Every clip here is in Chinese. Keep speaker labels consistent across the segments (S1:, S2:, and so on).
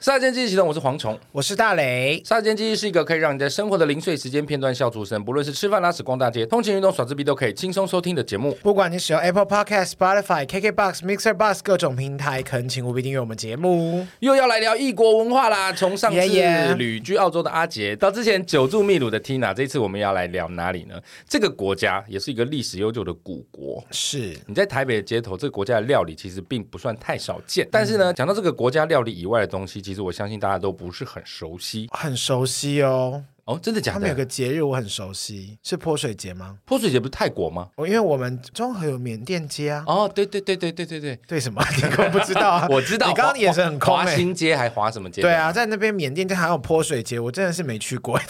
S1: 杀间记忆系统，我是蝗虫。
S2: 我是大雷，
S1: 杀间记忆是一个可以让你在生活的零碎时间片段笑出声，不论是吃饭、拉屎、逛大街、通勤、运动、耍自闭，都可以轻松收听的节目。
S2: 不管你使用 Apple Podcast、Spotify、KKBox、Mixer、Bus 各种平台，恳请务必订阅我们节目。
S1: 又要来聊异国文化啦！从上次
S2: Yeah, yeah
S1: 旅居澳洲的阿杰，到之前久住秘鲁的 Tina，这次我们要来聊哪里呢？这个国家也是一个历史悠久的古国。
S2: 是
S1: 你在台北的街头，这个国家的料理其实并不算太少见。但是
S2: 嗯
S1: 呢，讲到这个国家料理以外的东西，其实我相信大家都不是很熟悉
S2: 很熟悉哦，
S1: 哦。真的假
S2: 他们有
S1: 的？
S2: 个节日我很熟悉，是泼水节吗？
S1: 泼水节不是泰国吗？
S2: 我因为我们中和有缅甸街啊，
S1: 哦，对对对对对对对，！
S2: 对什么？你根本不知道啊
S1: 我知道。
S2: 你刚刚眼神很空
S1: 华
S2: 哎、
S1: 新街还华什么街？
S2: 对，啊，在那边缅甸街还有泼水节，我真的是没去 过。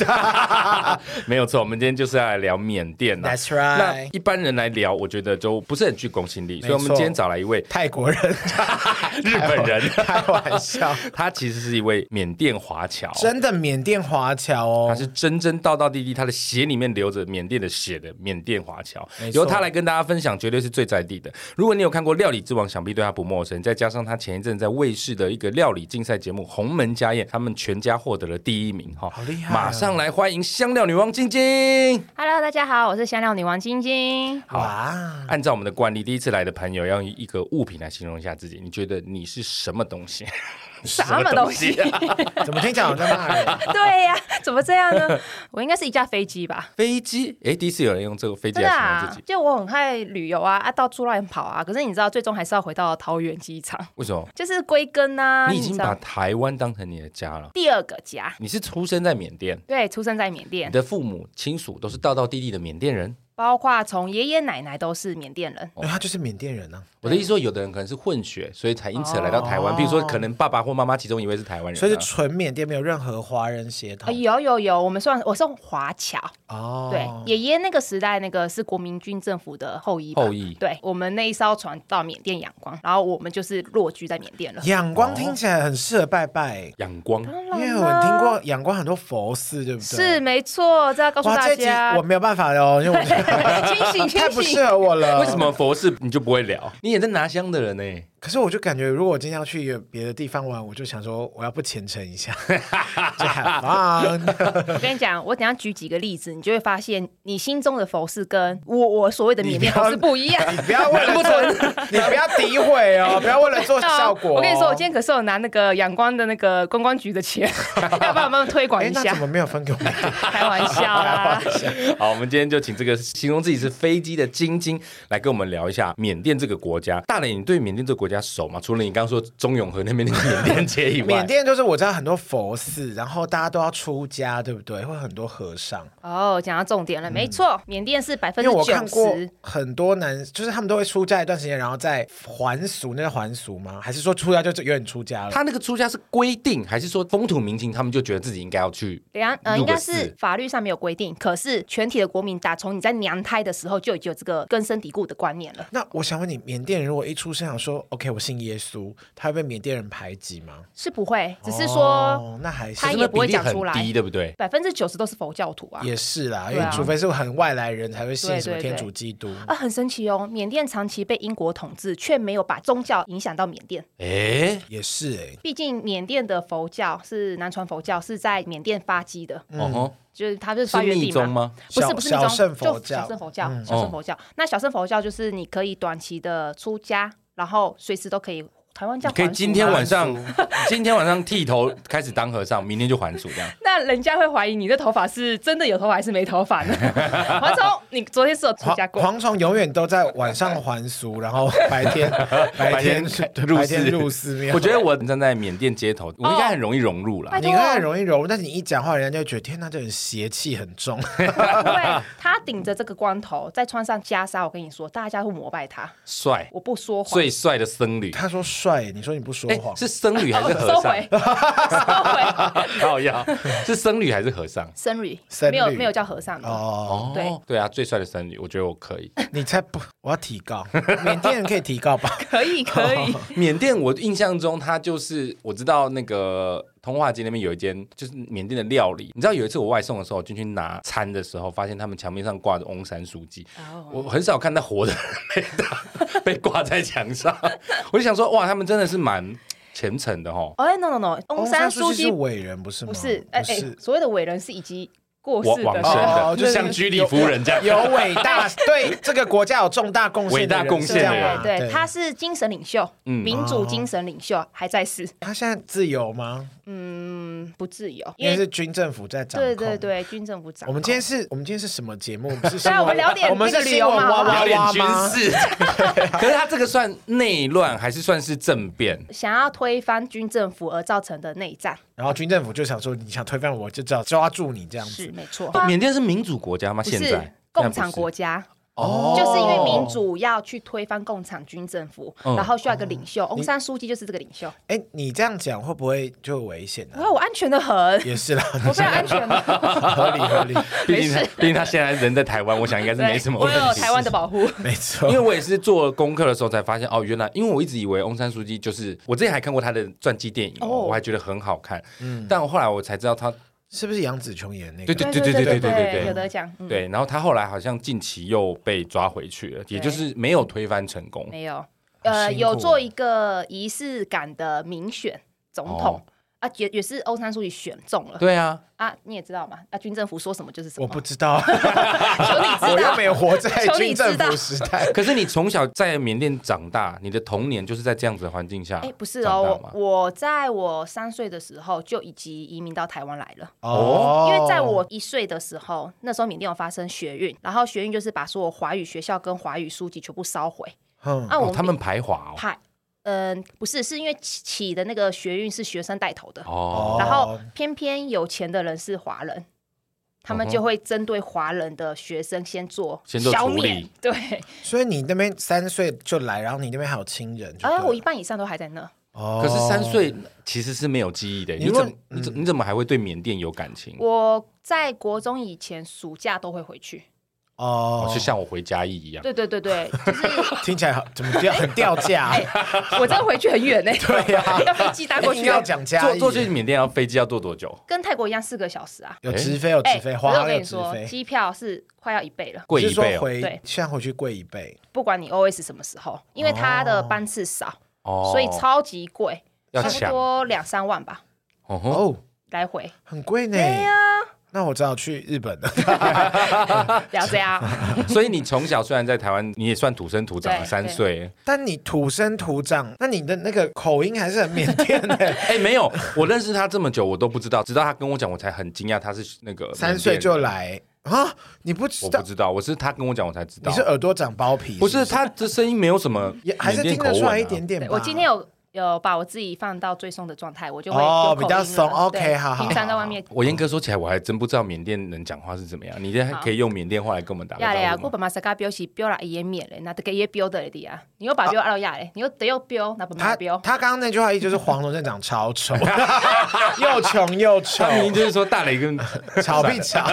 S1: 没有错。我们今天就是要来聊缅甸啊。
S2: That's
S1: 那
S2: right，
S1: 一般人来聊，我觉得就不是很具公信力，
S2: 没
S1: 所以我们
S2: 错
S1: 今天找来一位
S2: 泰国人，
S1: 日本人，
S2: 开玩笑，
S1: 他其实是一位缅甸华侨，
S2: 真的缅甸华侨
S1: 他
S2: 哦，
S1: 是真真道道地地，他的血里面流着缅甸的血的缅甸华侨
S2: 没，错
S1: 由他来跟大家分享，绝对是最在地的。如果你有看过《料理之王》，想必对他不陌生。再加上他前一阵在卫视的一个料理竞赛节目《鸿门家宴》，他们全家获得了第一名，哈，
S2: 好厉害哦
S1: 马上来欢迎香料女王晶晶。
S3: Hello，大家好，我是香料女王晶晶。
S2: 哇，
S1: 按照我们的惯例，第一次来的朋友要用一个物品来形容一下自己，你觉得你是什么东 西？
S3: 什么东西？
S1: 啊
S2: 怎么听起来我在骂人？
S3: 对呀、怎么这 样呢？我应该是一架飞机吧。
S1: 飞机？哎，第一次有人用这个飞机
S3: 真
S1: 来
S3: 的
S1: 形容
S3: 啊
S1: 自己，，
S3: 就我很爱旅游啊，啊到处乱跑啊。可是你知道，最终还是要回到桃园机
S2: 啊
S3: 场，
S1: 为什么？
S3: 就是归根啊。
S1: 你已经
S3: 知道
S1: 把台湾当成你的家了。
S3: 第二个家，
S1: 你是出生在缅甸，
S3: 对，出生在缅
S1: 你
S3: 甸，
S1: 的父母亲属都是道道地地的缅甸人。
S3: 包括从爷爷奶奶都是缅甸人。
S1: 哦
S2: 因为他就是缅甸人啊，
S1: 我的意思说，有的人可能是混血，所以才因此而来到台湾。
S3: 哦
S1: 比如说，可能爸爸或妈妈其中一位是台湾人啊，
S2: 所以是纯缅甸，没有任何华人血
S3: 啊，
S2: 统。
S3: 有有有，我们算我是华侨，
S2: 哦，
S3: 对，爷爷那个时代那个是国民军政府的后裔吧，
S1: 后裔
S3: 对我们那一艘船到缅甸仰光，然后我们就是落居在缅甸了。
S2: 仰光听起来很适合拜拜，
S1: 仰光。
S2: 因为我听过仰光很多佛寺，对不对？
S3: 哦是。没错，这要告诉
S2: 哇，
S3: 大
S2: 这集
S3: 家
S2: 我，没有办法的哦，因为 我
S3: 清醒
S2: 太
S3: 清
S2: 不
S3: 醒
S2: 适。合我 了。
S1: 为什？么佛事你就不会聊？你也在拿香的人呢、
S2: 可是我就感觉，如果我今天要去别的地方玩，我就想说，我要不虔诚 一下，就啊很棒。
S3: 我跟你讲，我等一下举几个例子，你就会发现你心中的佛是跟 我我所谓的缅甸佛是不一样。
S2: 不要为了做，你不要诋毁哦，不要为了做 效 果哦。
S3: 我跟你说，我今天可是有拿那个阳光的那个观光局的钱， 要帮我们推广
S2: 哎
S3: 一，
S2: 那
S3: 下
S2: 怎。么没有分给我们？
S3: 开玩笑 啊啦，
S1: 好，我们今天就请这个形容自己是飞机的晶晶来跟我们聊一下缅甸这个国家。大磊，你对缅甸这个国家熟吗？除了你刚刚说中永和那边那个缅甸街以外，
S2: 缅甸就是我知道很多佛寺，然后大家都要出家，对不对？会很多和尚。
S3: 哦，讲到重点了，没错，缅甸是百分
S2: 嗯因
S3: 之
S2: 为我看
S3: 九
S2: 过
S3: 十，
S2: 很多男，就是他们都会出家一段时间，然后再还俗，那叫还俗吗？还是说出家就有点出家了？
S1: 他那个出家是规定，还是说风土民情，他们就觉得自己应该要去？
S3: 两
S1: 入
S3: 呃，
S1: 个
S3: 应该
S1: 寺
S3: 是法律上没有规定，可是全体的国民打从你在娘胎的时候就已经有这个根深蒂固的观念了。
S2: 那我想问你，缅甸人如果一出生想说 “OK，我信耶稣”，他会被缅甸人排挤吗？
S3: 是不会，只是说
S2: 哦，那还是
S3: 他
S1: 可是那
S3: 也不会
S1: 比例
S3: 讲出来
S1: 很低对不对？
S3: 百分之九十都是佛教徒啊。
S2: 也是啦，因
S3: 对啊
S2: 为除非是很外来人才会信
S3: 对
S2: 什么
S3: 对
S2: 天
S3: 对
S2: 主基督。
S3: 啊，很神奇哦！缅甸长期被英国统治，却没有把宗教影响到缅甸。
S1: 哎，
S2: 也是哎、
S3: 毕竟缅甸的佛教是南传佛教，是在缅甸发迹的，
S1: 哦吼，
S3: 就是它就是
S1: 是
S3: 发源
S1: 密
S3: 嗯地
S1: 宗
S3: 嘛。
S1: 吗？
S3: 不
S2: 小
S3: 是不是密宗，
S2: 小圣佛
S3: 就小
S2: 教
S3: 圣佛
S1: 嗯
S3: 教，小圣佛教。那小圣佛教就是你可以短期的出家，然后随时都可以。台湾叫
S1: 你可以
S3: 还俗
S1: 今天
S3: 吗
S1: 晚上， 今天晚上剃头开始当和尚，明天就还俗这样。
S3: 那人家会怀疑你的头发是真的有头发还是没 头发呢？黄总，你昨天是有出
S2: 蝗
S3: 家过？
S2: 蝗虫永远都在晚上还俗，然后白天白天
S1: 入
S2: 白天
S1: 寺
S2: 入寺庙。
S1: 我觉得我站在缅甸街头，我应
S3: 哦
S1: 该很容易融入啦。
S3: 拜
S2: 你看很容易揉，但是你一讲话，人家就觉得天呐，这人邪气很重。
S3: 对，他顶着这个光头，再穿上袈裟，我跟你说，大家会膜拜他。
S1: 帅，
S3: 我不说谎，
S1: 最帅的僧 侣，
S2: 他说帅，你说你不说
S1: 哎，
S2: 谎，
S1: 是僧侣还
S3: 我
S1: 是和
S3: 收
S1: 尚？
S3: 回，收回。
S1: 靠腰， 是僧侣还是和尚？
S3: 僧侣
S2: 僧侣
S3: 没有没有叫和尚的，
S2: 哦，
S1: 哦
S3: 对
S1: 对啊，最帅的僧侣，我觉得我可以。
S2: 你才不，我要提高，缅甸人可以提高吧？
S3: 可以 可以。
S1: 缅甸，我印象中它就是我知道那个通化街那边有一间就是缅甸的料理。你知道有一次我外送的时候，我进去拿餐的时候，发现他们墙面上挂着翁山书记，我很少看到 活的人被打被挂在墙上。我就想说，哇，他们真的是蛮虔诚的哈。
S3: 哎，no no no，
S2: 哦翁
S3: 翁山
S2: 书
S3: 书
S2: 记是
S3: 记
S2: 伟人，不是吗？
S3: 不是，哎哎
S2: 是，。
S3: 所谓的伟人是以及过
S1: 往
S3: 世
S1: 往
S3: 的
S1: 生
S3: 人。
S2: 哦
S1: 的，
S2: 哦
S1: 就
S2: 对
S1: 像
S2: 对
S1: 居里夫人这样，
S2: 有伟大对这个国家有重大贡献的
S1: 伟大
S2: 人，
S1: 贡献
S2: 是这
S1: 的
S2: 样
S1: 人
S2: 吗
S1: 啊
S3: 对，他是精神领袖，
S1: 嗯
S3: 民主精神领袖
S2: 哦
S3: 还在世，
S2: 他现在自由吗？
S3: 嗯，不自由，
S2: 因为是军政府在掌控。
S3: 对对。对，军政部长。
S2: 我们今天是，我们今天是什么节目？ 不是
S3: 对啊
S2: 新闻
S3: 我们聊点
S2: 我们
S3: 那
S2: 是
S3: 个啊旅
S2: 新
S3: 游
S2: 闻
S3: 嘛
S1: 聊
S2: 哇哇
S1: 点
S2: 哇
S1: 军
S2: 吗？
S1: 事。可是他这个算内乱还是算是政变？
S3: 想要推翻军政府而造成的内战，
S2: 然后军政府就想说，你想推翻我，就只要抓住你这样
S3: 是
S2: 子。
S3: 没错，
S1: 哦缅甸是民主国家吗？
S3: 啊不
S1: 现
S3: 是
S1: 在
S3: 共产国家。
S1: 哦
S3: 就是因为民主要去推翻共产军政府，
S1: 嗯
S3: 然后需要一个领袖，翁山书记就是这个领袖。
S2: 哎，你这样讲会不会就危险呢
S3: 哇，？我安全的很，
S2: 也是啦，
S3: 我非常安全的，
S2: 合理合理，
S1: 毕竟他
S3: 没事
S1: 毕竟他现在人在台湾，我想应该是没什么
S3: 对
S1: 问
S3: 我有
S1: 题。
S3: 台湾的保护。
S2: 没
S1: 因
S2: 错
S1: 为。我也是做功课的时候才发现，哦，原来因为我一直以为翁山书记就是我之前还看过他的传记电影、哦，
S3: 哦嗯
S1: 我还觉得很好看，但我后来我才知道他
S2: 是不是杨紫琼演那个？
S1: 对对对对对对对
S3: 有得讲，嗯，
S1: 对，然后他后来好像近期又被抓回去了，也就是没有推翻成功。
S3: 没有，
S2: 好
S3: 呃，
S2: 辛苦
S3: 有做
S2: 哦
S3: 一个仪式感的民选总统。啊，也也是欧三书记选中了
S1: 哦对啊，
S3: 啊，你也知道嘛？啊，军政府说什么就是什
S2: 我
S3: 么。
S2: 不知道，
S3: 求你
S2: 我
S3: 知
S2: 又
S3: 道，
S2: 没有活在
S3: 求
S2: 军
S3: 你知
S2: 政
S3: 道
S2: 府时代。
S1: 可是你从小在缅甸长大，你的童年就是在这样子的环境下。
S3: 哎、不是
S1: 长大
S3: 哦
S1: 吗，
S3: 我我在我三岁的时候就已经移民到台湾来了。
S2: 哦
S3: 因为在我一岁的时候，那时候缅甸有发生学运，然后学运就是把所有华语学校跟华语书籍全部烧毁。
S2: 嗯
S3: 啊，我
S1: 哦，他们排华哦。
S3: 派，嗯、不是，是因为起起的那个学运是学生带头的，
S1: 哦，
S3: 然后
S2: 哦
S3: 偏偏有钱的人是华人，他们
S1: 嗯哼
S3: 就会针对华人的学生先做
S1: 先做
S3: 消
S1: 处
S3: 灭
S1: 理。
S3: 对，
S2: 所以你那边三岁就来，然后你那边还有亲人就对了。
S3: 哎，我一半以上都还在
S1: 嗯
S3: 那。
S2: 哦嗯
S1: 可是三岁其实是没有记忆的。你
S2: 如果
S1: 怎么你怎你怎么还会对缅甸有感情？
S3: 我在国中以前暑假都会回去。
S2: 哦
S1: 哦，就像我回嘉义一样。
S3: 对对对对，就是
S2: 听起来好怎么掉很掉价啊
S3: 哎、？我真的回去很 远呢、
S2: 对
S1: 啊
S2: 呀，
S3: 要飞机搭过
S2: 一
S3: 去
S2: 定。哎要讲嘉
S1: 坐
S2: 义，
S1: 坐去缅甸要飞机要坐多久？
S3: 跟泰国一样四个小时啊。
S2: 有直飞有直飞，花
S3: 可是我
S2: 花
S3: 跟
S2: 有
S3: 你
S2: 直
S3: 说，
S2: 飞，
S3: 机票是快要一倍了，
S1: 贵
S2: 你
S1: 一
S2: 是说
S1: 倍哦
S2: 回
S3: 对
S2: 现在回去贵一倍，
S3: 不管你 OS 什么时候，因为它的班次少，
S1: 哦，
S3: 所以超级贵，
S1: 要
S3: 差不
S1: 抢
S3: 多两三万吧
S1: 哦吼
S2: 哦，
S3: 来回。
S2: 很贵呢。
S3: 对呀、
S2: 那我只好去日本了。
S3: 不要这样，
S1: 所以你从小虽然在台湾，你也算土生土长，
S3: 对
S1: 三岁。
S2: 但你土生土长，那你的那个口音还是很缅甸 的。
S1: 哎，没有，我认识他这么久，我都不知道，直到他跟我讲，我才很惊讶，他是那个
S2: 三岁
S1: 缅甸
S2: 就
S1: 人。
S2: 来啊？你不知
S1: 我
S2: 道
S1: 不？知道，我是他跟我讲，我才知道。
S2: 你是耳朵长包皮？
S1: 不是他这声音没有什么
S2: 也还是
S1: 缅甸
S2: 听
S1: 口
S2: 得出来
S1: 吻
S2: 一
S1: 啊
S2: 点点
S3: 对
S2: 吧。
S3: 我今天有。有把我自己放到最松的状态，我就会
S2: 哦
S3: 有口
S2: 比较
S3: 音了
S2: 松，OK，
S3: 对
S2: 好好
S3: 平常在外面
S1: 我严格说起来，我还真不知道缅甸人讲话是怎么样。你现在可以用缅甸话来跟我们打个
S3: 亚嘞
S1: 招
S3: 啊，我
S1: 呼吗。
S3: 本马萨嘎标是标啦也免嘞，那得给也标的的啊，你又把标到亚嘞，你又得又标，那不
S2: 他
S3: 马标，
S2: 他刚刚那句话意思就是黄龙镇长超 丑， 又穷又丑
S1: 他，明明就是说大雷跟，
S2: 吵 屁吵。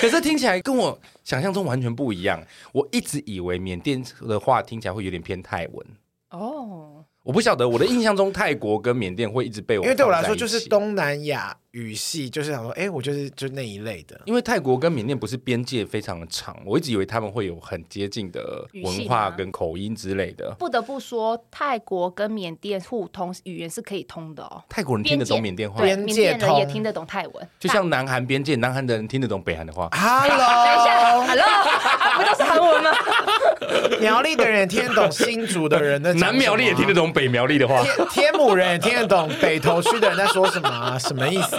S1: 可是听起来跟我想象中完全不一样。我一直以为缅甸的话听起来会有点偏泰文，
S3: 哦，
S1: 我不晓得我的印象中泰国跟缅甸会一直被我
S2: 因为对我来
S1: 放在
S2: 说
S1: 一
S2: 就是
S1: 起。
S2: 东南亚语系，就是想说，哎，我就是就那一类的。
S1: 因为泰国跟缅甸不是边界非常的长，我一直以为他们会有很接近的文化
S3: 语系吗
S1: 跟口音之类的。
S3: 不得不说，泰国跟缅甸互通语言是可以通的哦。
S1: 泰国人听得懂缅甸话，
S3: 对，
S2: 边
S3: 缅
S2: 界
S3: 甸
S2: 通
S3: 人也听得懂泰文。
S1: 就像南韩边界，南韩的人听得懂北韩的话。
S3: 那等一
S2: Hello，
S3: 下，Hello，啊不都是韩文吗？
S2: 苗栗的人也听得懂新竹的人 的，
S1: 南苗栗也听得。懂北苗栗的话，
S2: 天啊天母人也听得懂北投区的人在说什么、啊，什么意 思、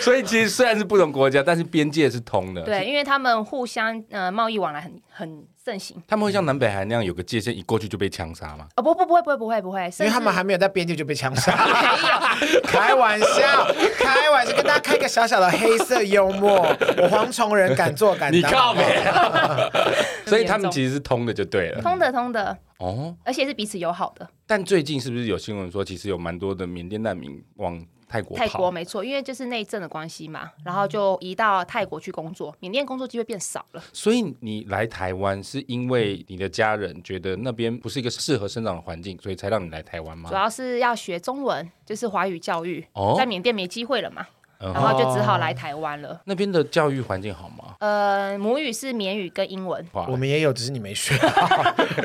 S1: 所以其实虽然是不同国家，但是边界是通的。，
S3: 对，因为他们互相呃贸易往来很很盛行。
S1: 他们会像南北韩那样有个界限，一过去就被枪杀吗？
S3: 哦不不不会不会不会不会，
S2: 因
S3: 甚
S2: 为
S3: 至
S2: 他们还没有在边界就被枪 杀。开玩笑，开玩笑，跟大家开个小小的黑色幽默。我蝗虫人敢做敢当。
S1: 你靠北
S2: 好不好
S1: 所以他们其实是通的就对了。
S3: 通的通的，
S1: 哦，
S3: 而且是彼此友好的。
S1: 但最近是不是有新闻说，其实有蛮多的缅甸难民往泰国跑？
S3: 泰国没错，因为就是内政的关系嘛，然后就移到泰国去工作，缅甸工作机会变少了。
S1: 所以你来台湾是因为你的家人觉得那边不是一个适合生长的环境，所以才
S2: 啊
S1: 让你来台湾吗
S3: 主？要是要学中文，就是华语教育
S1: 哦，
S3: 在缅甸没机会了嘛。
S1: 嗯
S3: 然后就只好
S2: 哦
S3: 来台湾了。
S1: 那边的教育环境好吗？
S3: 呃，母语是缅语跟英文，
S1: 哇
S2: 我们也有，只是你没学到，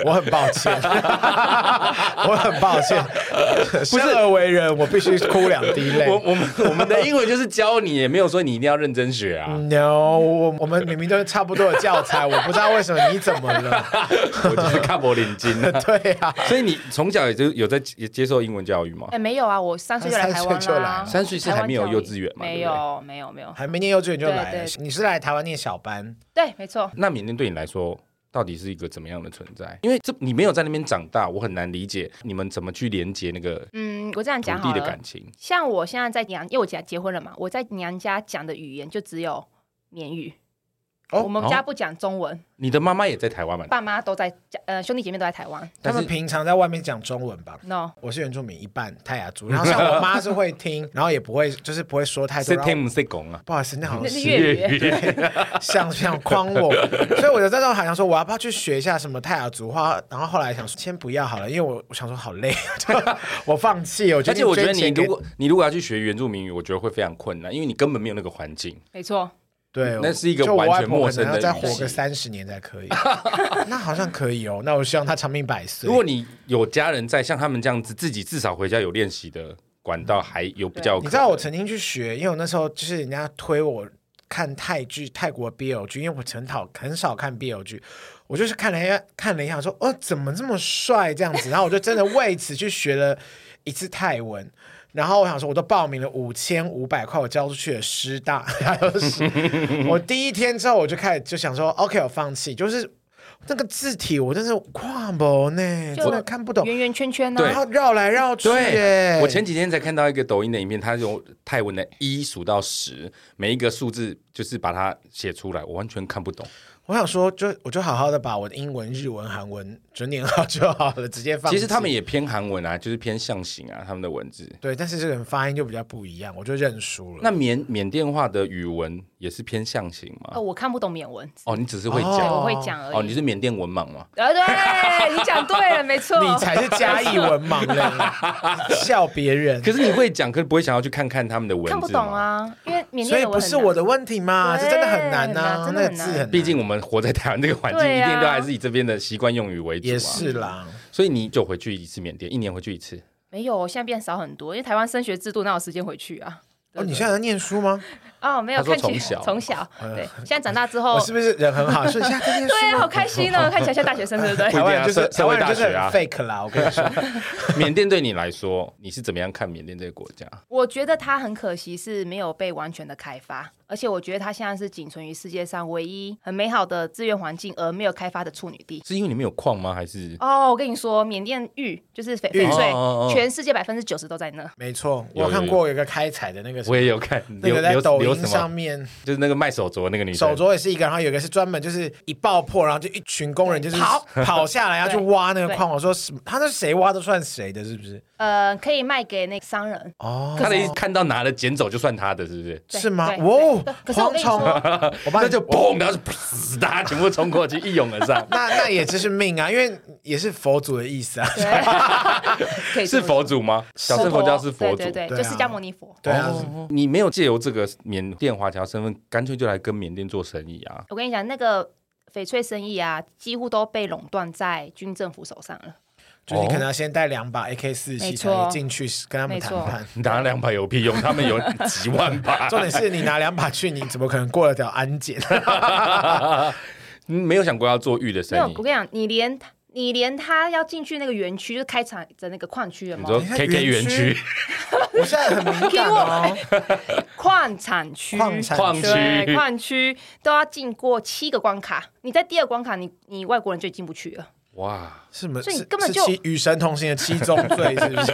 S2: 我很抱歉， 我很抱歉，生而为人，我必须哭两滴泪。
S1: 我 我们我们的英文就是教你，也没有说你一定要认真学啊。
S2: No，我我们明明都是差不多的教材，我不知道为什么你怎 么了？
S1: 我就是看我领巾
S2: 对呀、啊，
S1: 所以你从小也就有在也接受英文教育吗
S3: 哎、？没有啊，我三岁就来台
S2: 三
S3: 湾
S2: 岁就来
S3: 啦
S2: 了。
S1: 三岁是
S3: 台湾
S1: 还没有
S3: 教育
S1: 幼稚园嘛
S3: 没
S1: 对
S3: 有，没有，没有。
S2: 还没念幼稚园就来
S3: 对
S2: 了
S3: 对。
S2: 你是来台湾念小班？
S3: 对，没错。
S1: 那缅甸对你来说到底是一个怎么样的存在？因为这你没有在那边长大，我很难理解你们怎么去连接那个
S3: 嗯，我这样
S1: 土
S3: 讲好
S1: 地的
S3: 了
S1: 感。情。
S3: 像我现在在娘，因为我家结婚了嘛，我在娘家讲的语言就只有缅语。
S2: 哦
S3: 我们家不讲中文，
S1: 你的妈妈也在台湾嘛？
S3: 爸妈都在家，呃，兄弟姐妹都在台湾。
S2: 他
S1: 但
S2: 们
S1: 是
S2: 平常在外面讲中文吧？
S3: No，
S2: 我是原住民，一半泰雅族。然后像我妈是会听，然后也不会，就是不会说太多。
S1: 是
S2: 然后
S1: 听不是讲 啊？
S2: 不好意思，那好
S3: 那
S2: 像
S3: 是
S2: 是
S3: 粤语。
S2: 想想诓我，所以我就在那好想说，我要不要去学一下什么泰雅族话？然后后来想说，先不要好了，因为我我想说好累， 就我放弃。我决
S1: 而
S2: 定
S1: 且我觉得
S2: 捐
S1: 你
S2: 钱给
S1: 如果你如果要去学原住民语，我觉得会非常困难，因为你根本没有那个环境。
S3: 没错，
S2: 对，
S1: 那是一个
S2: 就我
S1: 完全
S2: 外婆
S1: 陌
S2: 可
S1: 生
S2: 能
S1: 的
S2: 要再
S1: 语
S2: 活
S1: 系
S2: 个三十年才可以。那好像可以哦，那我希望她长命百岁。
S1: 如果你有家人在，像他们这样子，自己至少回家有练习的管道，还有比较有可能。
S2: 你知道我曾经去学，因为我那时候就是人家推我看泰剧、泰国 BL 剧，因为我很讨很少看 BL 剧，我就是看了一下看了一下，说哦怎么这么帅这样子，然后我就真的为此去学了一次泰文。然后我想说，我都报名了五千五百块，我交出去了师大，还有 师。我第一天之后我就开始就想说，OK，我放弃，就是那个字体我真是跨博呢，真的看不懂，
S3: 圆圆圈圈呢、
S1: 哦
S3: 啊
S1: 对
S2: 然后绕来绕去耶。
S1: 我前几天才看到一个抖音的影片，它用泰文的一数到十，每一个数字就是把它写出来，我完全看不懂。
S2: 我想说，就我就好好的把我的英文、日文、韩文就念好就好了，直接放弃。
S1: 其实他们也偏韩文啊，就是偏象形啊，他们的文字。
S2: 对，但是这个人发音就比较不一样，我就认输了。
S1: 那缅缅甸话的语文也是偏象形吗
S3: 呃，？我看不懂缅文，
S1: 哦，你只是会
S3: 对，
S1: 讲
S2: 哦
S3: 我会讲而已。
S1: 哦，你是缅甸文盲吗？
S3: 呃，对，你讲对了，没错。
S2: 你才是嘉义文盲嘞，笑别人。
S1: 可是你会讲，可是不会想要去看看他们的文字
S3: 看
S1: 吗
S3: 不懂。啊，因为缅
S2: 所
S3: 甸
S2: 以
S3: 的文
S2: 不
S3: 很
S2: 是
S3: 难
S2: 我的问题嘛，
S3: 对
S2: 这真的很难
S3: 很
S2: 呐、
S3: 难真
S2: 那个
S3: 的很
S2: 字
S3: 难
S2: 很难。
S1: 毕竟我们活在台湾这个环境，
S3: 对
S1: 一
S3: 啊
S1: 定都还是以这边的习惯用语为主啊。
S2: 也是啦，
S1: 所以你就回去一次缅甸，一年回去一次。
S3: 没有，现在变少很多，因为台湾升学制度哪有时间回去啊？
S2: 哦，你现在在念书吗？
S3: 哦，没有，
S1: 他说
S3: 看起来
S1: 从小哎
S3: 从小，对，现在长大之后
S2: 我，是不是人很好？所以你现在在念书
S3: 哦对啊，
S2: 吗？
S3: 好开心哦，看起来像大学生，对不
S1: 不
S3: 对
S1: 一？
S2: 台
S1: 定啊
S2: 湾人就是
S1: 社
S2: 台
S1: 社会
S2: 湾人
S1: 大
S2: 就是很
S1: 学啊
S2: fake 啦，我跟你说，
S1: 缅甸对你来说，你是怎么样看缅甸这个国家？
S3: 我觉得它很可惜是没有被完全的开发，而且我觉得它现在是仅存于世界上唯一很美好的资源环境而没有开发的处女地。
S1: 是因为你们有矿吗？还是
S3: 哦，我跟你说，缅甸玉就是翡
S2: 玉
S3: 翡翠，
S1: 哦哦哦
S3: 全世界百分之九十都在那。
S2: 没错，
S1: 有
S2: 我看
S1: 有
S2: 过有一个开采的那个什
S1: 我
S2: 么，
S1: 也有看
S2: 那
S1: 刘
S2: 个在
S1: 刘
S2: 抖
S1: 刘
S2: 音
S1: 什
S2: 上
S1: 么，
S2: 面。
S1: 就是那个卖手镯那个女生
S2: 手。镯也是一个，然后有一个是专门就是一爆破，然后就一群工人就是
S3: 跑
S2: 跑下来要去挖那个
S3: 对
S2: 矿。我说什么？他那谁挖都算谁的，是不是？
S3: 呃，可以卖给那个商人，
S2: 哦，
S1: 他的意思看到拿了捡走就算他的，是不是？
S3: 对
S2: 是吗？
S3: 对
S2: 哇哦
S3: 对，可是我
S2: 蝗
S3: 跟你
S2: 虫，
S3: 说，
S2: 我帮
S1: 那
S2: 你
S1: 就
S2: 我。
S1: 砰，然后就噗大家全部冲过去，一拥而上
S2: 那那也真是命啊，因为也是佛祖的意思
S3: 哦
S2: 啊。
S3: 对， 可以这
S1: 是
S3: 么
S1: 佛祖吗？小
S3: 说
S1: 乘佛教是佛祖。
S3: 对对对，
S2: 对
S3: 就
S2: 啊
S3: 释迦牟尼佛。
S2: 对啊，
S1: 哦你没有借由这个缅甸华侨身份，干脆就来跟缅甸做生意啊！
S3: 我跟你讲，那个翡翠生意啊，几乎都被垄断在军政府手上了。
S2: 就是你可能要先带两把 AK 四
S3: 没
S2: 七
S3: 错
S2: 才进去跟他们谈判。
S1: 你拿两把有屁用？他们有几万把，
S2: 重点是你拿两把去，你怎么可能过得了安 检？
S1: 你没有想过要做玉的
S3: 没
S1: 生
S3: 有，我
S1: 意
S3: 跟。你讲，你连你连他要进去那个园区，就是开采的那个矿区了
S1: 你
S3: 吗？
S1: 说
S2: 你看
S1: KK 园
S2: 园 区
S1: 区
S2: 我现在很敏感哦。
S3: 矿产区，
S2: 矿产
S1: 矿
S3: 对，
S1: 区，
S3: 矿区都要经过七个关卡，你在第二关卡你，你外国人就进不去了，
S1: 哇！
S2: 是什么？
S3: 所以你
S2: 是
S3: 根本
S2: 是
S3: 就
S2: 七与神同行的七宗罪，是不是？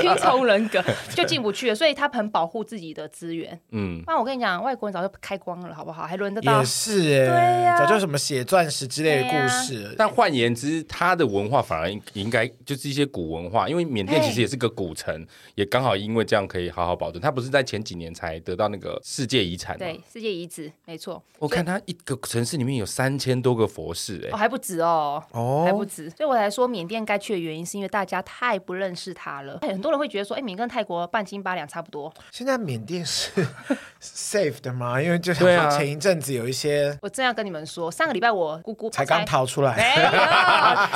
S3: 青虫人格就进不去了，所以他很保护自己的资源。
S1: 嗯，
S3: 不然我跟你讲，外国人早就开光了，好不好？还轮得到
S2: 也？是哎、
S3: 对呀
S2: 早就什么写钻石之类的
S3: 对呀
S2: 故事了。
S1: 但换言之，它的文化反而应应该就是一些古文化，因为缅甸
S3: 哎
S1: 其实也是个古城，也刚好因为这样可以好好保存。它不是在前几年才得到那个世界遗产吗？
S3: 对，世界遗址，没错。
S1: 我看它一个城市里面有三千多个佛寺、
S3: 哦，
S1: 哎、
S3: 还不止哦，
S2: 哦
S3: 还不止。所以我我来说，缅甸该去的原因是因为大家太不认识它了。很多人会觉得说，哎，缅甸跟泰国半斤八两差不多。
S2: 现在缅甸是 safe 的吗？因为就
S1: 对啊
S2: 像前一阵子有一些
S3: 我正要跟你们说，上个礼拜我姑姑
S2: 才刚，逃出来，
S3: 没有，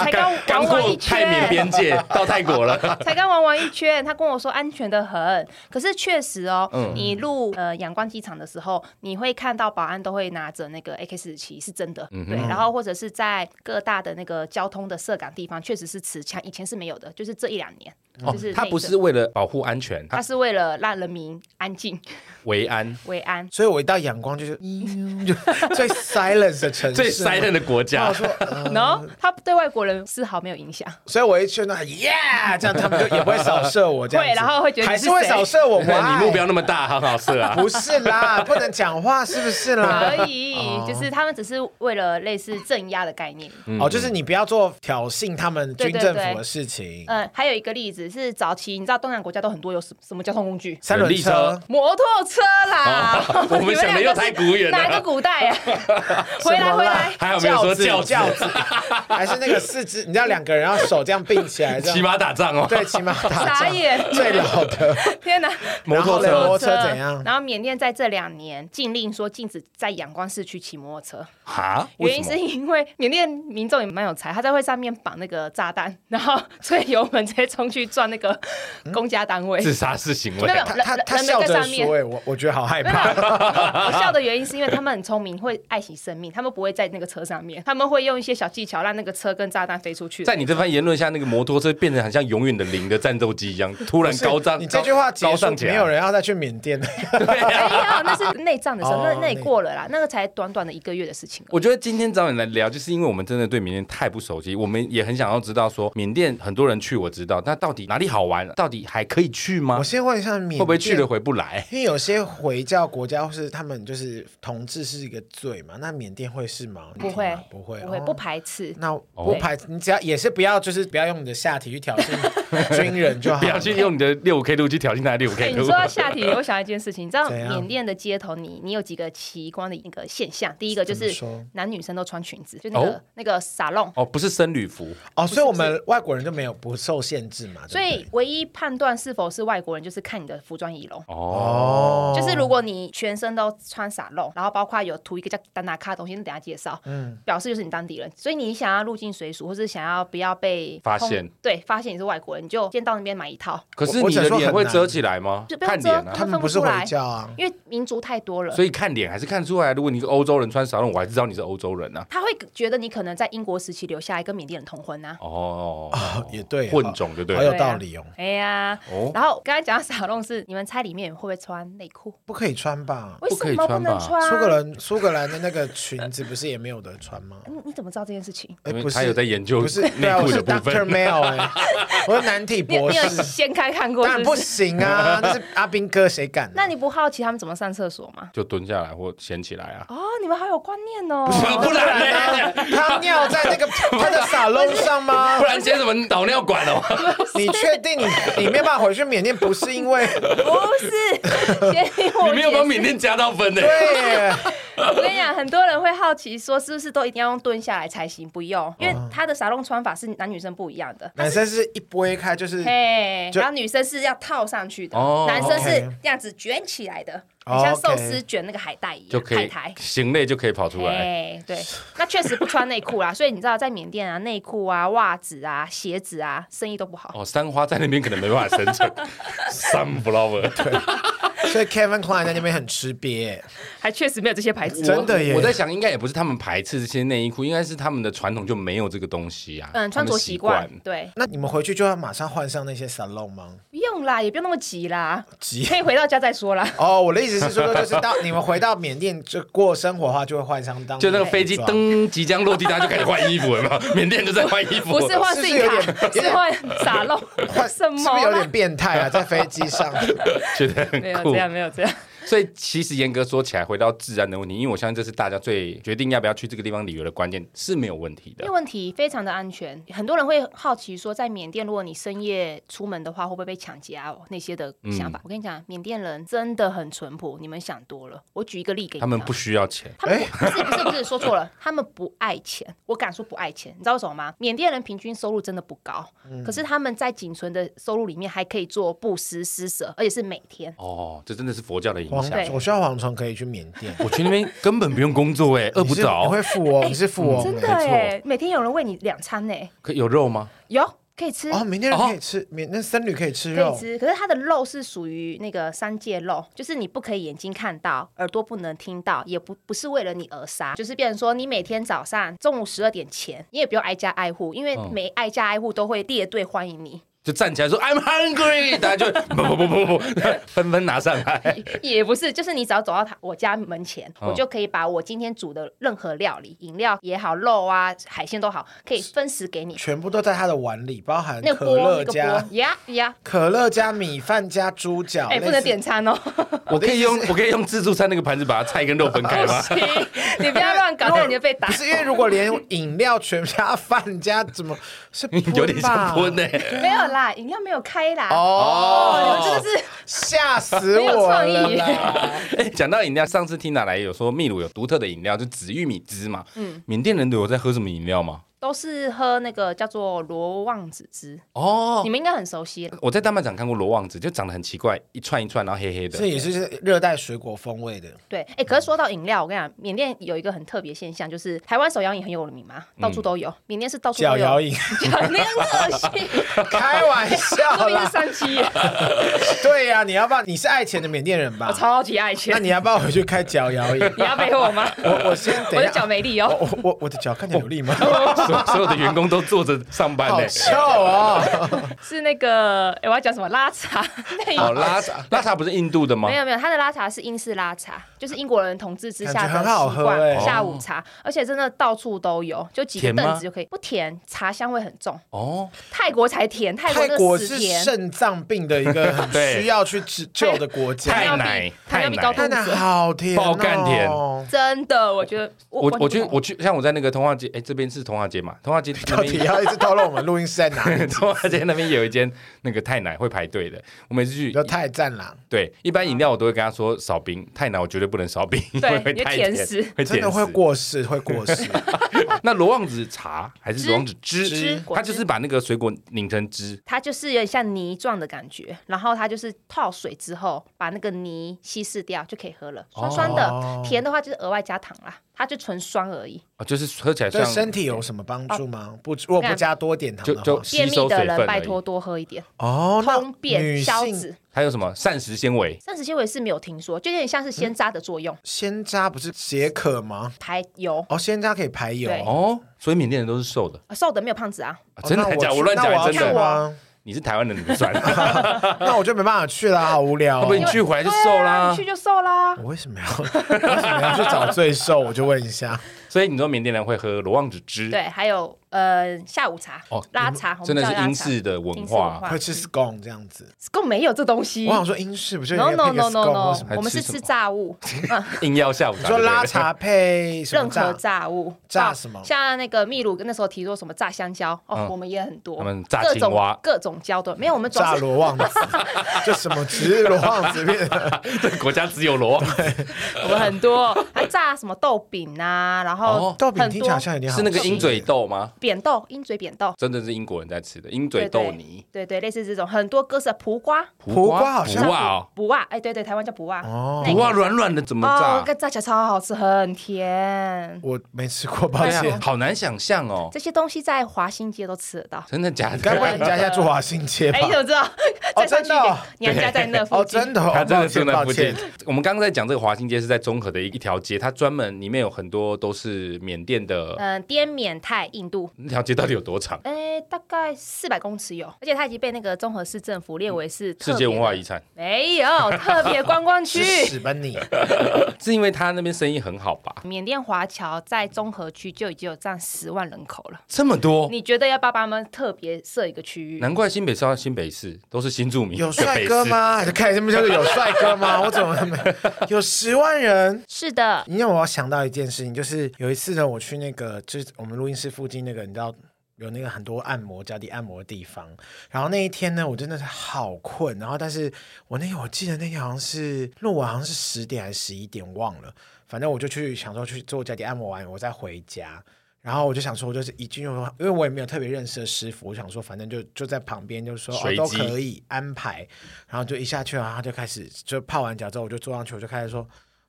S3: 才刚
S1: 刚
S3: 玩完
S1: 过
S3: 一圈，
S1: 泰缅边界到泰国了，
S3: 才刚玩完一圈，他跟我说安全的很，可是确实哦，
S1: 嗯
S3: 你入呃仰光机场的时候，你会看到保安都会拿着那个 AK 四七，是真的，
S1: 嗯
S3: 对，然后或者是在各大的那个交通的设岗地方，确实是持枪，以前是没有的，就是这一两年， 就是
S1: 哦他
S3: 那一
S1: 不
S3: 阵
S1: 是。为了保护安全，
S3: 他
S1: 他
S3: 是为了让人民 安静
S1: 维安
S3: 为安，
S2: 所以我一到阳光就是就 最 silence 的城市，
S1: 最
S3: 啊
S1: silent 的国
S2: 然
S1: 家
S2: 后我，说，呃
S3: 然后他对外国人丝毫没有影响。
S2: 所以我一去那，yeah，这样他们就也不会扫射我，这样子
S3: 会然后会觉得
S2: 还
S3: 你是
S2: 是会扫射我，
S1: 你
S2: why？
S1: 目标那么大，很好射啊。
S2: 不是 啦，不能讲话是不是啦？
S3: 可
S1: 哦
S3: 以，就是他们只是为了类似镇压的概念。
S1: 嗯
S2: 哦，就是你不要做挑衅他们军
S3: 对对
S2: 政府的事情，
S3: 嗯，还有一个例子是早期，你知道东南亚国家都很多有什什么交通工具？
S2: 三轮
S1: 人力车，
S2: 车。
S3: 摩托车啦
S1: 哦 我们想的又太古远了
S3: 你们两个是哪一个古代呀、回
S2: 什
S3: 来
S2: 么
S3: 回
S2: 啦
S3: 来，
S1: 还好没有说轿
S2: 轿子
S1: 子
S2: 轿子， 还是那个四肢，你知道两个人要手这样并起来，这
S1: 骑
S2: 样
S1: 马打仗哦，
S2: 对，骑马打
S3: 傻
S2: 仗，
S3: 眼，
S2: 最老的
S3: 天哪！
S1: 摩托
S2: 然后嘞
S1: 车
S2: 摩托车怎样
S3: 然后缅甸在这两年禁令说禁止在仰光市区骑摩托车，
S1: 哈，为
S3: 原因
S1: 什么
S3: 是因为缅甸民众也蛮有才， 他在会上面绑那个炸弹，然后吹油门直接冲去撞那个公家单位。
S1: 嗯自杀式行为
S3: 没有
S1: 啊，
S2: 他他他
S3: 人人
S2: 笑
S3: 在
S2: 着
S3: 上面
S2: 说：“哎，我我觉得好害
S3: 没有，
S2: 怕。
S3: 我笑的原因是因为他们很聪明，会爱惜生命，他们不会在那个车上面，他们会用一些小技巧让那个车跟炸弹飞出去。
S1: 在你这番言论下，那个摩托车变成很像永远的零的战斗机一样，突然
S2: 不是”
S1: 高涨。
S2: 你这句话
S1: 高
S2: 结
S1: 高
S2: 束
S1: 涨，起来，
S2: 没有人要再去缅 甸了。
S3: 没有，哎那是内战的时候，那
S2: 哦
S3: 那也过了啦，那个才短短的一个月的事情。
S1: 我觉得今天找你来聊，就是因为我们真的对缅甸太不熟悉，我们也很想要知道说缅甸很多人去，我知道，那到底哪里好玩，到底还可以去吗
S2: 我？先问一下，缅甸
S1: 会不会去了回不来？
S2: 因为有些回教国家或是他们就是同志是一个罪嘛，那缅甸会是吗？你
S3: 不
S2: 听
S3: 会
S2: 吗，不会，
S1: 啊
S3: 不会，
S2: 哦
S3: 不排斥。
S2: 那不排，你只要也是不要，就是不要用你的下体去 挑衅军人就好。
S1: 不要去用你的六五 K 路去挑衅他的六五
S3: 哎、
S1: K
S3: 你
S1: 路
S3: 说。到下体，我想到一件事情，你知道
S2: 怎样
S3: 缅甸的街头你，你有几个奇观的一个现象？第一个就
S2: 怎么
S3: 是
S2: 说
S3: 男女生都穿裙子，就那个、
S1: 哦
S3: 那个撒弄。
S1: 哦，不是僧侣服，
S2: 哦，所以我们外国人就没有不受限制嘛，
S3: 所
S2: 对
S3: 以
S2: 不对
S3: 唯一判断是否是外国人，就是看你的服装仪容。
S2: 哦，
S3: 就是如果你全身都穿撒漏，然后包括有涂一个叫丹拿卡的东西，那等一下介绍，
S1: 嗯
S3: 表示就是你当地人。所以你想要入境随俗，或是想要不要被
S1: 发
S3: 通
S1: 现，
S3: 对，发现你是外国人，你就先到那边买一套，
S1: 可是
S2: 我
S1: 你
S2: 只
S1: 的
S2: 能说
S1: 脸
S2: 很
S1: 会
S2: 难
S1: 遮起来吗
S3: 就？不要
S1: 看
S3: 遮
S1: 脸啊，
S2: 他们不是
S3: 他们分不出来
S2: 回教啊，
S3: 因为民族太多了
S1: 所。以看脸还是看出来。如果你是欧洲人穿少了，我还知道你是欧洲人啊。
S3: 他会觉得你可能在英国时期留下来跟缅甸人通婚啊。
S1: 哦，
S2: 也对，啊
S1: 混种就对
S2: 好
S1: 了。
S2: 有道理哦，
S3: 哎呀，
S1: 哦，
S3: 然后刚才讲到撒弄是，你们猜里面会不会穿内裤？
S2: 不可以穿吧？
S3: 为
S1: 不可
S3: 什
S1: 以
S3: 么
S1: 穿
S3: 能
S1: 吧
S3: 穿？
S2: 苏格兰苏格兰的那个裙子不是也没有得穿吗？
S3: 你你怎么知道这件事情？
S2: 哎，
S1: 因
S2: 不
S1: 为
S2: 是，
S1: 他有在研究
S2: 不是对
S1: 内
S2: 啊，我
S1: 裤的
S2: 是
S1: 部
S2: Doctor
S1: 分。
S2: Mail 哎，我是男体
S3: 你
S2: 博
S3: 你有
S2: 士，
S3: 掀开看过
S2: 当
S3: 是
S2: 然
S3: 不
S2: 不
S3: 是？
S2: 行啊，那是阿兵哥谁敢啊？
S3: 那你不好奇他们怎么上厕所吗？
S1: 就蹲下来或掀起来啊。
S3: 哦，你们好有观念哦！
S1: 不然呢？
S2: 他尿在 那个他的沙漏上吗
S1: 不？然接什么导尿管 哦？
S2: 你确定你你没有办法回去缅甸，不是因为
S3: 不是， 先听我
S1: 你没有帮
S3: 解
S1: 缅甸加到分呢。
S2: 对
S3: 释我跟你讲，很多人会好奇说，是不是都一定要用蹲下来才行？不用，因为他的沙龙穿法是男女生不一样的。
S2: 男生是一拨开就是
S3: 嘿，
S2: 就
S3: 然后女生是要套上去的，
S1: 哦
S3: 男生是
S2: OK
S3: 这样子卷起来的，
S2: 哦
S3: 很像
S2: OK
S3: 寿司卷那个海带一
S1: 就
S3: 样，
S1: 可
S3: 海
S1: 以
S3: 苔。
S1: 行类就可以跑出来。
S3: 哎，对，那确实不穿内裤啦， 所以你知道在缅甸啊，内裤啊、袜子啊、鞋子啊，生意都不好。
S1: 哦，三花在那边可能没办法生存，sunflower。
S2: 所以 Kevin Klein 在那边很吃瘪，
S3: 还确实没有这些牌子。
S2: 真的耶
S1: 我在想，应该也不是他们排斥这些内衣裤，应该是他们的传统就没有这个东西啊。
S3: 嗯，穿
S1: 他
S3: 着
S1: 们
S3: 习
S1: 习
S3: 惯，对，
S2: 那你们回去就要马上换上那些沙漏吗？
S3: 不用啦，也不用那么 急啦，
S2: 急
S3: 可以回到家再说啦。
S2: 哦，我的意思是说，就是到你们回到缅甸就过生活的话，就会换上当
S1: 就那个飞机
S2: 装。
S1: 噔即将落地，大家就开始换衣服了嘛。 缅甸就在换衣服，
S3: 不是换
S2: 是不
S3: 信
S2: 是
S3: 用
S2: 有
S3: 卡，是换傻漏
S2: 换，
S3: 什
S2: 是不
S3: 么
S2: 是有
S3: 啦
S2: 点变态啊？在飞机上，
S1: 觉得很
S3: 没有
S1: 酷
S3: 这。样，没有这样。
S1: 所以其实严格说起来，回到治安的问题，因为我相信这是大家最决定要不要去这个地方旅游的关键，是没有问题的
S3: 没有。问题，非常的安全。很多人会好奇说，在缅甸，如果你深夜出门的话，会不会被抢劫啊？那些的想
S1: 嗯
S3: 法，我跟你讲，缅甸人真的很淳朴，你们想多了。我举一个例给你，啊
S1: 他们不，需要钱，
S3: 他
S2: 哎
S3: 们不不是不是不是说错了，他们不爱钱。我敢说不爱钱，你知道为什么吗？缅甸人平均收入真的不高，
S2: 嗯
S3: 可是他们在仅存的收入里面还可以做布施施舍，而且是每天。
S1: 哦，这真的是佛教的影
S2: 蝗
S1: 响。
S3: 对
S2: 我需要蝗虫可以去缅 甸，
S1: 我去那边根本不用工作哎、饿不
S2: 你是你
S1: 着，
S2: 会富 翁，你是富翁，欸
S3: 真的
S2: 哦没错
S3: 哎，每天有人喂你两餐呢，
S1: 可有肉吗？
S3: 有可以吃
S2: 哦，缅甸人可以吃，缅那僧侣可以吃
S3: 可
S2: 肉
S3: 以，吃，可是它的肉是属于那个三界肉，就是你不可以眼睛看到，耳朵不能听到，也不不是为了你而杀，就是变成说你每天早上、中午十二点前，你也不用挨家挨户，因为
S1: 嗯
S3: 每挨家挨户都会列队欢迎你，
S1: 就站起来说 I'm hungry，大家就不不不不不，纷纷拿上来。
S3: 也不是，就是你只要走到他我家门前，
S1: 嗯
S3: 我就可以把我今天煮的任何料理、饮料也好、肉啊、海鲜都好，可以分食给你。
S2: 全部都在他的碗里，包含
S3: 那
S2: 可
S3: 个锅，
S2: 乐
S3: 那个
S2: 加
S3: 锅，呀呀，
S2: 可乐加米饭加猪脚，
S3: 哎，
S2: 类
S3: 不能
S2: 似
S3: 点餐哦，
S1: 我可以用我可以用自助餐那个盘子把它菜跟肉分开 吗？
S3: 你不要乱搞，这样你就被打
S2: 不。是因为如果连饮料全加饭加怎么是
S1: 有点像
S2: 喷
S1: 喷欸
S2: 吧
S1: 呢、
S3: 没有啦，饮料没有开啦。
S2: 哦
S3: 哦，你们真的是
S2: 吓死
S3: 没有
S2: 我
S3: 创意
S2: 了啦！
S1: 哎， 讲到饮料，上次听哪来有说秘鲁有独特的饮料，就紫玉米汁嘛。嗯，缅甸人有在喝什么饮料吗？
S3: 都是喝那个叫做罗望子汁，
S1: 哦
S3: 你，们应该很熟悉了。
S1: 我在大卖场看过罗望子，就长得很奇怪，一串一串，然后黑黑的
S2: 这。也是热带水果风味的，
S3: 对，哎、可是说到饮料，我跟你讲，缅甸有一个很特别现象，就是台湾手摇饮很有名嘛，到
S2: 嗯
S3: 处都有，缅甸是到处都有。
S2: 脚摇饮，
S3: 那个恶心，
S2: 开玩笑
S3: 说明是
S2: 啦。
S3: 三七耶，
S2: 对呀、你要不要？你是爱钱的缅甸人
S3: 我
S2: 吧？
S3: 超级爱钱
S2: 那。你要不要回去开脚摇饮？
S3: 你要配合我吗？
S2: 我我先
S3: 我
S2: 等
S3: 的
S2: 一
S3: 脚
S2: 下，
S3: 没力
S2: 我
S3: 哦。
S2: 我我我的脚看起来有力吗？
S1: 哦所所有的员工都坐着上班呢
S2: 好。臭哦！
S3: 是那个，哎、我要讲什么？拉茶。那饮
S1: 哦，拉 茶，拉茶不是印度的吗
S3: 没？有没有，它的拉茶是英式拉茶，就是英国人统治之下
S2: 感觉
S3: 的
S2: 很好
S3: 习
S2: 喝
S3: 惯、
S2: 欸
S3: 下午茶，而且真的到处都有，就几个
S1: 甜吗
S3: 凳子就可以，不甜，茶香味很重。
S1: 哦，
S3: 泰国才甜，泰国
S2: 泰
S3: 那
S2: 国
S3: 个死
S2: 是
S3: 甜，
S2: 肾脏病的一个很
S1: 对
S2: 需要去治救的国
S3: 糖
S2: 家，
S1: 泰
S3: 尿
S1: 奶
S3: 病，糖尿病
S1: 泰奶
S3: 高
S2: 泰
S3: 度
S2: 奶好甜、哦，
S1: 爆干甜
S3: 真的，我觉得
S1: 我
S3: 完
S1: 我
S3: 全不
S1: 去
S3: 懂
S1: 我去，像我在那个通化街，哎，这边是通化街嘛？通化街那
S2: 到底
S1: 边，？
S2: 要一直透露我们录音室在哪里
S1: 通化街那边有一间那个泰奶会排队的。我每次去
S2: 就太赞啦，
S1: 对，一般饮料我都会跟他说少冰，太奶我绝对不能少冰， 因
S3: 对
S1: 为会
S3: 你会
S1: 太
S3: 甜
S1: 甜
S3: 死，
S1: 会
S2: 真
S1: 甜
S2: 的会
S1: 死
S2: 过世，会过 世。
S1: 那罗旺子茶还是
S3: 汁
S1: 罗旺子汁？
S3: 汁果
S1: 它就
S3: 汁
S1: 是把那个水果拧成汁。
S3: 它就是有点像泥状的感觉，然后它就是泡水之后把那个泥稀释掉就可以喝了，酸酸的，
S2: 哦
S3: 甜的话就是额外加糖啦，它就纯酸而已。
S1: 啊，就是喝起来
S2: 对
S1: 像
S2: 身体有什么帮助
S3: 哦
S2: 吗？不，如果不加多点糖
S1: 就
S2: 的
S1: 就
S2: 话，
S1: 吸
S3: 便秘
S1: 收水
S3: 的
S1: 分而
S3: 人
S1: 已
S3: 拜托多喝一点，
S2: 哦，那
S3: 通
S2: 女
S3: 便消
S2: 性
S3: 脂。
S1: 还有什么膳食纤维？
S3: 膳食纤维是没有听说，就有点像是鲜渣的作用，
S2: 鲜渣不是解渴吗？
S3: 排油。
S2: 哦，鲜渣可以排油。
S3: 对
S2: 哦
S1: 哦，所以缅甸人都是瘦的，
S3: 啊瘦的没有胖子啊，
S1: 啊真的
S2: 那
S1: 还假？
S2: 去
S1: 我乱讲
S2: 那我
S1: 还
S2: 要
S1: 真
S2: 去
S1: 的。
S2: 吗？
S1: 你是台湾人，你不算。
S2: 那我就没办法去 啦，好无聊
S1: 会
S2: 哦。
S1: 不会你去回来就瘦
S3: 对啊
S1: 啦
S3: 你去就瘦啦。
S2: 我为什么要 为什么要去找罪受？我就问一 下，
S1: 所以你说缅甸人会喝罗旺子汁？
S3: 对，还有呃下午茶
S1: 哦，
S3: 拉茶，我
S1: 真
S3: 们
S1: 的是
S3: 叫拉茶
S1: 英式的
S3: 英
S1: 文
S3: 式文
S1: 化。
S3: 化
S2: 会吃 scone 这样子。
S3: ，scone 没有这东西
S2: 我。想说英式不就
S3: No
S2: 应该
S3: no
S2: 配个
S3: no no 嗯 no，
S2: scone 或什么？
S3: 我们是
S1: 还吃什
S3: 吃
S1: 么
S3: 炸物，
S1: 硬要下午茶，
S2: 你说
S1: 对不对
S2: 拉茶配什
S3: 任
S2: 么
S3: 何
S2: 炸？
S3: 炸物，
S2: 炸
S3: 啊
S2: 什么
S3: 像那个秘鲁那时候提出什么炸香蕉，哦
S1: 嗯，
S3: 我们也很多，
S1: 他们炸
S3: 各
S1: 青
S3: 种
S1: 蛙
S3: 各种椒的，没有，我们总
S2: 炸
S3: 是
S2: 罗旺子，就什么只是罗旺子变成
S1: 这 个国家只有罗旺子，
S3: 我们 很多，还炸什么豆饼啊，然后
S1: 哦
S2: 豆饼
S3: 很
S2: 听起来
S3: 多
S2: 好像有点好
S1: 是那个
S2: 吃
S1: 鹰嘴豆吗？
S3: 扁豆、鹰嘴扁豆，
S1: 真的是英国人在吃的鹰嘴
S3: 对
S1: 豆
S3: 对
S1: 泥。
S3: 对对，类似这种很多歌是苦瓜，
S2: 苦瓜好像
S1: 不哇哦，
S3: 不啊，哎，对对，台湾叫不啊，
S2: 哦
S1: 不哇软软的怎么
S3: 哦，
S1: 炸？
S3: 跟炸起来超好吃，很甜。
S2: 我没吃过，抱
S1: 对
S2: 歉
S1: 啊，。好难想象哦，
S3: 这些东西在华新街都吃得到。
S1: 真的假
S2: 该不会
S1: 的？
S2: 你家现在住华新街吧
S3: 哎，？你怎么知道？
S2: 哦
S3: 再上去一
S2: 真的
S3: 点
S2: 哦，
S3: 娘家在那附
S2: 哦，
S3: 近。
S2: 真的哦，
S1: 它真的
S2: 抱
S1: 住
S2: 歉
S1: 那
S2: 抱
S1: 附近
S2: 歉。。
S1: 我们刚刚在讲这个华新街是在中和的一一条街，它专门里面有很多都是缅甸的。
S3: 嗯，滇缅泰印度，
S1: 那条街到底有多长？
S3: 哎，大概四百公尺有，而且它已经被那个综合市政府列
S2: 嗯
S3: 为是特
S1: 世
S3: 别
S1: 界文化遗产，
S3: 没有特别观光区
S2: 吃。屎吧 你！
S1: 是因为它那边生意很好吧？
S3: 缅甸华侨在综合区就已经有占十万人口了，
S2: 哦
S1: 这么多，
S3: 你觉得要爸爸们特别设一个区域？
S1: 难怪新北市要新北市都是新新住民
S2: 有帅哥？吗？就开始不就是有帅哥吗？我怎么没有十万人？
S3: 是的，
S2: 你让我想到一件事情，就是有一次呢，我去那个就是我们录音室附近那个，你知道。有那个很多按摩脚底按摩的地方，然后那一天呢，我真的是好困，然后但是我那天我记得那天好像是录完好像是十点还是十一点忘了，反正我就去想说去做脚底按摩完我再回家，然后我就想说我就是一进入，因为我也没有特别认识的师傅，我想说反正就就在旁边就说哦
S1: 随
S2: 都
S1: 机
S2: 可以安排，然后就一下去，啊然后他就开始就泡完脚之后我就坐上去，我就开始说。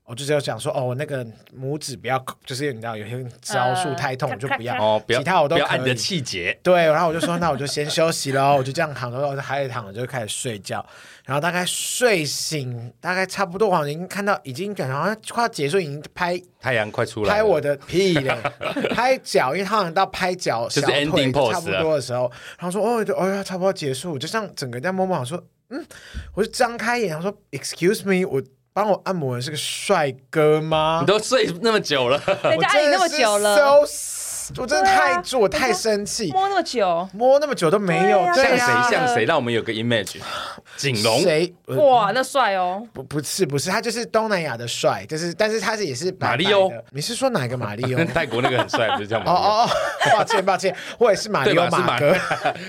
S2: 我就只有讲说，哦，我那个拇指不要，就是你知道有些招数
S3: 呃
S2: 太痛，
S3: 咔
S2: 我就不要。
S3: 咔咔
S1: 哦，不要，
S2: 其他我都
S1: 不要按
S2: 可
S1: 你
S2: 以
S1: 的气节。
S2: 对，然后我就说，那我就先休息喽，我就这样躺着，我就还得躺着，就开始睡觉。然后大概睡醒，大概差不多，我好像已经看到，已经感觉好像快要结束，已经拍
S1: 太阳快出来了，
S2: 拍我的屁 嘞，拍脚，因为他好像到拍脚
S1: 就是
S2: 小腿
S1: ending
S2: 就
S1: pose
S2: 差
S1: 啊
S2: 不
S1: 了
S2: 多的时候，然后说哦，就哦呀，差不多结束，我就这样整个这样摸摸，我说嗯，我就张开眼，我说 Excuse me，我帮我按摩的是个帅哥吗
S1: 你？都睡那么久了，
S3: 人
S2: 我
S3: 家爱你
S2: 真
S3: 那
S2: 的
S3: 么
S2: 是
S3: 久了，
S2: so- 我真的
S3: 对啊
S2: 太，我
S3: 我
S2: 太
S3: 就
S2: 生气。
S3: 摸那么久，
S2: 摸那么久都没有，
S1: 像
S2: 对
S1: 谁
S2: 啊，
S1: 像谁，让我们有个 image。锦龙，
S2: 谁？呃
S3: 哇，那帅哦，
S2: 不不是不是，他就是东南亚的帅，就是但是他是也是白
S1: 马
S2: 白
S1: 里
S2: 的
S1: 欧
S2: 你是说哪一个 马里欧？
S1: 泰国那个很帅，不是叫
S2: 哦
S1: 马里
S2: 哦，哦，抱歉抱歉，我也是马
S1: 欧？
S2: 里
S1: 对
S2: 欧
S1: 吧？是
S2: 马
S1: 马
S2: 哥，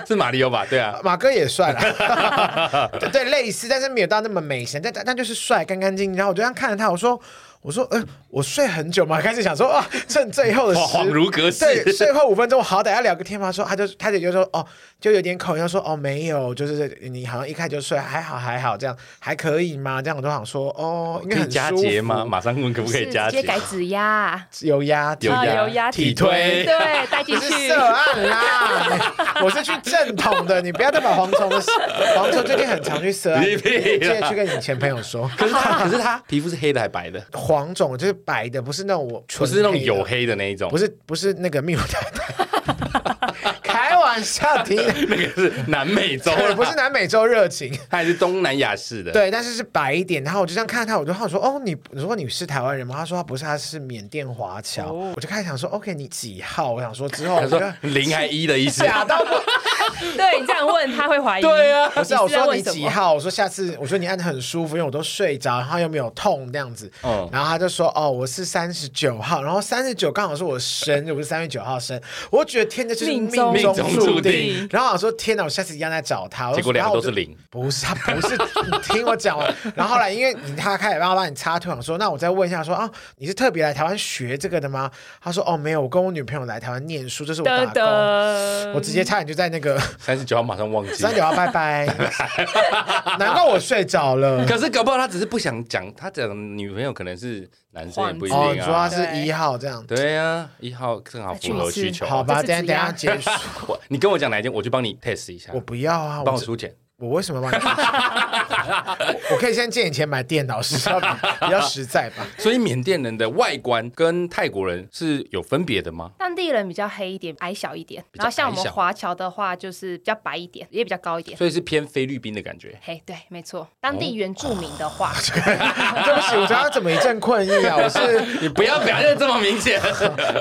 S1: 是马 里欧吧？对啊，
S2: 马哥也 帅了，对对，类似，但是没有到那么美型，但但但就是帅，干干净净。然后我就这样看着他，我说。我说，呃，我睡很久嘛，开始想说，啊，趁最后的时，
S1: 恍恍如隔世
S2: 对，最后五分钟，我好歹要聊个天嘛。说，他就他姐就说，哦，就有点口音，他说，哦，没有，就是你好像一开始就睡，还好还好，这样还可以吗？这样我都想说，哦，应
S1: 可
S2: 该
S1: 以
S2: 很
S1: 加
S2: 舒
S1: 节
S2: 服
S1: 吗？？马上问可不可以
S3: 是
S1: 加
S3: 直
S1: 节
S3: 接？改指压，
S2: 有压，
S1: 有
S3: 啊
S1: 压
S3: 有压
S1: 体推
S3: 对，带进
S2: 不
S3: 去
S2: 是。涉啊案啦， 我是去正统的，你不要再把蝗虫的事蝗虫最近很常去涉案，
S1: 你
S2: 你
S1: 屁
S2: 记
S1: 啦
S2: 得去跟你前朋友说，
S1: 可是 他，可是他皮肤是黑的还白的？
S2: 黄种就是白的，不是那种我
S1: 不
S2: 纯
S1: 是那种
S2: 黑的
S1: 黝，黑的那一种，
S2: 不是不是那个密友太太，开玩笑的，
S1: 那个是南美洲啦
S2: 对， 不是南美洲热情。
S1: 他还是东南亚式的。
S2: 对，但是是白一点。然后我就这样看他，我就好说，哦，你如果你是台湾人吗？他说他不是，他是缅甸华侨。我就开始想说，OK，你几号？我想说之后，
S1: 他
S2: 我就
S1: 说零还一的意思。
S2: 假哦到不
S3: 对你这样问他会怀疑。
S1: 对啊
S2: 不是啊，我
S3: 你在
S2: 说
S3: 问
S2: 你
S3: 什
S2: 几
S3: 么？
S2: 号？我说下次，我说你按的很舒服，因为我都睡着，然后又没有痛这样子。
S1: 嗯
S2: 然后他就说，哦，我是三十九号，然后三十九刚好是我生日，我是三月九号生，我觉得天哪，就是
S3: 命
S2: 命
S3: 中
S2: 中
S1: 命中注
S2: 注
S1: 定
S2: 定。然后我说天哪，我下次一样再找他。我
S1: 结
S2: 就
S1: 果两
S2: 然
S1: 个
S2: 后我
S1: 都是
S2: 就
S1: 零，
S2: 不是，他不是，你听我讲完。然后后来，因为你他开始帮我帮你插腿，我说那我再问一下说，啊，你是特别来台湾学这个的吗？他说哦，没有，我跟我女朋友来台湾念书，这是我打
S3: 噔
S2: 工。我
S3: 噔，
S2: 直接差点就在那个
S1: 三十九号马上忘记
S2: 三。 九八拜拜， 难怪我睡 着了。
S1: 可是搞不好他只是不想讲，他讲女朋友可能是男生也不一
S2: 哦，
S1: 定
S2: 主要
S1: 啊。
S2: 是一号这样，
S1: 对啊，一号正好符合需求。啊
S2: 好吧，
S3: 这
S2: 等一
S3: 是
S2: 下
S3: 指
S2: 等一下
S3: 压
S2: 结束，
S1: 我你跟我讲哪一间，我去帮你 test 一下
S2: 我，不要啊，
S1: 帮
S2: 我
S1: 我
S2: 只
S1: 出钱。
S2: 我为什么帮你出钱？ 我我可以先借你钱买电脑，是比较实在 吧？
S1: 所以缅甸人的外观跟泰国人是有分别的吗？
S3: 当地人比较黑一点，矮小一点，
S1: 较
S3: 然后像我
S1: 矮小
S3: 们华侨的话，就是比较白一点，也比较高一点。
S1: 所哦以是偏菲律宾的感觉。
S3: 嘿，对，没错。当地原住民的话，
S2: 对不起，我刚刚怎么一阵困意啊？我是
S1: 你不要表现得这么明显。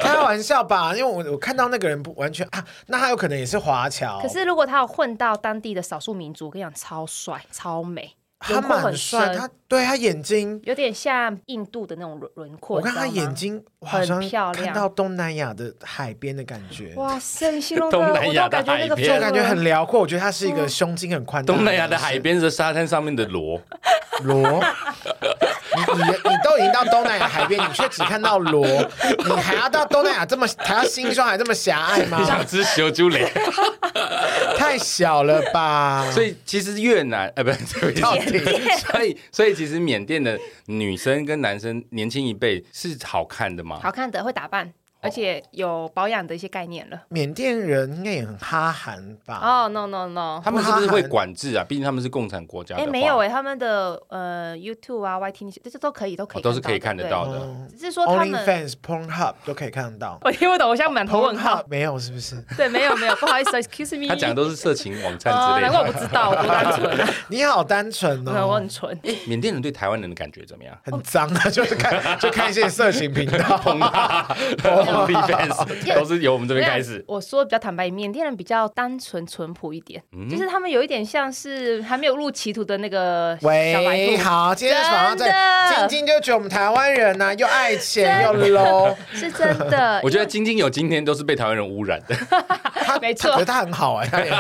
S2: 开玩笑吧？因为我我看到那个人不完全啊，那他有可能也是华侨，
S3: 可是如果他有混到当地的少数民族，我跟你讲，超帅、超美，
S2: 他
S3: 轮廓
S2: 蛮
S3: 很
S2: 帅，
S3: 深
S2: 他，对他眼睛，
S3: 有点像印度的那种轮轮廓。
S2: 我看
S3: 你知
S2: 他
S3: 道吗
S2: 眼，睛，我好像
S3: 很漂亮
S2: 看到东南亚的海边的感觉，
S3: 哇塞，你形容的
S1: 东
S3: 我
S1: 南亚
S3: 都
S1: 的
S3: 感觉那
S1: 海
S3: 个
S1: 边
S2: 就
S1: 这
S2: 感觉很辽阔。我觉得他是一
S3: 嗯
S2: 个胸襟很宽 大，
S1: 东南亚的海边的沙滩上面的 螺，
S2: 螺，你你你都已经到东南亚海边，你却只看到 螺，你还要到东南亚这么还要心胸还这么狭隘
S1: 你
S2: 吗？
S1: 想吃小猪 脸？
S2: 太小了吧！
S1: 所以其实越南，呃，不 是，对不
S2: 到
S1: 起
S2: 底
S1: 所以所以其实缅甸的女生跟男生年轻一辈是好看的吗？
S3: 好看的，会打
S1: 哦
S3: 扮，而且有保养的一些概念了。
S2: 缅甸人应该也很哈韩吧？
S3: 哦、n o no no，
S1: 他们是不是会管制啊？毕竟他们是共产国家的
S3: 哎，
S1: 话，
S3: 没有
S1: 哦，
S3: 哎，他们的呃 YouTube 啊、YT 那些，这都可以，都可以，
S1: 哦都是可以看得到
S3: 对。
S1: 的。
S3: 只哦是说他们，
S2: 嗯 OnlyFans、Pornhub 都可以看得到。
S3: 我听哦不懂，我现在满头问号
S2: Pornhub。没有是不是？
S3: 对，没有没有，不好意思，excuse me。
S1: 哦他讲的都是色情网站
S3: 哎哦
S1: 之类
S3: 难怪我
S1: 的。
S3: 不知道，我不单 纯
S1: 哦
S3: 啊，
S2: 你好单纯
S3: 可能我
S2: 哦
S3: 很，纯。
S1: 缅甸人对 台湾人的感觉怎么样？
S2: 很脏啊，就是看就看一些色情频道。
S3: 哦
S1: 碰他， OnlyFans 都是由我们这边开始。，
S3: 我说比较坦白，缅甸人比较单纯淳朴一点，就是他们有一点像是还没有入歧途的那个小白
S2: 喂，
S3: 兔。
S2: 好，今天吵到这里
S3: 真，的
S2: 晶晶就觉得我们台湾人呐、又爱钱又 low，
S3: 是真的
S1: 我觉得晶晶有今天都是被台湾人污染 的，
S2: 他
S3: 没错
S2: 他可是他很好哎、他连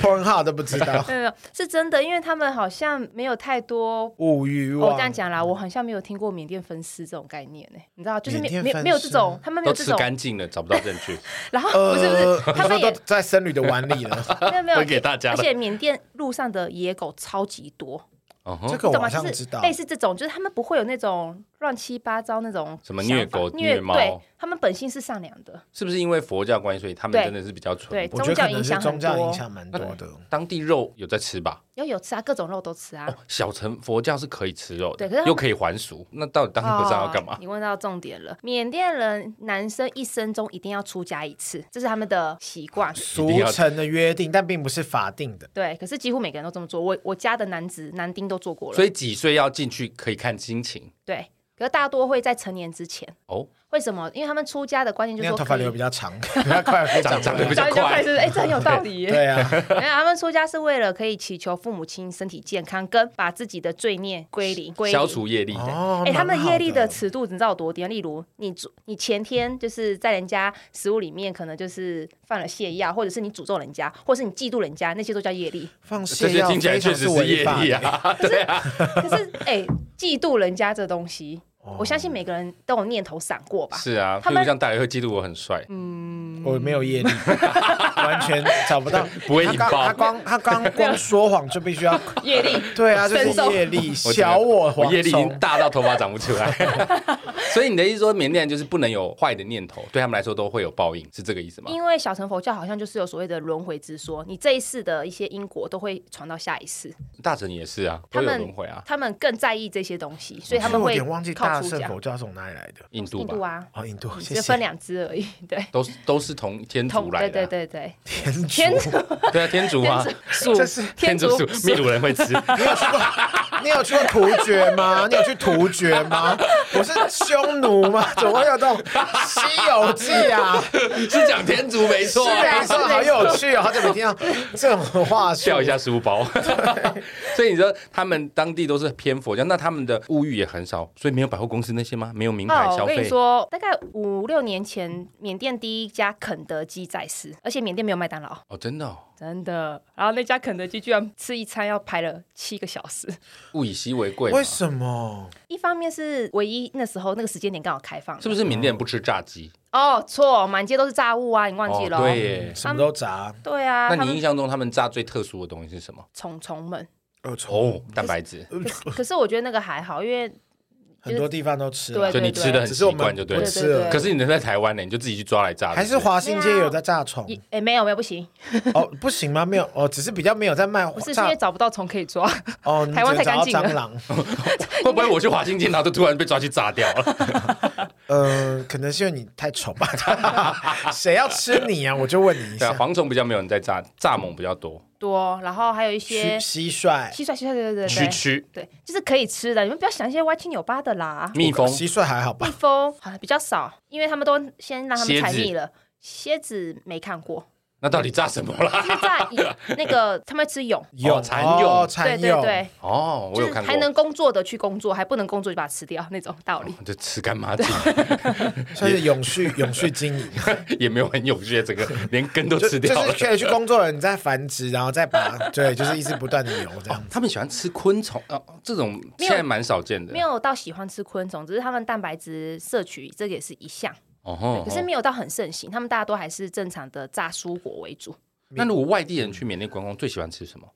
S2: porn 号都不知 道，哦
S3: 没有没有是真的，因为他们好像没有太多。
S2: 物欲
S3: 我
S2: 望。
S3: 这样讲
S1: 嗯
S3: 啦，我好像没有听过缅甸分尸这种概念呢、你知道，就是没
S2: 缅甸
S3: 没
S2: 分
S3: 没有这
S2: 尸
S3: 种，他们没
S1: 都
S3: 有这
S1: 吃
S3: 种，
S1: 干净了，找不到证 据，
S3: 然后、
S2: 呃，
S3: 不是不是，他们
S2: 你说
S3: 也
S2: 都在僧侣的碗里了，
S3: 没有没有
S1: 分给大家
S3: 而
S1: 了。
S3: 且缅甸路上的野狗超级多，
S1: 嗯
S2: 这
S1: 哼，
S2: 个我
S3: 懂
S2: 好
S3: 吗？
S2: 像
S3: 就
S2: 知
S3: 是
S2: 道。
S3: 类似这种，就是他们不会有那种乱七八糟那种
S1: 什么
S3: 想
S1: 虐
S3: 法
S1: 狗
S3: 虐
S1: 虐猫
S3: 对，他们本性是善良的，
S1: 是不是因为佛教关系，所以他们
S3: 对
S1: 真的是比较
S3: 对
S1: 淳朴？
S2: 我觉得可能是宗
S3: 宗
S2: 教
S3: 教
S2: 影
S3: 影
S2: 响
S3: 响
S2: 蛮多的。
S1: 当地肉有在吃吧？
S3: 要有吃啊，各种肉都吃啊。
S1: 哦，小乘佛教是可以吃肉的
S3: 对可是他，们
S1: 又可以还俗，那到底当和尚要干
S3: 哦
S1: 嘛？
S3: 你问到重点了。缅甸人男生一生中一定要出家一次，这是他们的习惯。
S2: 哦
S1: 一定
S2: 俗
S1: 要
S2: 成的约定，但并不是法定的。
S3: 对，可是几乎每个人都这么做。我我家的男子男丁都做过了，
S1: 所以几岁要进去可以看心情
S3: 对。可是大多会在成年之前，
S1: 哦，
S3: 为什么？因为他们出家的观念
S2: 那
S3: 就是
S2: 样
S3: 说
S2: 头发
S3: 可以
S2: 留比较长， 比较快可以长
S1: 长
S2: 回
S1: 得
S2: 来
S1: 比较
S3: 教育就
S1: 快
S3: 开始，哎、这很有道 理耶。
S2: 对啊，
S3: 没有，他们出家是为了可以祈求父母亲身体健康，跟把自己的罪孽归零，归零
S1: 消。除业力。
S2: 哦，
S3: 哎、他们
S2: 蛮好
S3: 业力的
S2: 的
S3: 尺度你知道有多低吗？例如你诅，你前天就是在人家食物里面可能就是犯了泻药，或者是你诅咒人家，或者是你嫉妒人家，那些都叫业力。
S2: 放
S1: 这
S2: 泻
S1: 些
S2: 药
S1: 听起来
S2: 非常
S1: 确实是
S2: 违
S1: 业
S2: 法
S1: 力
S2: 的。
S1: 啊，对啊，
S3: 可是哎、嫉妒人家这东西，
S2: 哦
S3: 我相信每个人都有念头闪过吧。
S1: 是啊，
S3: 他
S1: 譬
S3: 们嗯
S1: 如像大家会嫉妒我很帅，
S2: 我没有业力， 完全找不到。
S1: 嗯不会引
S2: 他刚
S1: 爆
S2: 他刚他
S3: 啊
S2: 刚光说谎就必须 要，
S3: 业力，
S2: 对啊，就是
S3: 深受
S2: 业力
S1: 我
S2: 小我
S1: 我
S2: 蝗
S1: 业力已经
S2: 虫。
S1: 大到头发长不出来。 所以你的意思说，缅甸人就是不能有坏的念头，对他们来说都会有报应，是这个意思吗？
S3: 因为小乘佛教好像就是有所谓的轮回之说，你这一世的一些因果都会传到下一世。
S1: 大臣也是啊，
S3: 他
S1: 都有
S3: 们
S1: 轮回啊，
S3: 他们更在意这些东西，所以他
S2: 所
S3: 们
S2: 哦以我有
S3: 会
S2: 点忘记
S3: 靠
S2: 大
S3: 出
S2: 圣
S3: 家。
S2: 佛教是从哪里来的？
S1: 印度
S3: 印
S1: 吧
S3: 度，啊，
S2: 哦，印度，谢
S3: 只
S2: 谢。
S3: 分两支而已，对，
S1: 都是都是同天
S3: 同
S1: 竺来的
S3: 对对
S1: 啊，
S3: 对对，
S2: 天竺，
S3: 天竺
S1: 对啊，天竺啊，
S3: 鼠
S2: 这是
S1: 天竺
S3: 竺
S1: 鼠，秘鲁人 会吃，
S2: 你有去过突厥吗？你有去突厥吗？我是匈奴吗？怎么会有这种《西游记》啊？
S1: 是讲天竺没错啊。
S3: 是啊
S2: 没错，好有趣哦，好久没听到这种话术
S1: 掉一。下书 包，所以你说他们当地都是偏佛教，那他们的物欲也很少，所以没有百货公司那些吗？没有名牌
S3: 哦，
S1: 消
S3: 我跟你
S1: 费，
S3: 说，大概五六年前，缅甸第一家肯德基在世，而且缅甸没有麦当劳，
S1: 哦，真的哦，
S3: 真的。然后那家肯德基居然吃一餐要排了七个小时，
S1: 物以稀为贵嘛，
S2: 为什么？
S3: 一方面是唯一那时候那个时间点刚好开放，
S1: 是不是缅甸人不吃炸鸡？
S3: 哦，错，满街都是炸物啊，你忘
S1: 哦
S3: 记，了？
S1: 对耶。
S2: 什么都炸，
S3: 对啊，
S1: 那
S3: 他
S1: 你
S3: 们
S1: 印象中他们炸最特殊的东西是什么？
S3: 虫虫们，
S2: 二重。
S1: 哦，蛋白质，
S3: 可
S2: 呃
S3: 是可是我觉得那个还好，因为
S2: 很多地方都吃啊
S3: 对
S2: 了，
S1: 就你吃的很
S2: 呃只
S1: 习
S2: 是我们
S1: 惯就对
S2: 不
S1: 了
S3: 对。
S2: 吃了。
S1: 可是你能在台湾呢，你就自己去抓来炸，
S2: 还是
S1: 对不对
S2: 华新街有在炸虫
S3: 也哎没有没有不行，
S2: 哦？不行吗？没有哦，只是比较没有在卖
S3: 不是是因
S2: 炸
S3: 为找不到虫可 以抓，
S2: 哦。你
S3: 台湾
S2: 只能找到
S3: 太干净了
S2: 蟑螂，
S1: 会不会我去华新街，然后就突然被抓去炸掉 了？
S2: 嗯，可能是因为你太丑吧？ 谁要吃你啊？我就问你一
S1: 对啊，
S2: 下。
S1: 蝗虫比较没有人在炸，蚱蜢比较多，
S3: 多，然后还有一些
S1: 啊
S2: 蟋蟋蟀，
S3: 蟋蟀蟋蟀对对啊对
S1: 蛐
S3: 对
S1: 蛐、
S3: 对，就是可以吃的，你们不要想一些歪七扭八的啦。
S1: 蜜蜂，
S2: 蟋蟀还好
S3: 蜜
S2: 吧？
S3: 蜂好像比较少，因为他们都先让他们
S1: 蝎
S3: 采
S1: 子
S3: 蜜了。蝎子没看过，
S1: 那到底炸什么啦？
S3: 就是在那个他们会吃蛹，
S1: 哦 蚕蛹
S2: 哦
S3: 对
S2: 蚕
S3: 对
S2: 蛹，
S3: 对，
S1: 哦，我
S3: 就
S1: 有
S3: 是
S1: 看
S3: 还
S1: 过。哦
S3: 能工作的去工作，还不能工作就把它吃掉那种道理。
S1: 就吃 干妈净，
S2: 算是永续永续经营。
S1: 也没有很有趣，整个连根 都
S2: 就
S1: 吃掉
S2: 就
S1: 了
S2: 是。可以去工作了，你再繁殖，然后再把对，就是一直不断的游这样。
S1: 他们喜欢吃昆虫啊，这种
S3: 没
S1: 现
S3: 有
S1: 在蛮少见的。
S3: 没有到喜欢吃昆虫，只是他们蛋白质摄取这个也是一项，
S1: 哦吼，
S3: 可是没有到很盛行，他们大家都还是正常的炸蔬果为主。
S1: 那如果外地人去缅甸观光，最喜欢吃什么？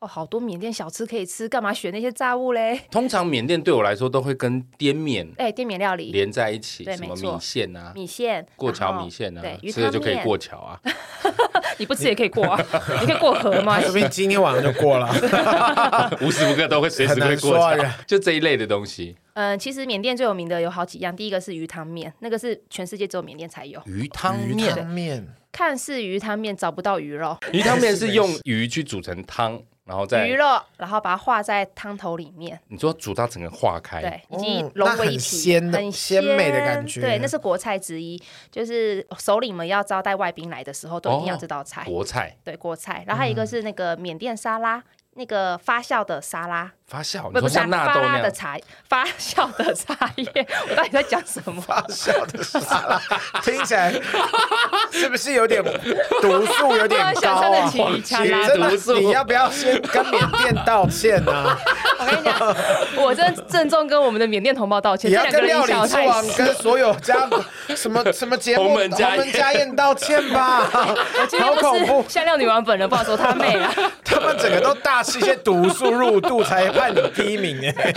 S3: 哦，好多缅甸小吃可以吃，干嘛选那些炸物嘞？
S1: 通常缅甸对我来说都会跟滇缅
S3: 哎，滇缅料理、
S1: 连在一起，
S3: 对
S1: 什么
S3: 没错
S1: 米线啊，
S3: 米线、
S1: 过桥
S3: 然后
S1: 米线啊
S3: 对，，鱼
S1: 吃
S3: 汤
S1: 了
S3: 面
S1: 就可以过桥啊。
S3: 你不吃也可以过 啊，你可以过河 吗？
S2: 说不定今天晚上就过了，
S1: 无时无刻都会随时
S2: 很
S1: 会
S2: 难
S1: 过
S2: 说啊
S1: 桥，就这一类的东西。
S3: 嗯，其实缅甸最有名的有好几样，第一个是鱼汤面，那个是全世界只有缅甸才有。
S1: 鱼汤
S2: 鱼
S1: 面
S2: 汤，面
S3: 看似鱼汤面找不到鱼肉，
S1: 鱼汤面是用
S2: 没事
S1: 鱼去煮成汤，然后再
S3: 鱼肉，然后把它化在汤头里面，
S1: 你说煮到整个化开，
S3: 对，以
S2: 哦
S3: 及
S2: 那
S3: 融为
S2: 很
S3: 一体，
S2: 鲜的
S3: 很
S2: 鲜美的感
S3: 鲜
S2: 觉
S3: 对，那是国菜之一，就是首领们要招待外宾来的时候都一定要
S1: 哦
S3: 这道菜，
S1: 国菜
S3: 对，国菜。然后还有一个是那个缅甸沙拉。那个发酵的沙拉，
S1: 发酵，哦你说
S3: 不不是啊
S1: 像纳豆那
S3: 发拉的
S1: 样，
S3: 茶，发酵的茶叶， 我到底在讲什么？
S2: 发酵的沙 拉，听起来是不是有点毒素有点
S3: 突然
S2: 高
S3: 想
S2: 啊？
S3: 象得起啊加
S2: 你
S3: 拉
S2: 真的
S1: 毒素
S2: 你要不要先跟缅甸道歉啊呢、
S3: 我跟你 讲，我真的郑重跟我们的缅甸同胞道歉，
S2: 也
S3: 这
S2: 要
S3: 两个
S2: 跟
S3: 人
S2: 料理
S3: 影
S2: 啊
S3: 响
S2: 之
S3: 太
S2: 王、
S3: 深。
S2: 跟所有家 什么什么节目
S1: 鸿门家宴
S2: 宴道歉吧，
S3: 今
S2: 好
S3: 天
S2: 恐
S3: 不
S2: 怖
S3: 是！香料女王本人，不好说她妹啊，
S2: 他们整个都大吃一些毒素入肚，才判你第一名哎。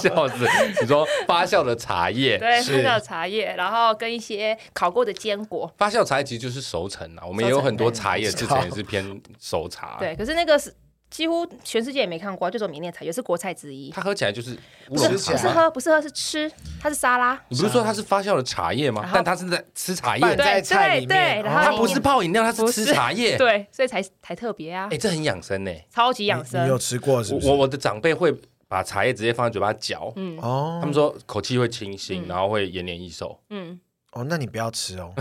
S1: 笑死！你说发酵的茶叶，
S3: 对，
S2: 是
S3: 发酵茶叶，然后跟一些烤过的坚果。
S1: 发酵茶叶其实就是熟成啊。我们也有很多茶叶制成也是偏熟茶，
S3: 对，，可是那个是几乎全世界也没看过啊，就只有缅甸茶也是国菜之一。
S1: 它喝起来就是乌
S2: 不
S1: 龙
S2: 是
S1: 茶
S3: 不是
S1: 吗。
S3: 喝，不是喝，是吃，它是沙拉。
S1: 你不是说它是发酵的茶叶吗
S3: 然？后
S1: 但它是在吃茶
S2: 拌
S1: 叶，
S2: 在
S3: 对
S2: 菜里
S3: 对
S2: 面，哦
S3: 对然后
S1: 它
S3: 里
S1: 不
S3: 面
S1: 是泡饮料，它是
S3: 不
S1: 吃
S3: 是
S1: 茶叶。
S3: 对，所以才才特别啊
S1: 哎，，这很养生呢。
S3: 超级养
S2: 你有
S3: 生。
S2: 吃过是
S1: 我
S2: 不是？
S1: 我我的长辈会把茶叶直接放在嘴巴嚼，
S3: 嗯
S1: 他
S2: 哦
S1: 们说口气会清新，然后会延年益 寿。
S3: 嗯，
S2: 哦，那你不要吃哦，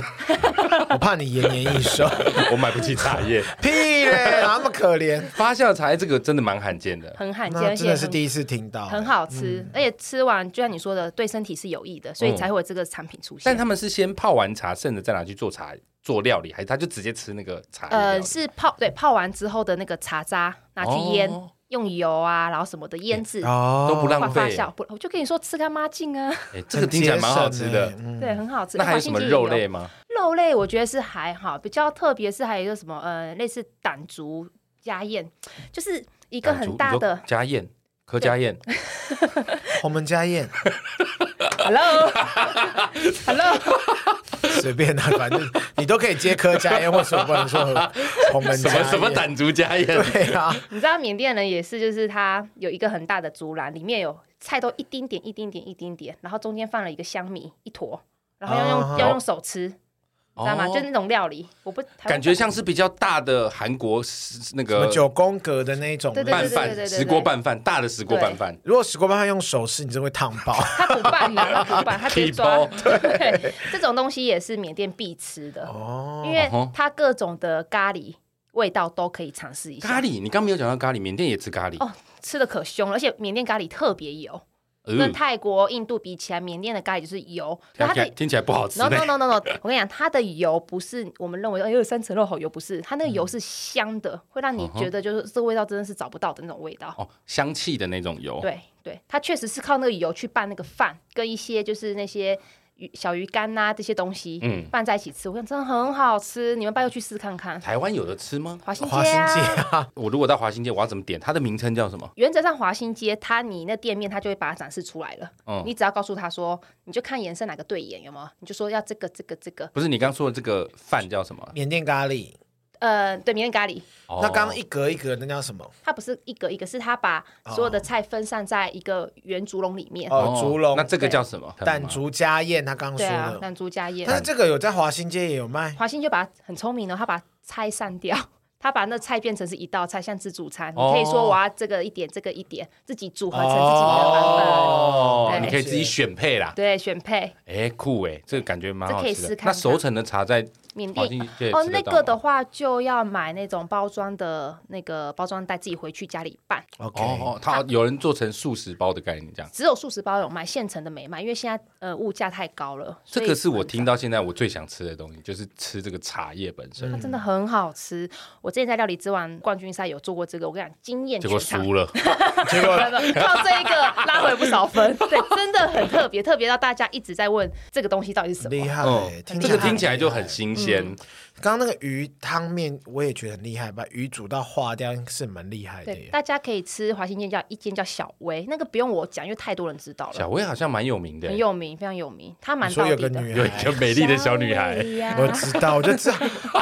S2: 我怕你延年益 寿。
S1: 我买不起茶叶，
S2: 屁嘞，那么可怜，
S1: 发酵茶叶这个真的蛮罕见的。
S3: 很罕见，
S2: 那
S3: 而
S2: 真
S3: 且
S2: 的是
S3: 很
S2: 第一次听到。欸
S3: 很好吃，而且吃完就像你说的，对身体是有益的，所以才会有这个产品出现。
S1: 但他们是先泡完茶，剩着再拿去做茶做料理，还是他就直接吃那个茶叶料理？
S3: 呃，是泡对泡完之后的那个茶渣拿去腌，
S1: 哦
S3: 用油啊，然后什么的腌制，
S2: 哦，
S1: 都不浪
S3: 发发
S1: 费
S3: 酵。不，我就跟你说吃干妈净啊，
S1: 哎，这个听起来蛮好吃的
S2: 很节。省欸。嗯
S3: 对，很好吃。
S1: 那还有
S3: 华
S1: 什
S3: 兴
S1: 么
S3: 街也
S1: 肉类？吗？
S3: 肉类我觉得是还好，比较特别是还有一个什么呃，类似胆竹家宴，就是一
S1: 一
S3: 个很大的
S1: 家宴，柯家宴，
S2: 鸿门家宴
S3: hello，hello。
S2: 随便啊，反正你都可以接柯家宴，为什么不 能说鸿门
S1: 什
S2: 家
S1: 么
S2: 宴？
S1: 什么胆竹家宴？
S2: 对啊，
S3: 你知道缅甸人也是，就是他有一个很大的竹篮，里面有菜都一丁点、一丁点、一丁点，然后中间放了一个香米一坨，然后要用、
S2: 哦
S3: 要用手吃，你知道吗？
S1: 啊哦
S3: 就是那种料理，我不台湾
S1: 感觉像是比较大的韩国食那
S2: 什么
S1: 个
S2: 九宫格的那一种。
S3: 对对
S1: 拌
S3: 对对对
S1: 饭，
S3: 对对
S1: 石锅拌饭，大的石锅拌饭。
S2: 如果石锅拌饭用手吃，你真会烫爆。
S3: 他不拌的，他不拌，他 直接抓。 对，这种东西也是缅甸必吃的，
S2: 哦，
S3: 因为它各种的咖喱味道都可以尝试一下。
S1: 咖喱，你刚没有讲到咖喱，缅甸也吃咖喱。
S3: 哦，吃的可凶了，而且缅甸咖喱特别油，
S1: 呃
S3: 跟泰国、印度比起来，缅甸的咖喱就是油，可
S1: 听
S3: 它
S1: 起来
S3: 的
S1: 听起来不好吃
S3: no
S1: 呢
S3: no。no no no，我跟你讲，它的油不是我们认为哎呦三层肉好油，不是，它那个油是香的，会让你觉得就是这个味道真的是找不到的那种味道。
S1: 哦，香气的那种油。
S3: 对对，它确实是靠那个油去拌那个饭，跟一些就是那些鱼小鱼干呐、这些东西，
S1: 嗯
S3: 拌在一起吃，我想真的很好吃，你们拜托去试看看。
S1: 台湾有的吃吗？
S3: 华新
S2: 华
S3: 街
S2: 新
S3: 啊，
S2: 街啊，
S1: 我如果到华新街，我要怎么点？它的名称叫什么？
S3: 原则上华新街它你那店面它就会把它展示出来了，
S1: 嗯
S3: 你只要告诉他说，你就看颜色哪个对眼有没有，你就说要这个这个这个，
S1: 不是你刚说的这个饭叫什么？
S2: 缅甸咖喱。
S3: 呃，对，缅甸咖喱。
S1: 哦
S2: 那刚刚一格一格那叫什么？
S3: 它不是一个一个，是它把
S1: 哦
S3: 所有的菜分散在一个圆竹笼里面。
S2: 哦，竹笼
S1: 那。这个叫什么？
S2: 胆竹家宴，他刚刚
S3: 对
S2: 说
S3: 啊，
S2: 了。
S3: 南竹家宴
S2: 但，是这个有在华新街也有卖。
S3: 华兴就把很聪明的，哦他把菜散掉，他把那菜变成是一道菜，像自助餐。
S1: 哦
S3: 你可以说我要这个一点，这个一点，自己组合成自己的版本。
S1: 哦，
S3: 对
S1: 你可以自己选配啦。
S3: 对，选配
S1: 哎，酷哎，这个感觉蛮好
S3: 这可以
S1: 吃
S3: 试
S1: 的。
S3: 看看
S1: 那熟成的茶在
S3: 缅
S1: 华
S3: 甸
S1: 新街
S3: 哦
S1: 吃，
S3: 那
S1: 得到
S3: 个的
S1: 吗
S3: 话就要买那种包装的那个包装袋，自己回去家里拌。
S2: OK，
S1: 哦哦，它有人做成素食包的概念这样。
S3: 只有素食包有卖，现成的没卖，因为现在呃物价太高了。
S1: 这
S3: 所以
S1: 个是我
S3: 很
S1: 听到现在我最想吃的东西，就是吃这个茶叶本身，
S3: 它真的很好吃。我之前在料理之王冠军赛有做过这个，我跟你讲，惊艳
S1: 结果
S3: 全场。
S1: 输了。
S2: 结 果
S3: 靠这一个拉回不少 分，对，真的很特别，特别到大家一直在问这个东西到底是什
S2: 厉
S3: 么。
S2: 害
S1: 嗯
S2: 欸，，
S1: 这个听起来就很新鲜。
S3: 嗯
S2: 刚刚那个鱼汤面我也觉得很厉害，把鱼煮到化掉是蛮厉害的
S3: 对，
S2: 耶。
S3: 大家可以吃华新店叫一间叫小薇，那个不用我讲，因为太多人知道
S1: 小
S3: 了，
S1: 薇好像蛮有名的欸
S3: 很，有名，非常有名，她蛮
S2: 你
S3: 到
S2: 说有
S3: 地
S2: 个
S3: 的。
S2: 女
S1: 有一个
S2: 孩，
S1: 美丽的小女孩。
S2: 我
S3: 呀，
S2: 知道，我就知道，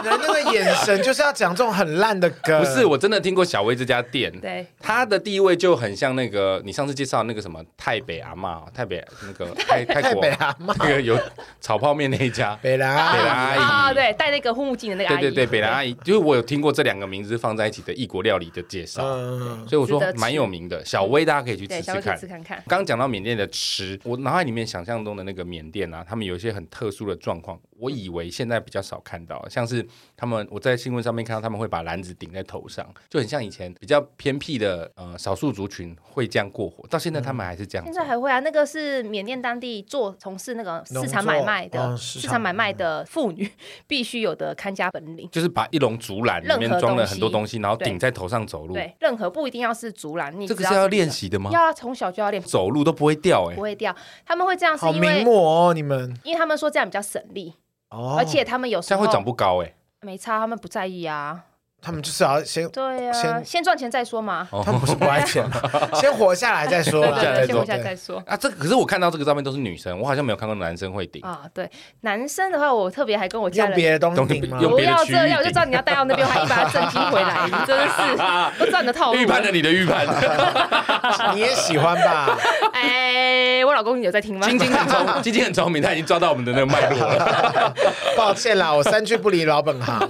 S2: 人那个眼神就是要讲这种很烂的歌。
S1: 不是，我真的听过小薇这家店，
S3: 对，
S1: 它的地位就很像那个你上次介绍的那个什么泰北阿嬷，泰北那 个泰泰
S2: 太
S1: 国啊
S2: 北阿妈，
S1: 那个有炒泡面那一家，
S2: 北兰 啊
S1: 北兰啊
S2: 阿
S1: 阿
S2: 姨
S1: 姨
S3: 啊，对，戴那个护护目镜的那个
S1: 对
S3: 阿姨，
S1: 对对，北兰阿姨，就是我有听过这两个名字放在一起的异国料理的介绍，
S2: 嗯，
S1: 所以我说
S3: 值得吃
S1: 蛮有名的。小薇大家可以去
S3: 对，
S1: 吃
S3: 小
S1: 吃
S3: 薇可以
S1: 看
S3: 吃。看看。
S1: 刚讲到缅甸的吃，我脑海里面想象中的那个缅甸啊，他们有一些很特殊的状况，我以为现在比较少看到，像是他们我在新闻上面看到他们会把篮子顶在头上，就很像以前比较偏僻的呃少数族群会这样过活，到现在他们还是这样
S3: 现
S1: 做。
S3: 在还会啊，那个是缅甸当地做从事那个市
S2: 农
S3: 场
S2: 作
S3: 买卖的、
S2: 哦市
S3: 市
S2: 场
S3: 场买卖的妇女必须有的看家本领。
S1: 就是把一笼竹篮里面
S3: 任何
S1: 装了
S3: 东西
S1: 很多东西，然后
S3: 对
S1: 顶在头上走路。
S3: 对，任何不一定要是竹篮，你
S1: 这个
S3: 只
S1: 是要
S3: 自己
S1: 练
S3: 的，
S1: 习的吗？
S3: 要啊，从小就要练，
S1: 走路都不会掉哎、
S3: 不会掉。欸他们会这样是
S2: 好
S3: 因
S2: 明
S3: 为，
S2: 目哦，你们
S3: 因为他们说这样比较省力，
S2: 哦，
S3: 而且他们有时
S1: 这
S3: 候
S1: 样会长不高哎、
S3: 没差，他们不在意啊。
S2: 他们就是要先，
S3: 对啊，
S2: 先
S3: 先赚钱再说嘛。
S1: 哦
S2: 他们不是不爱钱 吗？先活下来再说
S3: 对
S2: 啦，
S1: 下来
S3: 对对，
S1: 再
S3: 先
S1: 说
S3: 回家再说。
S1: 啊，这个可是我看到这个照片都是女生，我好像没有看过男生会顶。
S3: 啊，对，男生的话，我特别还跟我家
S2: 用
S3: 人。
S2: 别的东
S1: 用
S2: 西顶吗？
S1: 用
S3: 不
S1: 别的
S3: 要
S1: 区
S3: 这
S1: 域
S3: 样，我
S1: 顶
S3: 就知道你要带到那边，我还一把它震惊回来，你真的是 不知道你的套路。
S1: 预判了你的预判，
S2: 你也喜 欢吧？
S3: 哎，我老公你有在听吗？
S1: 晶晶很 聪，晶晶很聪明，他已经抓到我们的那个脉络 了。
S2: 抱歉啦，我三句不离老本行，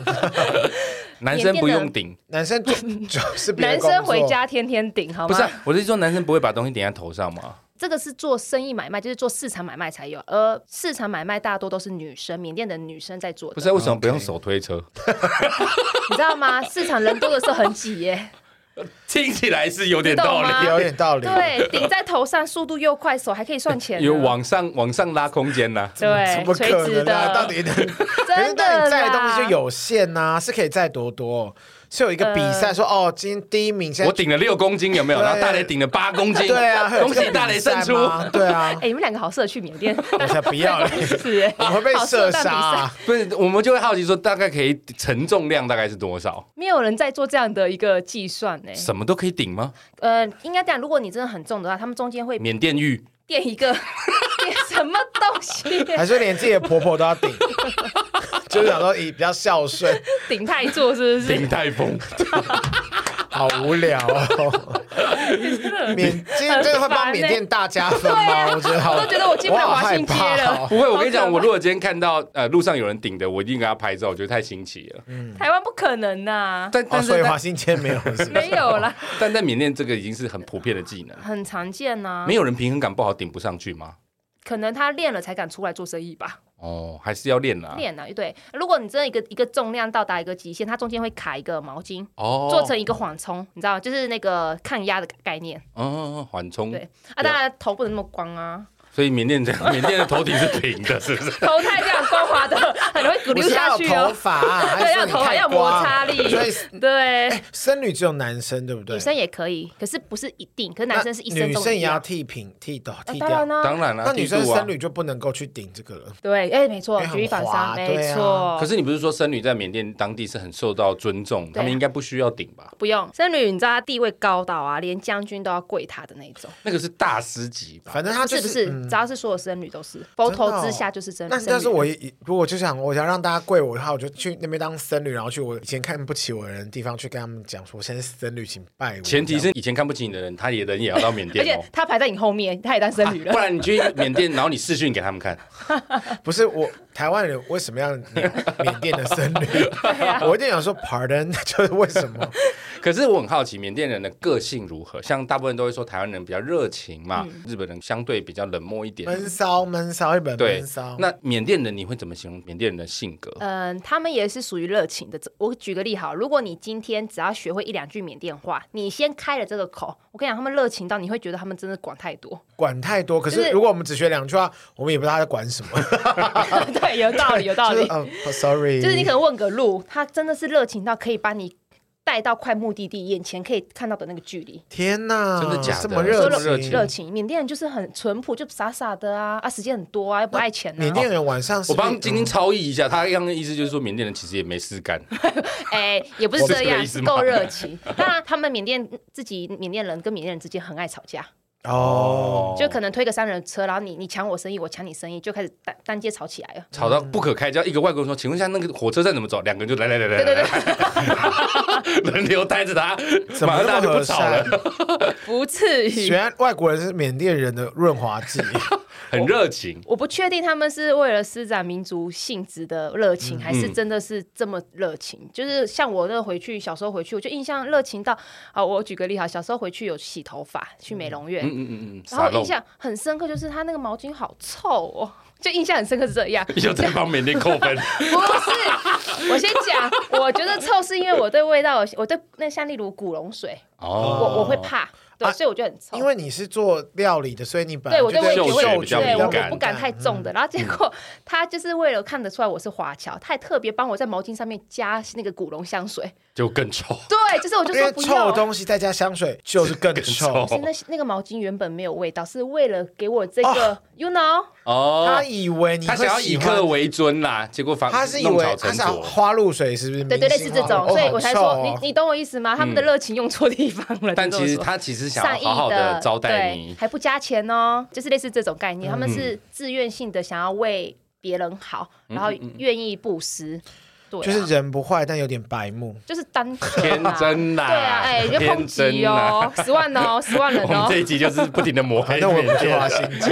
S1: 男生不用顶，
S2: 男生就 就是别的
S3: 男
S2: 工
S3: 生
S2: 作
S3: 回家天天顶好吗？
S1: 不是啊、我是说男生不会把东西顶在头上吗？
S3: 这个是做生意买卖，就是做市场买卖才有，而市场买卖大多都是女生，缅甸的女生在做的，
S1: 不是啊、为什么不用
S2: OK
S1: 手推车？
S3: 你知道吗？市场人多的时候很 挤耶，
S1: 听起来是有点
S3: 你懂
S1: 道理
S3: 吗。
S2: 有点道理。
S3: 对，顶在头上，速度又快，手还可以算钱呢，
S1: 有往上往上拉空间呐、
S2: 怎
S3: 对
S2: 么
S3: 哎垂
S2: 可
S3: 直
S2: 能啊？
S3: 的，
S2: 到底 能可是
S3: 真
S2: 那
S3: 的
S2: 你载的东西
S3: 啦
S2: 就有限呐、是可以载多多，是有一个比
S3: 呃
S2: 赛说、哦，今天第一名现
S1: 我
S2: 在
S1: 顶了六公斤 有没有？
S2: 对
S1: 然后大雷顶了八公斤，
S2: 对啊，会有
S1: 恭
S2: 这个
S1: 喜大雷胜出
S2: 比。赛吗对啊
S3: 哎、，你们两个好适合去缅甸，
S2: 我才 不要嘞，
S3: 是哎，
S2: 我会被
S3: 好适合
S2: 射
S3: 办比
S2: 杀、
S3: 赛，
S2: 啊。
S1: 不是，我们就会好奇说，大概可以承重量大概是多少？
S3: 没有人在做这样的一个计算呢。
S1: 什么都可以顶吗？
S3: 呃，应该这样，如果你真的很重的话，他们中间会
S1: 缅甸玉
S3: 垫 一个垫什么东西，
S2: 还是连自己的婆婆都要顶，就是想说以比较孝顺，
S3: 顶太座是不是？
S1: 顶泰 丰，
S2: 好无聊哦。缅今天真的会帮缅甸大加分吗？我觉得好，
S3: 啊我都觉得我进不了
S2: 好
S3: 华
S2: 害
S3: 信街
S2: 怕
S3: 了
S2: 哦。
S1: 不会，我跟你
S3: 好
S1: 讲，
S3: 可怕
S1: 我如果今天看到呃路上有人顶的，我一定给他拍照，我觉得太新奇了。
S3: 台湾不可 能呐、
S1: 但
S2: 嗯哦，
S1: 但是
S2: 所以华
S1: 但
S2: 信街没有，是不是
S3: 没有啦，
S1: 但在缅甸这个已经是很普遍的技能，
S3: 很常见呐、
S1: 没有人平衡感不好顶不上去吗？
S3: 可能他练了才敢出来做生意吧，
S1: 哦，还是要练
S2: 啊
S1: 啦。
S3: 练了、对。如果你真的一个一个重量到达一个极限，它中间会卡一个毛巾，
S1: 哦，
S3: 做成一个缓冲，你知道吗，就是那个抗压的概念。
S1: 嗯缓冲，
S3: 对啊，当然头不能那么光啊，
S1: 所以缅甸这 缅甸的头顶是平的，是不是？
S3: 头太这样光滑的， 很容易骨
S2: 不
S3: 溜
S2: 是
S3: 下
S2: 要
S3: 去
S2: 有
S3: 哦
S2: 头。发、啊，
S3: 对，
S2: 还
S3: 要
S2: 是
S3: 有
S2: 你
S3: 头发
S2: 太
S3: 要摩
S2: 光
S3: 擦力
S2: 所以，
S3: 对，
S2: 僧侣只有男生对不对？
S3: 女生也可以，可是不是一定，可是
S2: 那
S3: 男生是一生
S2: 女
S3: 都
S2: 生也要
S3: 样。
S2: 剃平剃头
S3: 啊
S2: 剃
S3: 当
S2: 掉
S3: 然。啦，
S1: 当然啦，
S2: 那女生
S1: 剃度啊
S2: 僧侣就不能够去顶这个了。
S3: 对，哎，没错
S2: 因为，很
S3: 举一反
S2: 滑
S3: 三，没
S2: 对啊
S3: 错。
S1: 可是你不是说僧侣在缅甸当地是很受到尊重，
S3: 哦对啊
S1: 他们应该不需要顶吧？
S3: 不用，僧侣你知道他地位高到啊，连将军都要跪他的那种。
S1: 那个是大师级吧？
S2: 反正他
S3: 不
S2: 就是
S3: 不是，
S2: 嗯哦
S3: 只要是所有僧侣都是，佛头之下就是僧。
S2: 那
S3: 僧侣
S2: 但是我一如果就想我想让大家跪我的话，我就去那边当僧侣，然后去我以前看不起我的人的地方去跟他们讲说，我现在是僧侣，请拜我。
S1: 前提是以前看不起你的人，他也人也要到缅
S3: 而
S1: 甸
S3: 且
S1: 哦。
S3: 他排在你后面，他也当僧侣了
S1: 不。然你去缅甸，然后你视讯给他们看，
S2: 不是我台湾人为什么要缅缅甸 的僧侣？
S3: 啊
S2: 我一定想说 pardon，就是 为什么？
S1: 可是我很好奇，缅甸人的个性如何？像大部分都会说台湾人比较热情嘛，
S3: 嗯
S1: 日本人相对比较冷漠一点。
S2: 闷骚闷骚，日本
S1: 对
S2: 闷骚，。
S1: 那缅甸人你会怎么形容缅甸人的性格？
S3: 嗯，他们也是属于热情的。这我举个例好，如果你今天只要学会一两句缅甸话，你先开了这个口，我跟你讲，他们热情到你会觉得他们真的管太多。
S2: 管太多。可
S3: 就是是
S2: 如果我们只学两句话，我们也不知道他在管什么。
S3: 对，有道理，有道
S2: 就是
S3: 理。
S2: 呃，sorry，
S3: 就是你可能问个路，他真的是热情到可以把你带到快目的地，眼前可以看到的那个距离。
S2: 天哪，
S1: 真的假的
S2: 这么
S1: 这
S2: 热
S1: 么热
S2: 情？
S3: 热情，缅甸人就是很淳朴，就傻傻的啊啊，时间很多啊，又不爱钱、啊。
S2: 缅甸人晚上是
S1: 我
S2: 不是
S1: 帮
S3: 嗯
S1: 晶晶超译一下，他刚刚的意思就是说缅甸人其实也没事干，
S3: 哎、也不是这
S1: 我是这个意
S3: 样，
S1: 思
S3: 是
S1: 吗
S3: 够热情。当然，他们缅甸自己缅甸人跟缅甸人之间很爱吵架，
S2: 哦，
S3: 就可能嗯推个三轮车，然后你你抢我生意，我抢你生意，就开始单单街吵起来了。
S1: 吵到不可开交。一个外国人说：“请问一下，那个火车站怎么走？”两个人就来来来来来， 来轮流带着他，
S2: 怎
S1: 马
S2: 么
S1: 上大家
S2: 那
S1: 就
S2: 么
S1: 不
S2: 和
S1: 吵了
S2: 善。？
S3: 不至于，
S2: 原来外国人是缅甸人的润滑剂，
S1: 很热情。
S3: 我不确定他们是为了施展民族性质的热
S1: 嗯
S3: 情，还是真的是这么热情。就是像我那回去小时候回去，我就印象热情到啊，我举个例哈，小时候回去有洗头发，去美容院，
S1: 嗯嗯嗯嗯，
S3: 然
S1: 撒
S3: 后
S1: 弄
S3: 印象很深刻，就是他那个毛巾好臭哦，就印象很深刻是这 样。
S1: 又在帮缅甸扣分。
S3: 不是，我先讲，我觉得臭是因为我对味道有，我对那像例如古龙水，
S1: 哦，
S3: 我我会怕，对，
S2: 啊
S3: 所以我就很臭。
S2: 因为你是做料理的，所以你本来
S3: 对我对味
S2: 对
S3: 觉
S1: 嗅
S3: 会
S1: 觉
S3: 有
S1: 比较
S3: 对，
S1: 敏
S3: 我
S1: 感嗯
S3: 不敢太重的。然后结果他就是为了看得出来我是华侨，他还特别帮我在毛巾上面加那个古龙香水。
S1: 就更臭。
S3: 对，就是我就
S2: 嗯因
S3: 说
S2: 为
S3: 不
S2: 臭的
S3: 用。
S2: 东西再加香水就是更
S1: 更
S2: 臭
S1: 臭。
S3: 是那那个毛巾原本没有味道，是为了给我这个、y o u know，
S1: 哦
S2: 他，以为你
S1: 他想要
S2: 会
S1: 以
S2: 喜
S1: 客
S2: 欢，
S1: 为尊啦，结果反
S2: 他是以
S1: 弄
S2: 为
S1: 巧
S2: 他
S1: 成
S2: 是要
S1: 拙。
S2: 花露水是不哦是？
S3: 对对，类似这
S1: 哦
S3: 种，所以我才说、你
S2: 你
S3: 你懂我意思吗？他们的热情用错地方了。
S1: 嗯但
S3: 就这么
S1: 其实
S3: 说
S1: 他其实想
S3: 善
S1: 要
S3: 意
S1: 好好的招待
S3: 对
S1: 你，嗯
S3: 还不加钱哦，就是类似这种概念，他们是自愿性的想要为别人好，
S1: 嗯
S3: 然后愿意布施，对、啊，
S2: 就是人不坏，但有点白目。
S3: 就是单纯
S1: 天
S3: 啦
S1: 真啦，
S3: 对啊，哎、你就抨
S1: 天真
S3: 击
S1: 啦。
S3: 哦，
S2: 啊
S3: 十 万哦，十万 人
S1: 我们
S3: 哦
S1: 这，一集就是不停的抹黑
S2: 反正哎我
S1: 缅
S2: 不去
S1: 甸
S2: 花
S1: 人，
S2: 心机。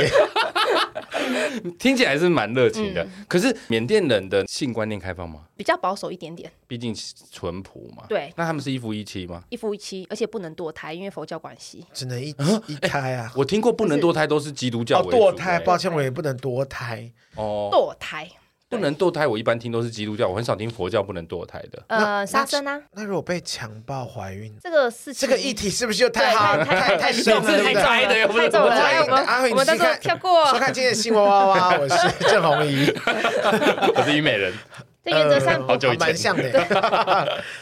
S1: 听起来是蛮热情的。
S3: 嗯
S1: 可是缅甸人的性观念开放吗？
S3: 比较保守一点点，
S1: 毕竟淳朴嘛。
S3: 对
S1: 那他们是一夫一妻吗？
S3: 一夫一妻，而且不能堕胎，因为佛教关系。
S2: 只能一一胎啊。
S1: 我听过不能堕胎都是基督教
S2: 哦，
S1: 为主
S2: 堕胎，
S1: 欸
S2: 抱歉，我也不能堕胎。
S1: 哦，
S3: 堕胎，
S1: 不能堕胎，我一般听都是基督教，我很少听佛教不能堕胎的。
S2: 那
S3: 呃，杀生啊，
S2: 那如果被强暴怀孕，
S3: 这个事
S2: 这
S3: 情，
S2: 个议题是不是又
S3: 对
S2: 太好
S3: 太太
S2: 太
S3: 太
S2: 太深了，
S1: 你自己
S2: 对不对？
S1: 猜的又不是
S3: 太重了，
S1: 我猜
S3: 哎我
S1: 的
S3: 们
S2: 阿慧你
S3: 我们到时候
S2: 试试看
S3: 跳过。
S2: 收看今天的新闻哇哇哇，我是郑红怡，
S1: 我是虞美人，
S3: 这 原则上
S2: 呃
S1: 好久以前
S2: 蛮像的。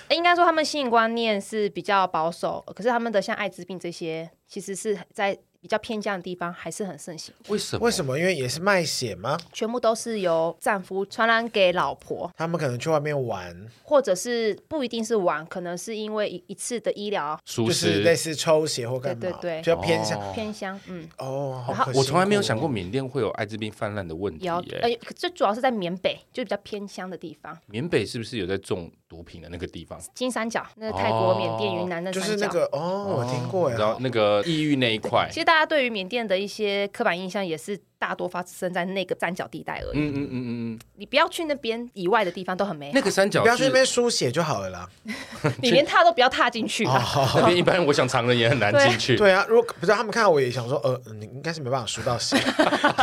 S3: 欸应该说他们性观念是比较保守，可是他们的像艾滋病这些，其实是在比较偏向的地方还是很盛行，
S1: 为什么？
S2: 为什么？因为也是卖血吗？
S3: 全部都是由丈夫传染给老婆，
S2: 他们可能去外面玩，
S3: 或者是不一定是玩，可能是因为一一次的医疗
S1: 属
S2: 就是
S1: 实
S2: 类似抽血或干嘛，
S3: 对对对
S2: 就偏向
S1: 哦
S3: 偏乡，嗯，
S2: 哦。好可
S1: 我
S2: 惜
S1: 从来没有想过缅甸会有艾滋病泛滥的问题
S3: 也要
S1: 耶。
S3: 呃，可这主要是在缅北，就比较偏乡的地方，
S1: 缅北是不是有在种毒品的那个地方？
S3: 金三角，那泰国、
S1: 哦
S3: 缅甸、云南那
S2: 就
S3: 三
S2: 是那
S3: 角。
S2: 个哦，我听过
S1: 然后
S2: 呀。
S1: 那个异域那一块
S3: 其，实大家对于缅甸的一些刻板印象，也是大多发生在那个三角地带而已。
S1: 嗯嗯嗯嗯嗯，
S3: 你不要去那边以外的地方都很美好
S1: 那个三角
S2: 不要去
S1: 是
S2: 那边输血就好了啦。
S3: 你连踏都不要踏进去啊吧。
S1: 那边一般我想常人也很难进去。
S2: 哦对啊，如果不是他们看到我也想说，呃，你应该是没办法输到血，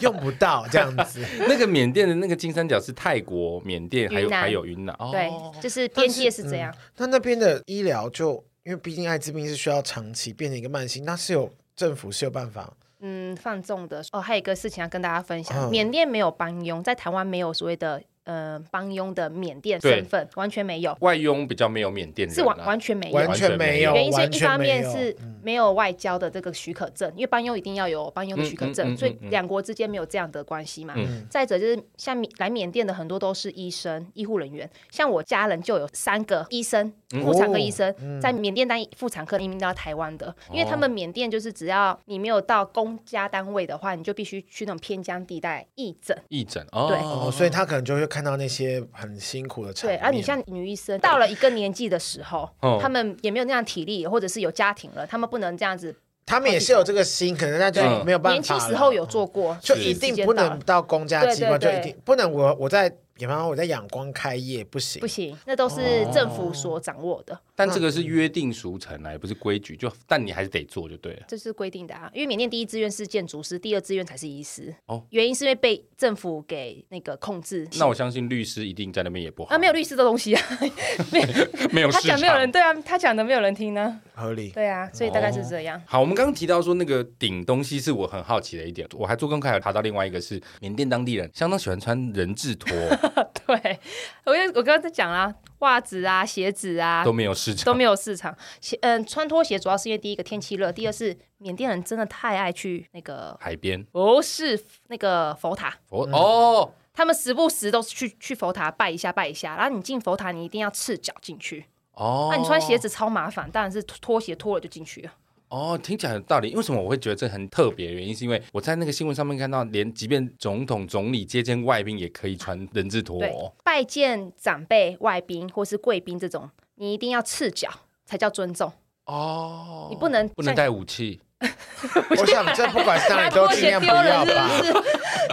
S2: 用不到这样子。
S1: 那个缅甸的那个金三角是泰国、缅甸还有
S3: 云南
S1: 还有云南哦。
S3: 对，就是边界是这样。
S2: 那那边的医疗就因为毕竟艾滋病是需要长期变成一个慢性，那是有政府是有办法
S3: 嗯，放纵的哦，还有一个事情要跟大家分享：
S2: 嗯
S3: 缅甸没有帮佣，在台湾没有所谓的呃帮佣的缅甸身份，完全没有，
S1: 外佣比较没有缅甸人啊，
S3: 是完完全没有
S2: 完。全没有，
S3: 原因是
S2: 完
S3: 一
S2: 全
S3: 方
S2: 没
S3: 面
S2: 有嗯
S3: 是没有外交的这个许可证，因为帮佣一定要有帮佣的许
S1: 嗯
S3: 可
S1: 嗯嗯
S3: 证，
S1: 嗯
S3: 所以
S1: 嗯
S3: 两国之间没有这样的关系嘛
S1: 嗯。
S3: 再者就是像缅来缅甸的很多都是医生、医护人员，像我家人就有三个医生，
S1: 嗯
S3: 妇产科医
S2: 哦
S3: 生
S2: 嗯
S3: 在缅甸当妇产科移民到台湾的，
S1: 嗯
S3: 因为他们缅甸就是只要你没有到公家单位的话，你就必须去那种偏乡地带义诊。
S1: 义诊哦。
S3: 对
S2: 哦，所以他可能就会看到那些很辛苦的场
S3: 对，
S2: 面。
S3: 啊而、你像女医生到了一个年纪的时候
S1: 哦，
S3: 他们也没有那样体力，或者是有家庭了，他们不能这样子
S2: 他们也是有这个心，可能他就
S1: 嗯
S2: 没有办法。
S3: 年轻时候有。做过，
S2: 就
S3: 只是
S2: 一
S3: 时
S2: 定
S3: 间
S2: 不
S3: 到
S2: 能
S3: 了
S2: 到公家机关，就
S3: 对对
S2: 一
S3: 对
S2: 定不能我我在比方说我在仰光开业不行
S3: 不，行，那都是政府所掌握的，
S1: 但这个是约定俗成啊，也不是规矩，就但你还是得做就对了。
S3: 这是规定的啊。因为缅甸第一志愿是建筑师，第二志愿才是医师。
S1: 哦
S3: 原因是因为被政府给那个控制。
S1: 那我相信律师一定在那边也不好
S3: 啊，没有律师的东西啊，
S1: 没有
S3: 他
S1: 市场
S3: 讲没有人对啊，他讲的没有人听呢、
S2: 合理。
S3: 对啊，所以大概
S2: 哦
S3: 是这样。
S1: 好，我们刚刚提到说那个顶东西是我很好奇的一点，我还做功课还有查到另外一个是缅甸当地人相当喜欢穿人字拖，
S3: 对，我就我刚刚在讲啊，袜子啊、鞋子啊
S1: 都没有市
S3: 都
S1: 场。
S3: 没有市场。鞋嗯，穿拖鞋主要是因为第一个天气热，第二是缅甸人真的太爱去那个
S1: 海
S2: 嗯
S1: 边
S3: 不是那个佛塔，
S1: 哦哦，
S3: 他们时不时都是去去佛塔拜一下拜一下，然后你进佛塔你一定要赤脚进去，
S1: 哦
S3: 那、啊你穿鞋子超麻烦，当然是拖鞋脱了就进去了。
S1: 哦，听起来有道理。为什么我会觉得这很特别？原因是因为我在那个新闻上面看到，连即便总统、总理接见外宾也可以穿人字拖、
S3: 对
S1: 哦。，
S3: 拜见长辈、外宾或是贵宾这种，你一定要赤脚才叫尊重，
S1: 哦
S3: 你不能
S1: 不能
S3: 像
S1: 带武器，
S2: 我想这不管 是哪 里都
S3: 拖
S2: 尽
S3: 鞋
S2: 量不
S3: 丢了
S2: 要
S3: 是
S2: 吧
S3: 不。是？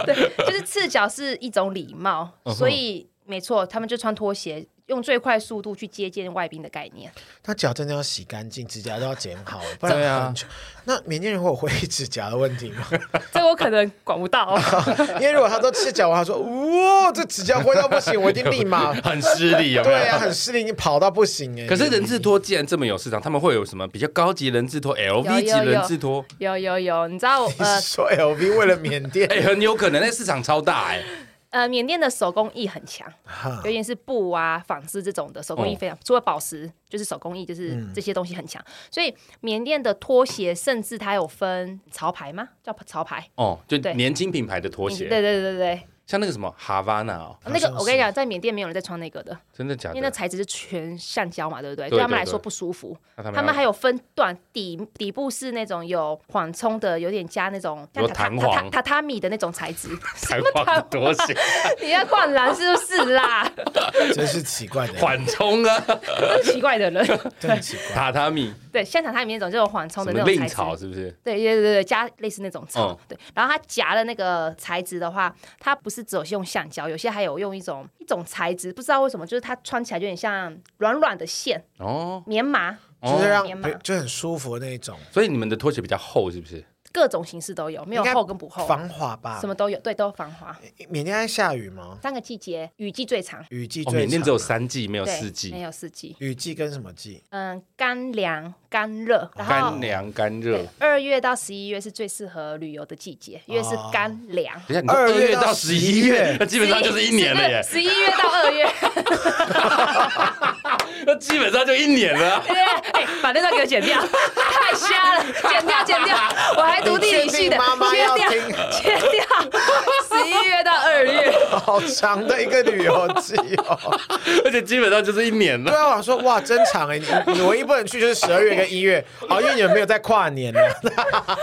S3: 对，就是赤脚是一种礼貌，
S1: 嗯哼
S3: 所以没错，他们就穿拖鞋，用最快速度去接近外宾的概念。
S2: 他脚真的要洗干净，指甲都要剪好，不
S1: 对
S2: 然
S1: 啊
S2: 很丑。那缅甸人会有灰指甲的问题吗？
S3: 这我可能管不到，哦
S2: 因为如果他都赤脚，我还说哇，这指甲灰到不行，我一定 立马
S1: 很失礼，有没 有？
S2: 对啊，很失灵，你跑到不行哎。
S1: 可是人字拖既然这么有市场，他们会有什么比较高级人字拖、
S3: 有
S1: LV 级
S3: 有
S1: 人字拖？
S3: 有有有，你知道
S2: 你是
S3: 呃
S2: 说 LV 为了缅 甸
S1: 哎、很有可能那市场超大哎、
S3: 呃，缅甸的手工艺很强，
S2: 哈
S3: 尤其是布啊、纺织这种的手工艺
S1: 哦
S3: 非常，除了宝石就是手工艺，就是
S2: 嗯
S3: 这些东西很强。所以缅甸的拖鞋，甚至它有分潮牌吗？叫潮牌。
S1: 哦，就
S3: 对嗯
S1: 年轻品牌的拖
S3: 对
S1: 鞋，
S3: 对对对，
S1: 像那个什么 Havana 哦，
S3: 那个
S2: 像
S3: 我跟你
S2: 是
S3: 讲，在缅甸没有人在穿那个的，
S1: 真的假
S3: 因
S1: 的
S3: 为那？材质是全橡胶嘛，对不对？
S1: 啊对
S3: 对他们
S1: 对
S3: 来说
S1: 对
S3: 不舒服。
S1: 那
S3: 他
S1: 啊
S3: 们
S1: 要
S3: 还有分段，底底部是那种有缓冲的，有点加那种像
S1: 有
S3: 榻
S1: 弹
S3: 榻
S1: 簧
S3: 榻榻榻米的那种材质。
S1: 才换拖鞋，
S3: 你要灌篮是不是啦？
S2: 真是奇 怪的，
S1: 缓冲啊，
S3: 真是奇怪的人。
S2: 真的奇怪。
S1: 榻榻米，
S3: 对，像榻榻米那种这种缓冲
S1: 什
S3: 的
S1: 么
S3: 哦那种
S1: 令
S3: 材质。
S1: 草是不是？
S3: 对对对对，加类似那种草，
S1: 嗯
S3: 对。然后它夹的那个材质的话，它不是只有用橡胶，有些还有用一种一种材质，不知道为什么，就是它穿起来有点像软软的线
S1: 哦，
S3: 棉麻，
S2: 就是让
S3: 棉麻
S2: 就很舒服的那种，
S1: 所以你们的拖鞋比较厚是不是？
S3: 各种形式都有，没有
S2: 应该
S3: 厚跟不厚，
S2: 防滑吧
S3: 哦什？么都有，对，都防滑。
S2: 缅甸在下雨吗？
S3: 三个季节，雨季最长，
S2: 雨季
S1: 哦，
S2: 最
S1: 缅甸
S2: 长
S1: 只有
S2: 啊
S1: 三季，没有
S3: 对
S1: 四
S3: 没
S1: 季，
S3: 有四季。
S2: 雨季跟什么季？
S3: 嗯，干凉、干热，然后
S1: 哦干凉干热。
S3: 对二月到十一月是最适合旅游的季
S1: 哦
S3: 节，因为是干凉。
S1: 等一下，你说
S2: 二
S1: 二
S2: 月
S1: 月
S2: 到
S1: 到
S2: 十
S1: 十
S2: 一
S1: 一月
S2: 月，
S1: 那基本上就是一年了耶，
S3: 十一月到二月，
S1: 那基本上就一年了啊。
S3: 哎，把那段给我剪掉，太瞎了，剪掉剪掉，我还读地理
S2: 你确
S3: 系
S2: 定
S3: 的，
S2: 妈妈
S3: 切
S2: 要
S3: 掉
S2: 听
S3: 切掉，十一月到二月，
S2: 好长的一个旅游季 哦。
S1: 而且基本上就是一年
S2: 对
S1: 了。
S2: 啊，我想说哇，真长哎！你你唯一不能去就是十二月跟一月，哦，因为你们没有在跨年呢。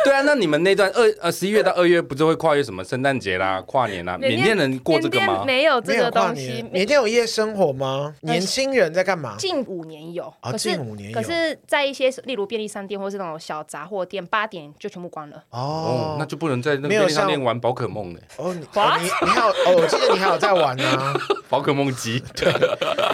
S1: 对啊，那你们那段二呃十一月到二月不是会跨越什么圣诞节啦、跨年啦？缅甸人过这个
S3: 缅甸
S1: 吗？
S3: 没有这
S2: 没
S3: 个
S2: 有跨
S3: 东西
S2: 年，，缅甸有夜生活吗？年轻人在干嘛？
S3: 近五年有，
S2: 哦
S3: 可是
S2: 近五年有
S3: 可是在一些例如便利商店或是那种小杂货店，八点就全部关了。
S1: 哦
S2: 哦，，
S1: 那就不能在那个
S2: 没有
S1: 便利商
S2: 像
S1: 店玩宝可 梦了，
S2: 哦，你哦你你还有哦，我记得你还有在玩啊。
S1: 宝可梦机。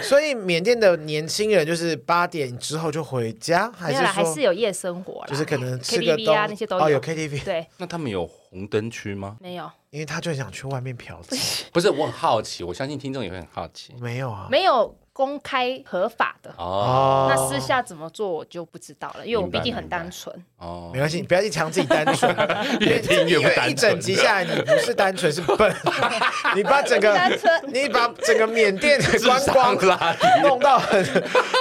S2: 所以缅甸的年轻人就是八点之后就回家，还
S3: 没
S2: 是
S3: 有啦，还
S2: 说
S3: 是有啊夜生活啦，
S2: 就是可能吃个
S3: KTV
S2: 东
S3: 啊那些都
S2: 哦有
S3: 有。
S2: KTV，
S3: 对，
S1: 那他们有红灯区吗？
S3: 没有，
S2: 因为他就很想去外面嫖妓。
S1: 不是，我很好奇，我相信听众也会很好奇。
S2: 没有啊，
S3: 没有公开合法的。
S1: 哦
S2: 哦，
S3: 那私下怎么做我就不知道了，因为我
S1: 明白
S3: 毕竟很单纯。
S1: 哦
S2: 没，关系，你不要去强自己单纯，
S1: 越听越不单纯
S2: 因为 一整集下来，你不是单纯是 笨，你把整个
S3: 单纯
S2: 你把整个缅甸的
S1: 智
S2: 观光
S1: 商拉低。
S2: 弄到很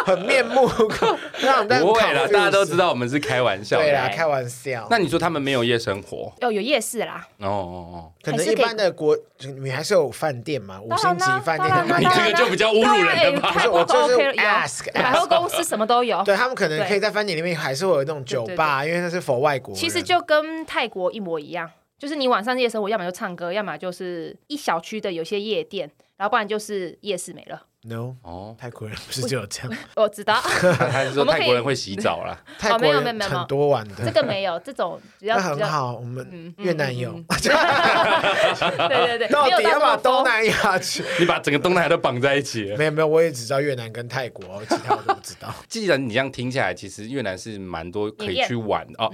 S2: 很面目， 让人
S1: 不会啦，大家都知
S2: 道。
S1: 道我们是开玩笑的。
S2: 对啦，开玩笑。
S1: 那你说他们没有夜生活？
S3: 哦，有夜市 啦，
S1: 哦哦
S2: 可能
S3: 还是
S2: 一
S3: 可以
S2: 般的国，你还是有饭店嘛，五
S3: 当
S2: 星
S3: 然
S2: 级
S3: 啦
S2: 饭
S3: 当然
S1: 哦，
S3: 啦
S2: 店。
S1: 你
S3: 当然
S1: 这个就比较侮辱人了吧？
S3: 太
S2: 我就是
S3: OK 了，
S2: ask，ask
S3: 有百货公司什么都有。
S2: 对他们可能
S3: 对
S2: 可以在饭店里面，还是会有那种酒吧，因为那是否外国人。
S3: 其实就跟泰国一模一样，就是你晚上夜生活，要么就唱歌，要么就是一小区的有些夜店，然后不然就是夜市没了。
S2: no，
S1: 哦，
S2: 泰国人不是只有这样，
S3: 我知道
S1: 他是说泰国人会洗澡啦。
S2: 泰国
S3: 没有
S2: 人
S3: 没有没有
S2: 很多玩
S3: 这
S2: 的，
S3: 个没有，这种比较
S2: 那
S3: 比
S2: 很
S3: 较，
S2: 好。我们越南有
S3: 嗯，对 对对，
S2: 到
S3: 没有
S2: 底要
S3: 到
S2: 把
S3: 这么
S2: 东
S3: 疯。
S2: 南亚去？
S1: 你把整个东南亚都绑在一起。
S2: 没有没有，我也只知道越南跟泰国，其他我都不知道。
S1: 既然你这样听下来，其实越南是蛮多可以去玩哦，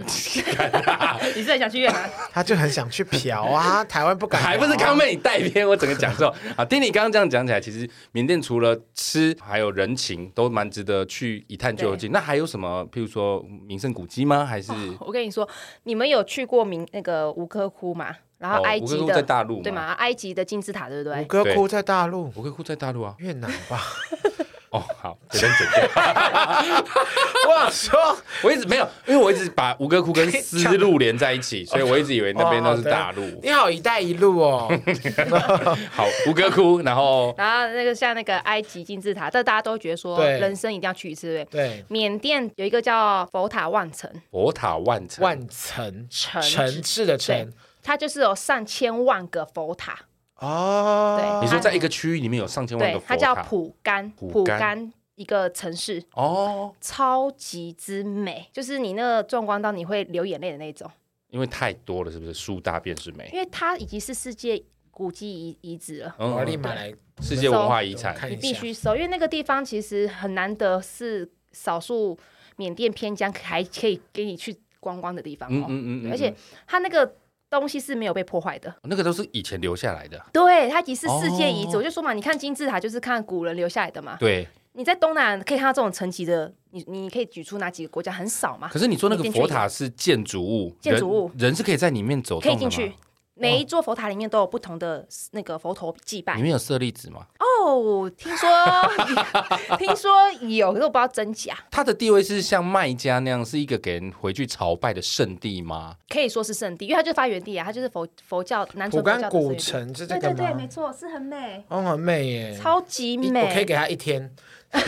S3: 你是很想去越南？
S2: 他就很想去嫖 啊，台湾不 敢、
S1: 还不是刚。被你带偏，我整个讲错啊。听你刚刚这样讲起来，其实缅甸除了吃，还有人情，都蛮值得去一探究竟。那还有什么？譬如说名胜古迹吗？还是
S3: 我跟你说，你们有去过明那个吴哥窟吗？然后
S1: 哦
S3: 埃
S1: 吴哥
S3: 及
S1: 窟
S3: 的、
S1: 在大陆
S3: 对
S1: 嘛
S3: 嘛？埃及的金字塔对不
S2: 吴
S3: 对？
S2: 哥窟在大陆、
S1: 我会哭在大陆啊？
S2: 越南吧？
S1: 哦，好，简单简单。
S2: 我想说，
S1: 我一直没有，因为我一直把吴哥窟跟丝路连在一起，所以我一直以为那边都是大
S3: 哦
S1: 陆。
S2: 你好，“一带一路”哦，
S1: 好，吴哥窟，然后
S3: 然后那个像那个埃及金字塔，但大家都觉得说
S2: 对
S3: 人生一定要去一次，对不对？
S2: 对，
S3: 缅甸有一个叫佛塔万城
S1: 佛塔万城，
S2: 万城
S3: 城，
S2: 城市的城
S3: 对，它就是有上千万个佛塔，
S2: 哦，
S3: 对
S1: 你说在一个区域里面有上千万个
S3: 对，
S1: 佛
S3: 它叫
S1: 塔，
S3: 蒲甘，
S1: 蒲
S3: 蒲
S1: 甘
S3: 甘一个城市，
S1: 哦，
S3: 超级之美，就是你那个壮观到你会流眼泪的那种。
S1: 因为太多了，是不是？树大便是美，
S3: 因为它已经是世界古迹遗遗址了。
S1: 嗯
S2: 我立
S1: 嗯
S2: 马来
S1: 世界文化遗产，
S2: 看
S3: 你
S2: 一
S3: 必
S2: 下。
S3: 须收，因为那个地方其实很难得，是少数缅甸偏疆还可以给你去观光的地方
S1: 嗯
S3: 哦。
S1: 嗯嗯，
S3: 而且
S1: 嗯
S3: 它那个东西是没有被破坏的，
S1: 那个都是以前留下来的，
S3: 对，它其实是世界遗
S1: 哦
S3: 址。我就说嘛，你看金字塔就是看古人留下来的嘛。
S1: 对。
S3: 你在东南亚可以看到这种层级的，你你可以举出哪几个国家？很少嘛
S1: 可，是你说那个佛塔是建筑物，
S3: 建筑物
S1: 人人是可以在里面走
S3: 可
S1: 动
S3: 以
S1: 的吗
S3: 进去。每一座佛塔里面都有不同的那个佛头祭拜
S1: 里。
S2: 嗯
S1: 面有舍利子吗？
S3: 哦，听说 听说有，可是我不知道真假，
S1: 它的地位是像卖家那样，是一个给人回去朝拜的圣地吗？
S3: 可以说是圣地，因为它就是发源地啊，它就是佛佛教南
S2: 蒲
S3: 传佛教
S2: 甘
S3: 的
S2: 古
S3: 圣地
S2: 城是这
S3: 对
S2: 个
S3: 对对，
S2: 吗
S3: 没？错，是很美，
S2: 哦，很美耶，
S3: 超级
S2: 一
S3: 美。
S2: 我可以给他一天，
S1: 哎、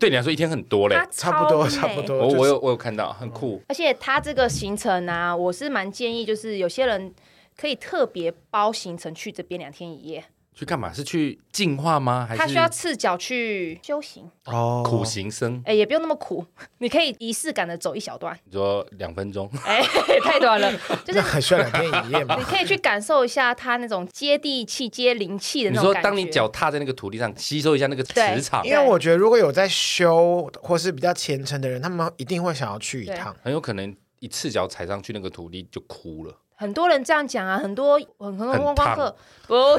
S1: 对你来说一天很多嘞
S3: 它。
S2: 差不多，
S3: 超
S2: 差
S3: 美
S2: 不多。
S1: 我
S2: 就是
S1: 我有我有看到，很酷。
S3: 而且它这个行程啊，我是蛮建议，就是有些人可以特别包行程去这边两天一夜，
S1: 去干嘛？是去净化吗？还
S3: 他
S1: 是
S3: 需要赤脚去修行，
S2: 哦，
S1: 苦行僧？
S3: 哎、也不用那么苦，你可以仪式感的走一小 段，
S1: 你说两分钟，
S3: 哎、太短了，就是
S2: 那很需要两天一夜嘛
S3: 你。可以去感受一下它那种接地气、接灵气的
S1: 你
S3: 那种
S1: 说
S3: 感觉。
S1: 当你脚踏在那个土地上，吸收一下那个磁场
S3: 对，
S2: 因为我觉得，如果有在修或是比较虔诚的人，他们一定会想要去一趟。
S1: 很有可能一赤脚踩上去那个土地就哭了。
S3: 很多人这样讲啊，很多很很多
S1: 很
S3: 观光客 不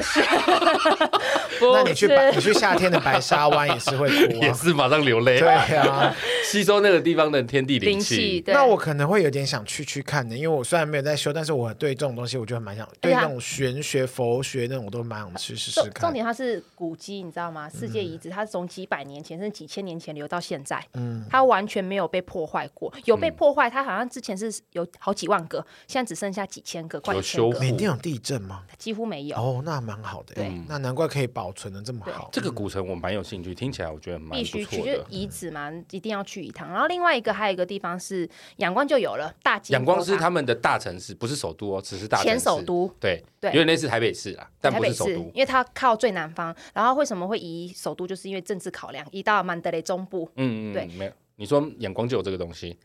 S3: 是，不
S2: 那
S3: 是，
S2: 你去白，你去夏天的白沙湾也是会哭
S1: 也
S2: 啊。
S1: 是马上流泪
S2: 对，啊，
S1: 吸收那个地方的天地
S3: 灵
S1: 气。
S3: 对。
S2: 那我可能会有点想去去看的，因为我虽然没有在修，但是我对这种东西，我觉得蛮想对那种玄学、佛学那种，我都蛮想去试试
S3: 重重
S2: 看。嗯
S3: 点它是古迹，你知道吗？世界遗址，它是从几百年前甚至几千年前留到现在，
S2: 嗯
S3: 它完全没有被破坏过。有被破坏，它好像之前是有好几万个，现在只剩下几千个，快
S1: 有
S3: 一千
S1: 修
S3: 个
S1: 复，
S2: 缅哦甸有地震吗？
S3: 几乎没有。
S2: 哦，那蛮好的，那难怪可以保存的这么好。
S1: 这个古城我蛮有兴趣，听起来我觉得蛮
S3: 必
S1: 不
S3: 须
S1: 错
S3: 去，就是
S1: 的。
S3: 遗址嘛，一定要去一趟。然后另外一个还有一个地方是仰光就有了，大金
S1: 仰光
S3: 佛
S1: 是
S3: 塔
S1: 他们的大城市，不是首都哦，只是大城市
S3: 前首都，
S1: 对，
S3: 对
S1: 有点类似台北市啦，但
S3: 台
S1: 不
S3: 北
S1: 是首
S3: 市，
S1: 都
S3: 因。为它靠最南方。然后为什么会移首都，就是因为政治考量，移到曼德雷中部，
S1: 嗯嗯，
S3: 对
S1: 嗯，没有。你说仰光就有这个东西，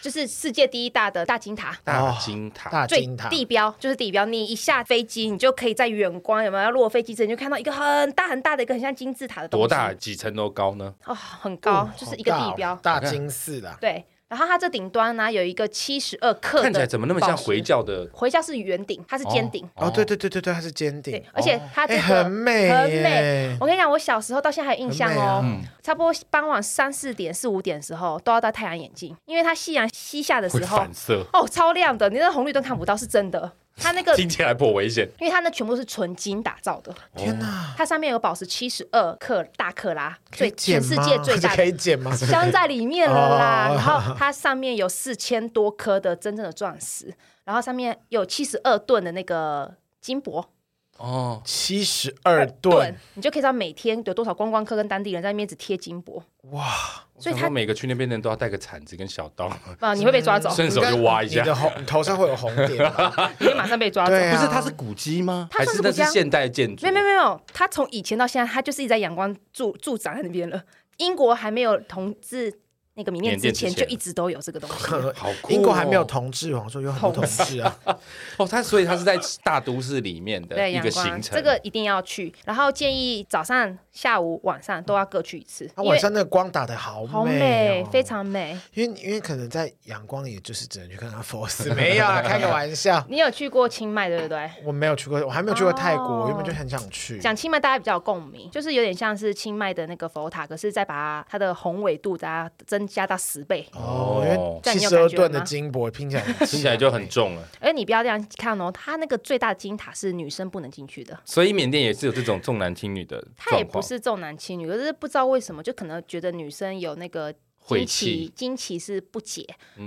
S3: 就是世界第一大的大金塔。
S1: 大金塔，
S2: 大
S3: 最
S2: 金塔，
S3: 地标就是地标，你一下飞机，你就可以在远观有没有要落飞机之前，你就看到一个很大很大的一个很像金字塔的东
S1: 多
S3: 西，
S1: 大？几层楼高呢？
S3: 哦，很高，就是一个
S2: 好大
S3: 地
S2: 哦
S3: 标。
S2: 大金寺啦。
S3: 对，然后它这顶端呢、有一个七十二克的，
S1: 看起来怎么那么像回？教的？
S3: 回教是圆顶，它是尖顶，
S2: 哦，对对对对对，它是尖顶
S3: 对，，而
S1: 哦
S3: 且它这
S2: 哎，
S3: 个、
S2: 很美，
S3: 很美。。我跟你讲，我小时候到现在还有印象哦，
S2: 很美
S1: 啊
S3: 差不多傍晚三四点、四五点的时候都要戴太阳眼镜，因为它夕阳西下的
S1: 会
S3: 时候，
S1: 反射，
S3: 哦，超亮的，你那红绿灯看不到，是真的。它那个，
S1: 听起来颇危险。
S3: 因为它那全部都是纯金打造的，
S2: 天
S1: 哦
S2: 哪，
S3: 它上面有宝石七十二克大克拉，
S2: 可以
S3: 最
S2: 剪
S3: 全
S2: 吗
S3: 世界最大
S2: 可
S3: 的
S2: 以。剪 吗？
S3: 镶在里面了啦，
S2: 哦
S3: 然后它上面有四千多颗的真正的钻石，然后上面有七十二吨的那个金箔，
S1: 哦，
S2: 七十二吨，，
S3: 你就可以知道每天有多少观光客跟当地人在那边只贴金箔，
S2: 哇！
S3: 所以
S1: 我想
S3: 它
S1: 说每个去那边的人都要带个铲子跟小刀，
S3: 啊，你会被抓走，
S1: 顺手就挖一
S2: 哦你
S1: 下。哦
S2: 的红你头上会有红 点吗，
S3: 你会马上被抓走。
S2: 对
S1: 不
S2: 啊
S1: 是，它是古迹吗？
S3: 它
S1: 还
S3: 算
S1: 是
S3: 是
S1: 那
S3: 古
S1: 是
S3: 迹啊
S1: 现代建筑？
S3: 没有没有没有，他从以前到现在，他就是一直在阳光驻驻扎在那边了。英国还没有统治那个缅甸
S1: 缅甸
S3: 之
S1: 之
S3: 前，
S1: 前
S3: 就一直都有这 个东西。
S1: 好酷哦
S2: 英国还没有同治王，说有很多同治啊，
S1: 哦，它所以它是在大都市里面的
S3: 对，
S1: 一
S3: 阳
S1: 个
S3: 光
S1: 行程。
S3: 这个一定要去，然后建议早上、下午、晚上都要各去一次，
S2: 他啊
S3: 因
S2: 晚
S3: 为
S2: 上那个光打的好
S3: 好
S2: 美
S3: 美
S2: 哦，，
S3: 非。常美。
S2: 因为因为可能在阳光，也就是只能去看看佛 寺，没有啦，开个玩笑。
S3: 你有去过清迈对不对？
S2: 我没有去过，我还没有去过泰国，
S3: 哦
S2: 我原本就很想去。
S3: 讲清迈大家比较有共鸣，就是有点像是清迈的那个佛塔，可是再把它的宏伟度再增加到十倍。
S2: 哦，因为
S3: 这
S2: 七
S3: 样你有
S2: 十二
S3: 感觉
S2: 吨的
S3: 吗
S2: 金箔 听起来
S1: 听起来就很重了，
S3: 而你不要这样看哦，它那个最大的金塔是女生不能进去的。
S1: 所以缅甸也是有这种重男轻女的
S3: 他也
S1: 状
S3: 不
S1: 况。
S3: 是重男轻女，可是不知道为什么，就可能觉得女生有那个
S1: 晦气嗯
S3: 经期，经期是不解，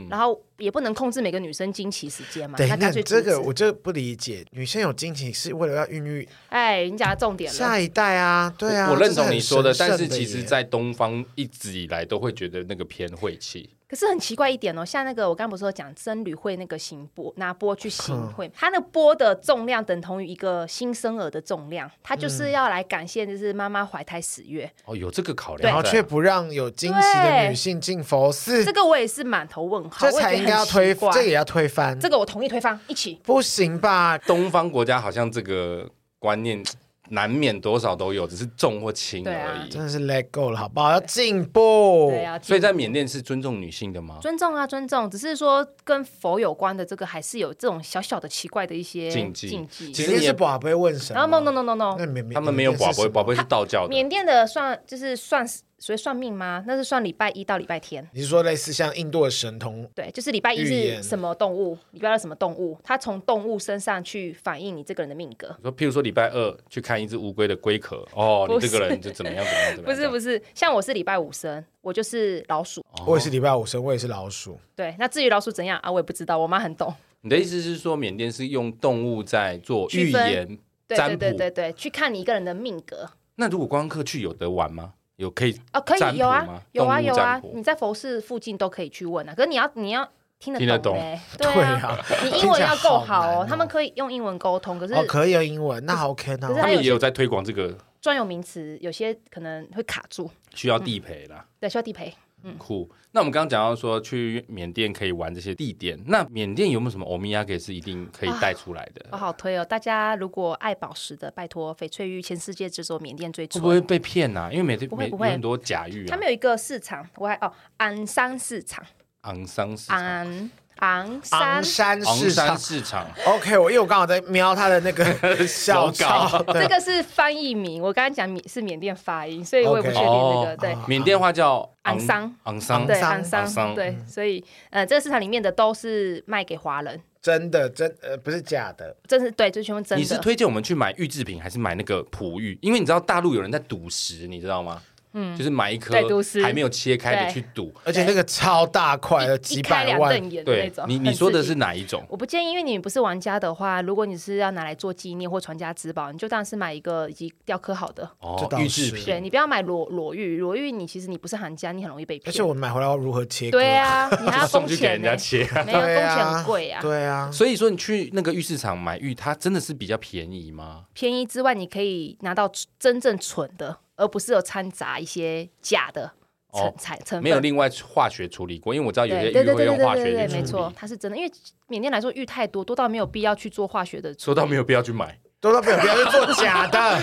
S3: 然后也不能控制每个女生经期时间嘛，
S2: 等
S3: 那
S2: 一下，
S3: 干
S2: 你
S3: 脆
S2: 这
S3: 阻
S2: 个
S3: 止
S2: 我这不理解，女生有惊情是为了要孕育
S3: 哎，你讲到重点了
S2: 下。一代啊，对啊，
S1: 我认
S2: 这是
S1: 同
S2: 很
S1: 你说的，
S2: 神
S1: 但
S2: 圣
S1: 是其实，
S2: 耶
S1: 在东方一直以来都会觉得那个偏晦气。
S3: 可是很奇怪一点哦，像那个我刚不是有讲僧侣会那个行钵，拿钵去行会，它那钵的重量等同于一个新生儿的重量，它
S2: 嗯
S3: 就是要来感谢就是妈妈怀胎十月。
S1: 哦，有这个考
S3: 对
S1: 量
S2: 然后
S1: 在，
S2: 却不让有惊喜的女性进佛寺
S3: 这，个我也是满头问号，
S2: 这
S3: 我也觉
S2: 才
S3: 得
S2: 应该要
S3: 很
S2: 推，
S3: 奇怪
S2: 这也要推翻，
S3: 这个我同意推翻一起。
S2: 不行吧？
S1: 东方国家好像这个观念难免多少都有，只是重或轻
S3: 对啊
S1: 而已。
S2: 真的是 let go 了，好不好？要进步。
S3: 对啊，
S1: 哦所以在缅甸是尊重女性的吗？
S3: 尊重啊，尊重，只是说跟佛有关的这个还是有这种小小的奇怪的一些
S1: 禁忌
S3: 禁忌
S1: 其实
S2: 缅甸
S1: 你也
S2: 是宝贝问什么？
S3: 然后 no no no no no，
S2: 那缅
S1: 他们没有
S2: 缅
S1: 宝
S2: 甸是
S1: 贝，
S2: 什么
S1: 宝贝是道教的。
S3: 缅甸的算就是算所以算命吗？那是算礼拜一到礼拜天。
S2: 你是说类似像印度的神童？
S3: 对，就是礼拜一
S2: 预言
S3: 是什么动物，礼拜二什么动物，它从动物身上去反映你这个人的命格。
S1: 说，譬如说礼拜二去看一只乌龟的龟壳，哦，你
S3: 不
S1: 这
S3: 是
S1: 个人就怎么样怎么样怎么
S3: 不
S1: 样。
S3: 是不是，像我是礼拜五生，我就是老鼠。
S1: 哦
S2: 我也是礼拜五生，我也是老鼠。
S3: 对，那至于老鼠怎样啊，我也不知道，我妈很懂。
S1: 你的意思是说，缅甸是用动物在做
S3: 区
S1: 预
S3: 分
S1: 言
S3: 对
S1: 占
S3: 对
S1: 卜
S3: 对对对，去看你一个人的命格。
S1: 那如果观光客去有得玩吗？有可以
S3: 哦，可
S1: 占
S3: 以
S1: 卜
S3: 有
S1: 吗
S3: 啊，有啊，
S1: 动物
S3: 有
S1: 占
S3: 啊
S1: 卜，
S3: 你在佛寺附近都可以去问啊。可是你要你要听得
S1: 听得懂
S3: 嘞，
S2: 对
S3: 对
S2: 啊
S3: 啊， 你英文要够
S2: 听起来好
S3: 好
S2: 难哦
S3: 哦。他们可以用英文沟通，可是
S2: 哦，可以有英文，那好 OK 呢
S3: 可。
S1: 他
S3: 是还
S1: 们
S3: 有
S1: 也有在推广这个，
S3: 专有名词有些可能会卡住，
S1: 需要
S3: 嗯
S1: 地陪啦。
S3: 对，需要地陪。
S1: 酷。那我们刚刚讲到说去缅甸可以玩这些地点，那缅甸有没有什么欧米亚给是一定可以
S3: 啊
S1: 带出来的？
S3: 我好推哦！大家如果爱宝石的，拜托翡翠玉，全世界只有缅甸最
S1: 会
S3: 纯。
S1: 不会被骗啊？因为缅甸
S3: 不会
S1: 缅
S3: 不会
S1: 有很多假玉
S3: 他
S1: 啊，
S3: 们有一个市场，我还哦，昂山市场，
S1: 昂桑市场，
S3: 昂昂山
S2: 昂。山
S1: 昂
S2: 市
S1: 山
S2: 场
S1: 市场，
S2: ，OK，我因为我刚好在瞄他的那 个小
S1: 手
S2: 抄，
S3: 这
S2: 对，
S3: 个是翻译名，我刚才讲缅是缅甸发音，所以我也不
S2: OK
S3: 确定这
S1: 哦
S3: 个。 对，
S1: 缅甸话叫
S3: 昂桑嗯
S1: 昂桑，
S3: 对，
S2: 桑
S3: 昂
S1: 昂桑嗯
S3: 桑，对，所以呃，这个市场里面的都是卖给华人，
S2: 真的真呃不是假的，
S3: 真是对，这全部真
S1: 你是
S3: 的。
S1: 推荐我们去买玉制品，还是买那个璞玉？因为你知道大陆有人在赌石，你知道吗？嗯，就是买一颗
S3: 对赌石
S1: 还没有切开的
S3: 对
S1: 去赌。
S2: 而且那个超大块的
S3: 一
S2: 几
S3: 开
S2: 百
S3: 两
S2: 万，
S3: 瞪眼的那
S1: 对
S3: 种。
S1: 你，
S3: 很
S1: 你说的
S3: 刺激
S1: 是哪一种？
S3: 我不建议，因为你不是玩家的话，如果你是要拿来做纪念或传家之宝，你就当然是买一个已经雕刻好的。
S2: 这
S1: 哦，
S2: 倒
S1: 玉制
S2: 是
S1: 品。
S3: 对你不要买裸裸玉，裸玉你其实你不是行家，你很容易被
S2: 而且
S3: 骗。
S2: 我买回来要如何切割？
S3: 对啊，你还要
S1: 送
S3: 工
S1: 去给
S3: 钱
S1: 人
S3: 呢、
S1: 家切。
S3: 没
S2: 对
S3: 有
S2: 啊，
S3: 工钱很贵啊。
S2: 对啊，
S1: 所以说，你去那个玉市场买玉，它真的是比较便宜吗？
S3: 便宜之外，你可以拿到真正纯的，而不是有掺杂一些假的
S1: 哦
S3: 成材成
S1: 没有
S3: 分。
S1: 另外化学处理过，因为我知道有些
S3: 嗯对
S1: 玉
S3: 对对
S1: 会
S3: 对
S1: 用
S3: 对
S1: 化
S3: 对
S1: 学
S3: 对，
S1: 去
S3: 没
S1: 处
S3: 错
S1: 理，。
S3: 它是真的，因为缅甸来说玉太多，多到没有必要去做化学的，
S1: 说到没有必要去买，
S2: 多到朋友不要去做假 的，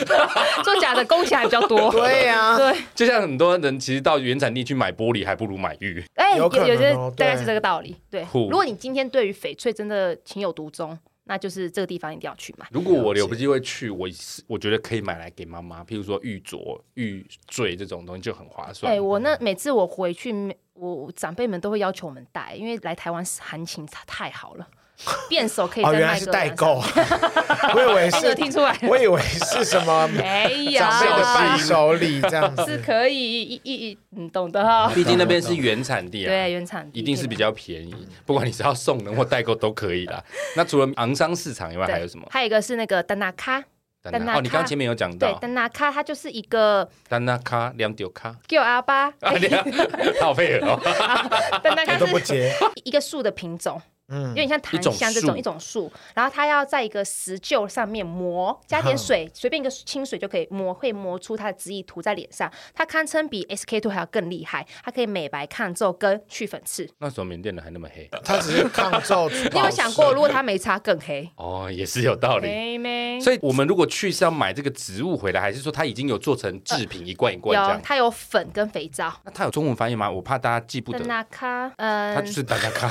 S3: 做假的工钱还比较多。
S2: 对啊，
S3: 对，
S1: 就像很多人其实到原产地去买玻璃，还不如买玉。
S3: 哎，
S2: 有
S3: 有
S2: 可能
S3: 有些
S2: 哦
S3: 大概
S2: 对
S3: 是这个道理。对，
S1: 酷
S3: 如果你今天对于翡翠真的情有独钟，那就是这个地方一定要去买。
S1: 如果我有机会去，我是我觉得可以买来给妈妈，譬如说玉镯、玉坠这种东西就很划算。
S3: 哎，我那每次我回去，我我长辈们都会要求我们带，因为来台湾行情太好了，变手可以
S2: 哦，
S3: 再
S2: 原
S3: 卖
S2: 来
S3: 个
S2: 是
S3: 两
S2: 代
S3: 三
S2: 购， 我以为
S3: 哎你有
S2: 是，
S3: 听出来？
S2: 我以为是什 么
S3: 没有，
S2: 长辈的伴手礼这样
S3: 是
S2: 子。
S3: 可以一一一嗯，懂得哈。
S1: 毕竟那边是原产地啊，
S3: 对，原产地
S1: 哎一定是比较便宜。
S3: 啊
S1: 不管你是要送人或代购都可以啦。那除了昂商市场以外，
S3: 对
S1: 还有什么？
S3: 还有一个是那个丹纳卡，
S1: 丹
S3: 丹
S1: 娜
S3: 娜
S1: 哦，你刚
S3: 咖
S1: 前面有讲
S3: 对
S1: 到，
S3: 丹纳卡它就是一个
S1: 丹娜卡、两丢卡，
S3: Q R 八，
S1: 啊
S3: 丹
S1: 你好配合哦。
S3: 纳
S2: 我
S3: 卡
S2: 都不
S3: 是
S2: 接，
S3: 一个树的品种，
S2: 嗯
S3: 有，点像檀香这种
S1: 一种树
S3: 一种树，然后它要在一个石臼上面磨，加点水，随便一个清水就可以磨，会磨出它的汁液，涂在脸上。它堪称比 SK two 还要更厉害，它可以美白、抗皱跟去粉刺。
S1: 那时候缅甸人还那么黑
S3: 呃
S2: 他只是 抗皱。
S3: 你有想过，如果它没擦更黑？
S1: 哦，也是有道理。
S3: 妹妹
S1: 所以我们如果去是要买这个植物回来，还是说它已经有做成制品一罐一罐这
S3: 有
S1: 样？
S3: 它有粉跟肥皂。
S1: 那它有中文翻译吗？我怕大家记不得
S3: 邓，纳卡，
S1: 它
S3: 嗯
S1: 就，是丹娜 卡，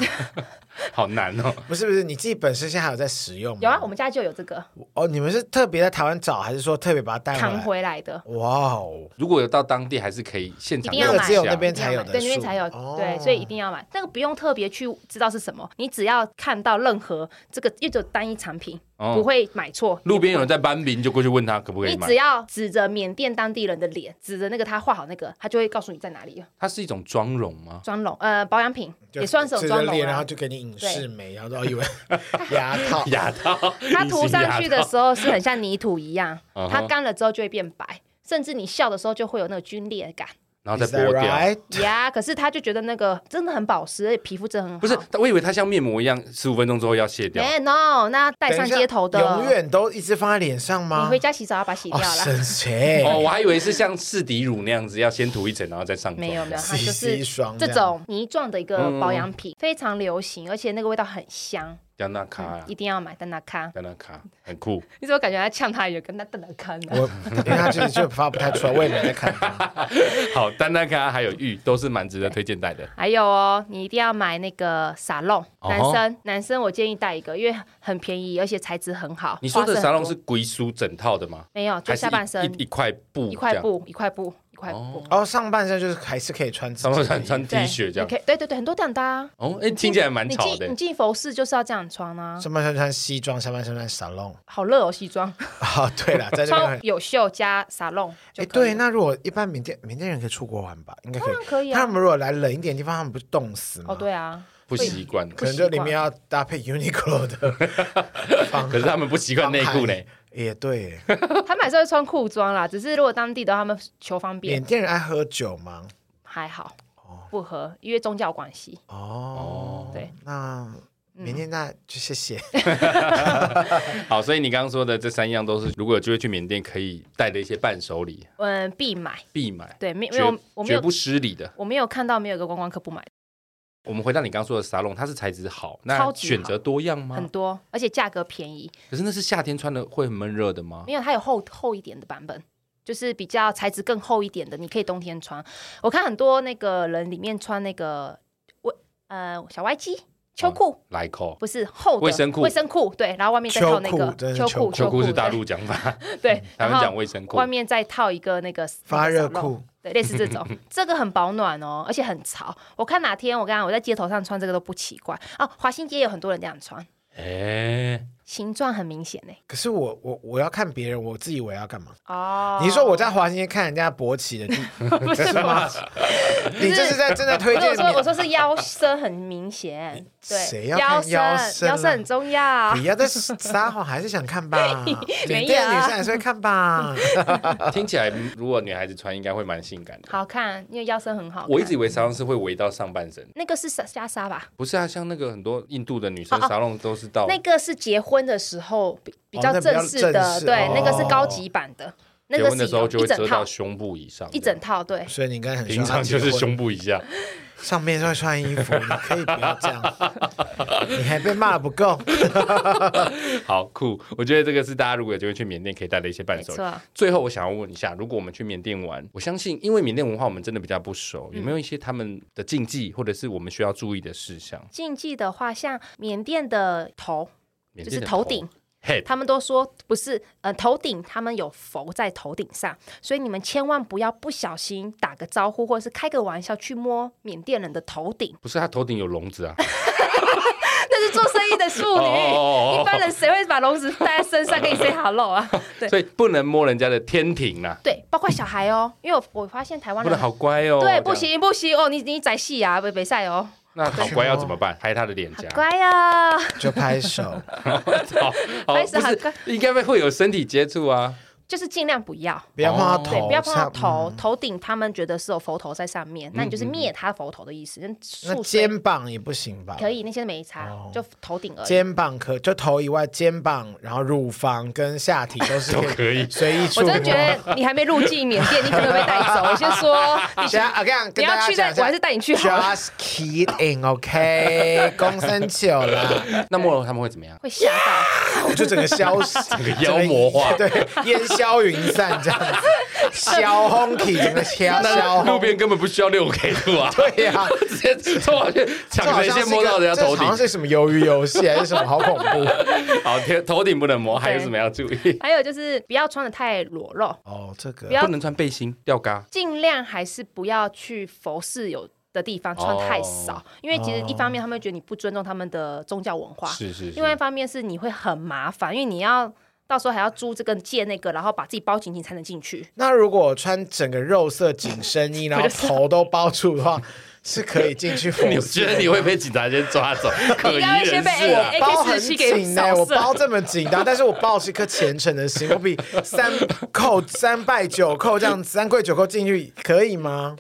S1: 好难哦。
S2: 不是不是，你自己本身现在还有在使用吗？
S3: 有啊，我们家就有这个
S2: 哦，你们是特别在台湾找，还是说特别把它带回
S3: 扛
S2: 来？
S3: 回来的。
S2: 哇哦，
S1: 如果有到当地，还是可以现场
S3: 一定
S1: 用
S3: 要
S2: 那
S1: 一
S2: 个
S3: 买
S1: 下
S2: 只有那边
S3: 一定要
S2: 才有
S3: 买
S2: 的树，
S3: 对，那边才有，
S2: 哦
S3: 对，所以一定要买。那个不用特别去知道是什么，你只要看到任何这个，因为只有单一产品，
S1: 哦
S3: 不会买错。
S1: 路边有人在搬饼，就过去问他可不可以
S3: 你
S1: 买
S3: 只。要指着缅甸当地人的脸，指着那个他画好那个，他就会告诉你在哪里了。
S1: 它是一种妆容 吗？
S3: 妆容，呃，保养品
S2: 就
S3: 也算是有
S2: 指
S3: 妆
S2: 着
S3: 容
S2: 脸然后
S3: 啊。
S2: 就给你影视美，然后都以 为牙套。
S1: 牙套，
S3: 它 涂上去的时候是很像泥土一样
S1: 嗯哼，
S3: 它干了之后就会变白，甚至你笑的时候就会有那个皲裂感。
S1: 然后再
S2: Is
S1: 剥
S2: that
S1: 掉。
S2: right？
S3: 呀可是他就觉得那个真的很保湿，而且皮肤真的很好。
S1: 不是，我以为它像面膜一样，十五分钟之后要卸掉。
S3: 哎、n o 那带
S2: 等
S3: 上
S2: 一下
S3: 街头的，
S2: 永远都一直放在脸上吗？
S3: 你回家洗澡要把它洗掉
S2: 哦，
S3: 啦。
S2: 神 奇！
S1: 哦，我还以为是像士迪乳那样子，要先涂一层，然后再上妆。
S3: 没有没有，它就
S2: CC
S3: 是
S2: 霜
S3: 这
S2: 这样
S3: 种泥状的一
S1: 嗯
S3: 个保养品，非常流行，而且那个味道很香，
S1: 加纳卡
S3: 嗯
S1: 啊，
S3: 一定要买。丹娜康，
S1: 加纳卡很酷。
S3: 你怎么感觉他呛他有跟他丹娜康呢？
S2: 我因为他其实就发不太出来，我也没在 看他。
S1: 好，丹丹卡还有玉都是蛮值得推荐带 的。
S3: 还有哦，你一定要买那个沙龙，
S1: 哦
S3: 男生男生我建议带一个，因为很便宜，而且材质很好。
S1: 你说
S3: 花色
S1: 的
S3: 很
S1: 沙龙
S3: 多
S1: 是龟梳整套的吗？
S3: 没有，就
S1: 还是
S3: 哦下半身
S1: 一一一块布？
S3: 一块。布一块布一块布，
S2: 然后哦上半身就是还是可以穿自
S1: 上
S2: 己的衣服，
S1: 面穿穿 T
S3: 对
S1: 恤这样
S3: 你。可以对对对，很多这样搭啊。
S1: 哦，哎，听起来蛮
S3: 你
S1: 潮
S3: 进你
S1: 的。
S3: 进佛寺就是要这样穿啊，
S2: 上半身穿西装，下半身穿 salon。
S3: 好热哦，西装
S2: 哦，对了， 在这边
S3: 穿
S2: 很。
S3: 有袖加沙龙就
S2: 哎，
S3: 可以
S2: 对，
S3: 了
S2: 那如果一般缅甸缅甸人可以出国玩吧？应该可
S3: 当
S2: 以
S3: 然。可以
S2: 他
S3: 啊。
S2: 们如果来冷一点的地方，他们不是冻死吗？
S3: 哦，对啊，
S1: 不习惯，
S2: 可能就里面要搭配 Uniqlo 的防
S1: 可是他们不习惯 内 裤呢。
S2: 也对。
S3: 他们还是会穿裤装啦，只是如果当地的话他们求方
S2: 缅
S3: 便
S2: 甸人爱喝酒吗？
S3: 还好，不合，因为宗教关系。
S2: 哦，
S3: 对，
S2: 那缅甸那就谢 谢。
S1: 好，所以你刚刚说的这三样都是，如果有机会去缅甸可以带的一些伴手礼，
S3: 嗯，必买。
S1: 必买，
S3: 对，没
S1: 绝
S3: 没有，我没
S1: 绝
S3: 有，
S1: 不失礼的。
S3: 我没有看到没有一个观光客不买的，
S1: 我们回到你刚刚说的沙龙，它是材质好，
S3: 超
S1: 那
S3: 级好
S1: 选择多样
S3: 很
S1: 吗？
S3: 多，而且价格便宜。
S1: 可是那是夏天穿的会很闷热的吗？
S3: 没有，它有厚厚一点的版本，就是比较材质更厚一点的，你可以冬天穿。我看很多那个人里面穿那个我呃小外机秋裤。
S1: 来扣。
S3: 不是厚的
S1: 卫生裤
S3: 卫生裤对，然后外面再套那
S2: 秋裤真
S3: 个
S2: 的是秋
S3: 裤，
S2: 裤
S1: 秋裤是
S3: 对
S1: 大陆讲法，
S3: 对，
S1: 台
S3: 然
S1: 湾
S3: 后
S1: 讲卫生裤
S3: 外。面再套一个那个
S2: 发热，
S3: 那个
S2: 裤
S3: 对，类似这 种，这个很保暖哦，而且很潮。我看哪天我刚刚我在街头上穿这个都不奇怪啊，华新街有很多人这样穿，
S1: 哎，
S3: 形状很明显呢。欸
S2: 可是我我我要看别人，我自己我要干嘛？
S3: 哦，
S2: 你说我在华新街看人家勃起 的地，
S3: 不是吗？
S2: 你这是在真的推
S3: 所以
S2: 荐
S3: 我
S2: 哎你？
S3: 说我
S2: 啊
S3: 说是腰身很明显，对，
S2: 谁要看
S3: 腰
S2: 腰
S3: 身
S2: 身啊
S3: 腰身很重要
S2: 不。要再撒谎，哎还是想看吧？缅
S3: 没有
S2: 甸
S3: 啊
S2: 的女生还是会看吧？
S1: 听起来如果女孩子穿，应该会蛮性感的。
S3: 好看，因为腰身很好看。
S1: 我一直以为沙龙是会围到上半身，
S3: 那个是纱袈裟吧？
S1: 不是啊，像那个很多印度的女生
S3: 哦哦
S1: 沙龙都是到
S3: 那个是结婚的时候比比较
S2: 那比较
S3: 正式的，
S2: 正式
S3: 对，
S2: 哦
S3: 那个是高级版的，那
S1: 结
S3: 个
S1: 婚
S3: 是
S1: 的时候就
S3: 有
S1: 会
S3: 一
S1: 遮
S3: 整套
S1: 到胸部以上，
S3: 一整套，对，
S2: 所以你应该很喜
S1: 平
S2: 欢
S1: 常就是胸部以 下。
S2: 上面会穿衣 服，你可以不要这样，你还被骂不够。
S1: 好酷，我觉得这个是大家如果有机会去缅甸可以带的一些伴
S3: 没
S1: 手礼。
S3: 错。
S1: 最后，我想要问一下，如果我们去缅甸玩，我相信因为缅甸文化我们真的比较不熟，有没有一些他们的禁忌，或者是我们需要注意的事项？
S3: 禁忌的话，像缅甸的头
S1: 缅
S3: 就是
S1: 甸的
S3: 头顶，
S1: head
S3: 他们都说不是，呃，头顶他们有佛在头顶上，所以你们千万不要不小心打个招呼或者是开个玩笑去摸缅甸人的头顶，
S1: 不是他头顶有笼子啊，
S3: 那是做生意的妇
S1: 哦哦哦哦
S3: 女，一般人谁会把笼子带在身上跟你 say hello 啊？对
S1: 所以不能摸人家的天庭啦、
S3: 对，包括小孩哦，因为我我发现台湾
S1: 不
S3: 人
S1: 能好乖哦。
S3: 对，不
S1: 这样，
S3: 行不行哦，你你仔细啊，北北赛哦，
S1: 那好乖要怎么办？拍他的脸
S3: 好
S1: 颊，
S3: 乖啊，
S2: 就拍 手，
S1: 好，好，
S3: 拍手好
S1: 不
S3: 乖
S1: 是应该会有身体接触啊。
S3: 就是尽量不要。
S2: 不要碰到
S1: 哦
S3: 对，
S2: 头，嗯
S3: 不要碰到
S2: 像
S3: 头，头顶他们觉得是有佛头在上面，那你就是灭他佛头的意思。那
S2: 那
S3: 树水
S2: 肩膀也不行吧？
S3: 可以，那些没差，
S2: 哦
S3: 就头顶而已。
S2: 肩膀可就头以外，肩膀，然后乳房跟下体都是
S1: 都可以
S2: 随意触
S3: 我
S2: 摸。
S3: 真的觉得你还没入境缅甸，你可能会被带走。我先说， 你
S2: 等一下啊，这样
S3: 你
S2: 跟大
S3: 要
S2: 家
S3: 去
S2: 讲一
S3: 再，我
S2: 下
S3: 还是带你去好了。
S2: Just kidding，OK，公 生球啦，
S1: 那摸了他们会怎么样？
S3: 会吓到，
S2: 我就整个消 失，整
S1: 个妖魔化
S2: 对，烟消云散这样子，消轰体整个 消消
S1: 路
S2: 轰，
S1: 边根本不需要六 K 度啊，
S2: 对呀、
S1: 直接冲上去
S2: 这
S1: 抢
S2: 好
S1: 谁
S2: 像
S1: 先
S2: 是一
S1: 摸
S2: 个
S1: 到人家头
S2: 这好
S1: 顶。
S2: 像是什么鱿鱼游戏还是什么，好 恐怖
S1: 好，天头顶不能摸，还有什么要注意？
S3: 还有就是不要穿的太裸露，
S2: 哦！这个
S3: 不要
S1: 不能穿背心、吊嘎。
S3: 尽量还是不要去佛寺有的地方穿太少，因为其实一方面他们会觉得你不尊重他们的宗教文化，
S1: 是是是
S3: 另外一方面是你会很麻烦，因为你要到时候还要租这个借那个，然后把自己包紧紧才能进去。
S2: 那如果我穿整个肉色紧身衣， 然后头都包住的话，是可以进 去
S1: 你
S2: 佛寺
S1: 觉得你会被警察先抓走？可
S3: 你
S1: 疑
S3: 刚刚
S1: 人
S3: 先被
S1: 士啊！
S3: A
S2: 包
S3: K
S2: 很
S3: 四七给
S2: 紧呢、欸
S3: 扫
S2: 我
S3: 射，
S2: 包这么紧的，啊但是我抱是一颗虔诚的心，我比三叩三拜九叩这样子，三跪九叩进去可以吗？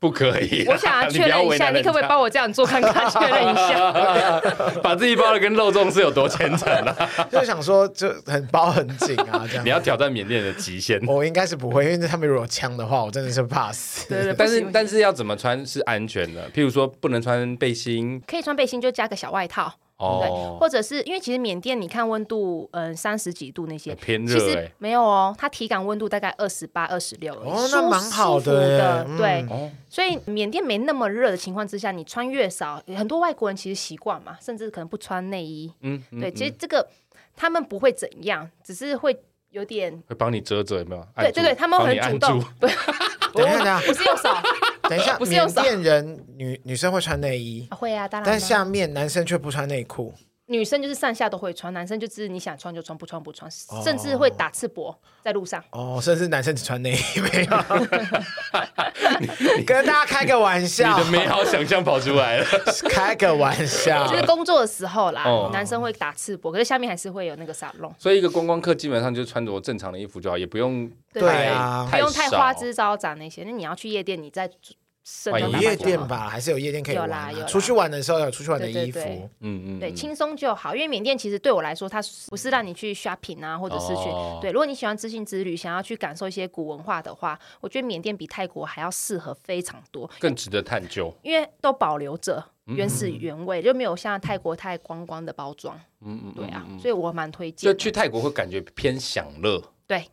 S1: 不可以啊。
S3: 我想 要
S1: 你
S3: 确
S1: 不要
S3: 认一
S1: 为
S3: 下，
S1: 难
S3: 你可不可
S1: 人
S3: 以
S1: 家
S3: 帮我这样做 看看，确认一下？
S1: 把自己包的跟肉粽是有多虔诚啊？
S2: 就是想说就很包很紧啊，这样。
S1: 你要挑战缅甸人的极限。
S2: 我应该是不会，因为他们如果有枪的话，我真的是怕死。
S3: 对对，不
S1: 但
S3: 行
S1: 是但是要怎么穿是安全的？譬如说不能穿背心
S3: 可以穿背心，就加个小外套。对，
S1: 哦，
S3: 或者是因为其实缅甸你看温度，嗯，三十几度那些
S1: 哎偏
S3: 其
S1: 热
S3: 实
S1: 哎。
S3: 没有哦，它体感温度大概二十八、二十六，
S2: 欸哦
S3: 舒
S2: 那蛮好
S3: 舒服
S2: 的耶
S3: 的，
S2: 嗯
S3: 对。
S1: 哦
S3: 所以缅甸没那么热的情况之下，你穿越少，很多外国人其实习惯嘛，甚至可能不穿内衣。
S1: 嗯，嗯
S3: 对，
S1: 嗯
S3: 其实这个他们不会怎样，只是会有点。
S1: 会帮你遮遮有没有？
S3: 对对对，他们
S1: 帮
S3: 很
S1: 你
S3: 主
S1: 按
S3: 动
S1: 住，
S3: 不
S2: 等一下，等一下，
S3: 不是用手，
S2: 等一下，
S3: 不是
S2: 缅
S3: 用手
S2: 甸人女女生会穿内衣，
S3: 会啊，当然
S2: 但
S3: 啦。
S2: 下面男生却不穿内裤。
S3: 女生就是上下都会穿，男生就是你想穿就穿，不穿不穿，甚至会打赤膊在路上。
S2: 哦，甚至男生只穿内衣没有。跟大家开个玩笑
S1: 你的，美好想象跑出来了。
S2: 开个玩笑
S3: 就。是工作的时候啦，
S1: 啊哦
S3: 男生会打赤膊，可是下面还是会有那个沙龙，
S1: 所以一个观光客基本上就穿着正常的衣服就好，也不用
S3: 对
S1: 太
S2: 对啊
S3: 不用太
S1: 少
S3: 花枝招展那些。那你要去夜店，你在盛
S1: 万
S3: 装
S1: 一
S2: 有哎
S3: 打扮
S2: 夜
S3: 就
S2: 店
S3: 好
S2: 吧，还是有夜店可以玩、啊
S3: 有啦有啦
S2: 出去玩的时候有出去玩的衣服，
S3: 对对对
S1: 嗯嗯，
S3: 对，
S1: 嗯
S3: 轻松就好。因为缅甸其实对我来说，它是不是让你去 shopping 啊，或者是去、
S1: 哦
S3: 对。如果你喜欢知性之旅，想要去感受一些古文化的话，我觉得缅甸比泰国还要适合非常多，
S1: 更值得探究。
S3: 因为都保留着原始原味，就没有像泰国太观光的包装。
S1: 嗯嗯，
S3: 对
S1: 嗯
S3: 啊，
S1: 嗯嗯
S3: 所以我蛮推荐
S1: 就
S3: 的。
S1: 去泰国会感觉偏享乐，
S3: 对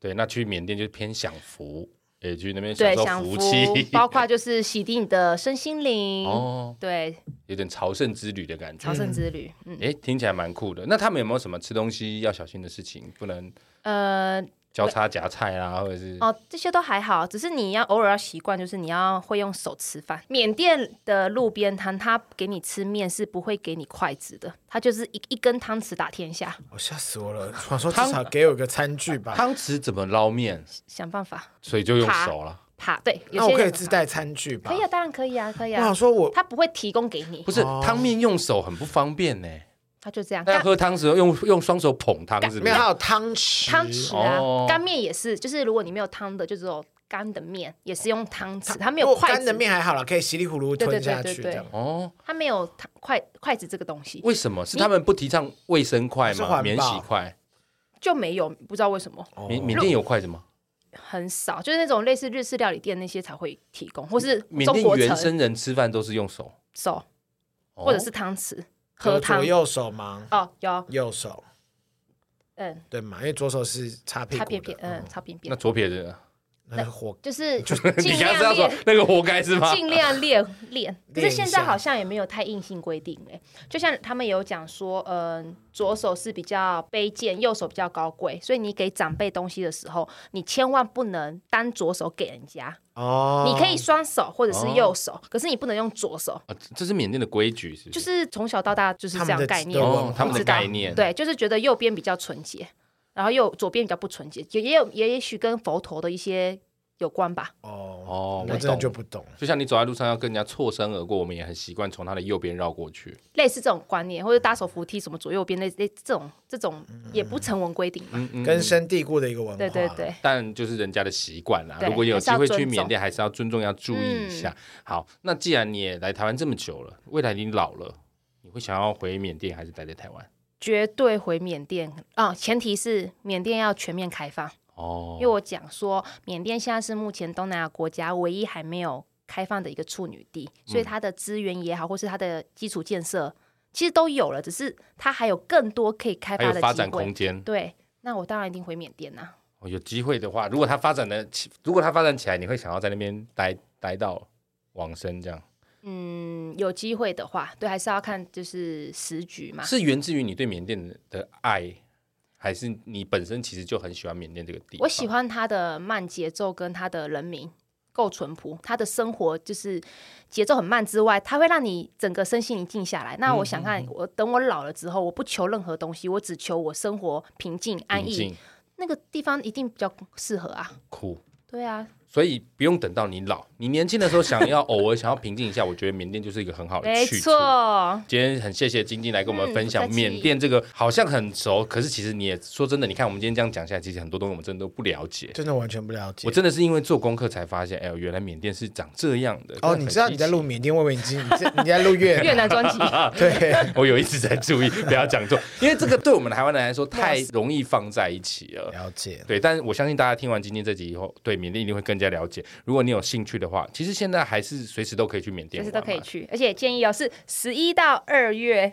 S1: 对，那去缅甸就是偏享福，也去那边享
S3: 对，
S1: 受
S3: 享
S1: 福
S3: 福
S1: 气，
S3: 包括就是洗涤你的身心灵。
S1: 哦，
S3: 对，
S1: 有点朝圣之旅的感觉
S3: 朝。圣之旅，嗯，
S1: 哎，听起来蛮酷的。那他们有没有什么吃东西要小心的事情？不能
S3: 呃，
S1: 交叉夹菜啦，或者是
S3: 哦，这些都还好，只是你要偶尔要习惯，就是你要会用手吃饭。缅甸的路边摊，他给你吃面是不会给你筷子的，他就是一一根汤匙打天下，
S2: 我哦吓死我了！想说至少给我一个餐具吧，
S1: 汤匙怎么捞面，
S3: 想办法
S1: 所以就用
S3: 爬
S1: 手了。
S3: 爬。对，有
S2: 那
S3: 些
S2: 我可以
S3: 人
S2: 自
S3: 爬，
S2: 带餐具吧
S3: 可以？啊，当然可以啊，可以
S2: 我想
S3: 啊，
S2: 说我，
S3: 他不会提供给你
S1: 不，是
S2: 哦
S1: 汤面用手很不方便呢，
S3: 他就这样。
S1: 大家
S3: 干
S1: 喝汤时候用用双手捧汤是不
S2: 没
S1: 是
S2: 有，？还有汤匙，
S3: 汤匙啊
S1: 哦，
S3: 干面也是，就是如果你没有汤的，就只有干的面，也是用汤匙，它没
S2: 如
S3: 有
S2: 果
S3: 筷
S2: 干的
S3: 子，
S2: 面还好了，可以稀里糊涂吞下去
S3: 对对对对
S2: 这样。
S1: 哦，
S3: 它没有汤筷筷子这个东西
S1: 为什么是他们不提倡卫生筷
S2: 是
S1: 吗？
S2: 环
S1: 免
S2: 保哦
S1: 洗筷，
S3: 就没有，不知道为什么。
S1: 缅缅甸有筷子吗？
S3: 很少，就是那种类似日式料理店那些才会提供，或是
S1: 缅
S3: 中
S1: 甸
S3: 国
S1: 原
S3: 城
S1: 生人吃饭都是用手，
S3: 手
S1: 哦
S3: 或者是汤匙喝
S2: 有左
S3: 汤。
S2: 右手吗？
S3: 哦，有，
S2: 右手
S3: 嗯，
S2: 对嘛，因为左手是擦屁
S3: 擦
S2: 股
S3: 便便，
S2: 的，
S3: 嗯，擦便
S1: 那
S3: 便，
S1: 左撇子呢，
S2: 那是火
S3: 就是
S1: 你刚刚
S3: 尽量
S1: 是要
S3: 练
S1: 说，那个活该是吗？
S3: 尽量练练。可是现
S2: 练一
S3: 在
S2: 下
S3: 好像也没有太硬性规定哎，就像他们有讲说，嗯、左手是比较卑贱，右手比较高贵，所以你给长辈东西的时候，你千万不能单左手给人家，
S2: 哦。
S3: 你可以双手或者是
S1: 哦
S3: 右手，可是你不能用左手。
S1: 啊，这这是缅甸的规矩，是不
S3: 就是是从小到大就是这
S2: 他们
S3: 样
S2: 的
S3: 概念，
S2: 哦
S3: 我不
S1: 他们的
S3: 知道
S1: 概念
S3: 对，就是觉得右边比较纯洁，然后右左边比较不纯洁，也也有也也许跟佛陀的一些有关吧。
S2: 哦，
S1: 哦，
S2: 我
S1: 我
S2: 真的
S1: 懂。
S2: 就不懂。
S1: 就像你走在路上要跟人家错身而过，我们也很习惯从他的右边绕过去。
S3: 类似这种观念，或者搭手扶梯什么左右边那那这种这种也不成文规定嘛。
S1: 嗯嗯嗯
S2: 根深蒂固的一个文化。
S3: 对对。对，
S1: 但就是人家的习惯啦。
S3: 对
S1: 如果有机
S3: 还
S1: 会
S3: 是要
S1: 去
S3: 尊重嗯
S1: 缅甸，还是要尊重，要注意一下。好，那既然你也来台湾这么久了，未来你老了，你会想要回缅甸还是待在台湾？
S3: 绝对回缅甸啊、前提是缅甸要全面开放，因为
S1: 哦，
S3: 我讲说缅甸现在是目前东南亚国家唯一还没有开放的一个处女地，
S1: 嗯
S3: 所以它的资源也好，或是它的基础建设，其实都有了，只是它还有更多可以开
S1: 还
S3: 发
S1: 有
S3: 的
S1: 发
S3: 机
S1: 展
S3: 会
S1: 空。间。
S3: 对，那我当然一定回缅甸呐、
S1: 哦，有机会的话，如果它发展的起，如果它发展起来，你会想要在那边待待到往生这样？
S3: 嗯，有机会的话，对，还是要看就是时局嘛。
S1: 是源自于你对缅甸的爱，还是你本身其实就很喜欢缅甸这个地方？
S3: 我喜欢他的慢节奏跟他的人民够淳朴，他的生活就是节奏很慢之外，他会让你整个身心一静下来。那我
S1: 嗯
S3: 想看，我等我老了之后，我不求任何东西，我只求我生活平静安
S1: 宁
S3: 逸。
S1: 静
S3: 那个地方一定比较适合啊。
S1: 酷。
S3: 对啊，
S1: 所以不用等到你老，你年轻的时候想要偶尔想要平静一下，我觉得缅甸就是一个很好的
S3: 没
S1: 去处。
S3: 错，
S1: 今天很谢谢晶晶来跟我们分
S3: 嗯
S1: 享
S3: 不客气
S1: 缅甸这个好像很熟，可是其实你也说真的，你看我们今天这样讲下来，其实很多东西我们真的都不了解。
S2: 真的完全不了解
S1: 我。真的是因为做功课才发现，哎呦，原来缅甸是长这样的。
S2: 哦，你知道你在录缅甸，我以为你今你在你在录 越
S3: 越
S2: 南，
S3: 南 专辑
S2: 对，
S1: 我有一直在注意，不要讲 错，因为这个对我们台湾人来说太容易放在一起了。
S2: 了解。
S1: 对，但是我相信大家听完今天这集以后，对缅甸一定会更加了解。如果你有兴趣的话，其实现在还是随时都可以去缅甸玩
S3: 随时
S1: 嘛，
S3: 都可以去，而且建议哦是十一到二月，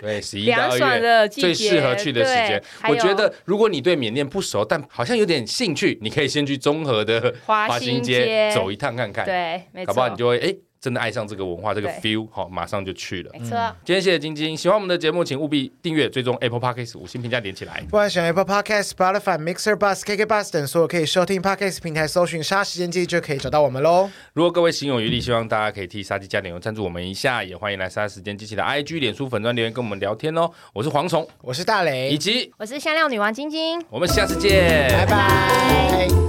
S1: 对，十一到
S3: 凉
S1: 二
S3: 爽
S1: 月
S3: 的季节
S1: 最适合去的时间
S3: 对。还
S1: 我
S3: 有
S1: 觉得，如果你对缅甸不熟，但好像有点兴趣，你可以先去综合 的
S3: 华
S1: 华
S3: 新
S1: 新街
S3: 街
S1: 走一趟看看，
S3: 对，没
S1: 搞不好
S3: 错
S1: 你，就会哎、真的爱上这个文化这个
S3: 对
S1: feel，好、马上就去了。
S3: 没错，
S1: 今天谢谢晶晶，喜欢我们的节目，请务必订阅、追踪 Apple Podcast 五星评价点起来。
S2: 不管选 Apple Podcast、Spotify、Mixer、Bus、KK Bus 等所有可以收听 Podcast 平台，搜寻“杀时间机”就可以找到我们喽。
S1: 如果各位心有余力，希望大家可以替杀鸡加点油赞助我们一下，也欢迎来杀时间机器的 IG、脸书粉专留言跟我们聊天哦。我是蝗虫，
S2: 我是大
S1: 以
S2: 雷，
S1: 及
S3: 我是香料女王晶晶。
S1: 我们下次见，
S2: 拜拜。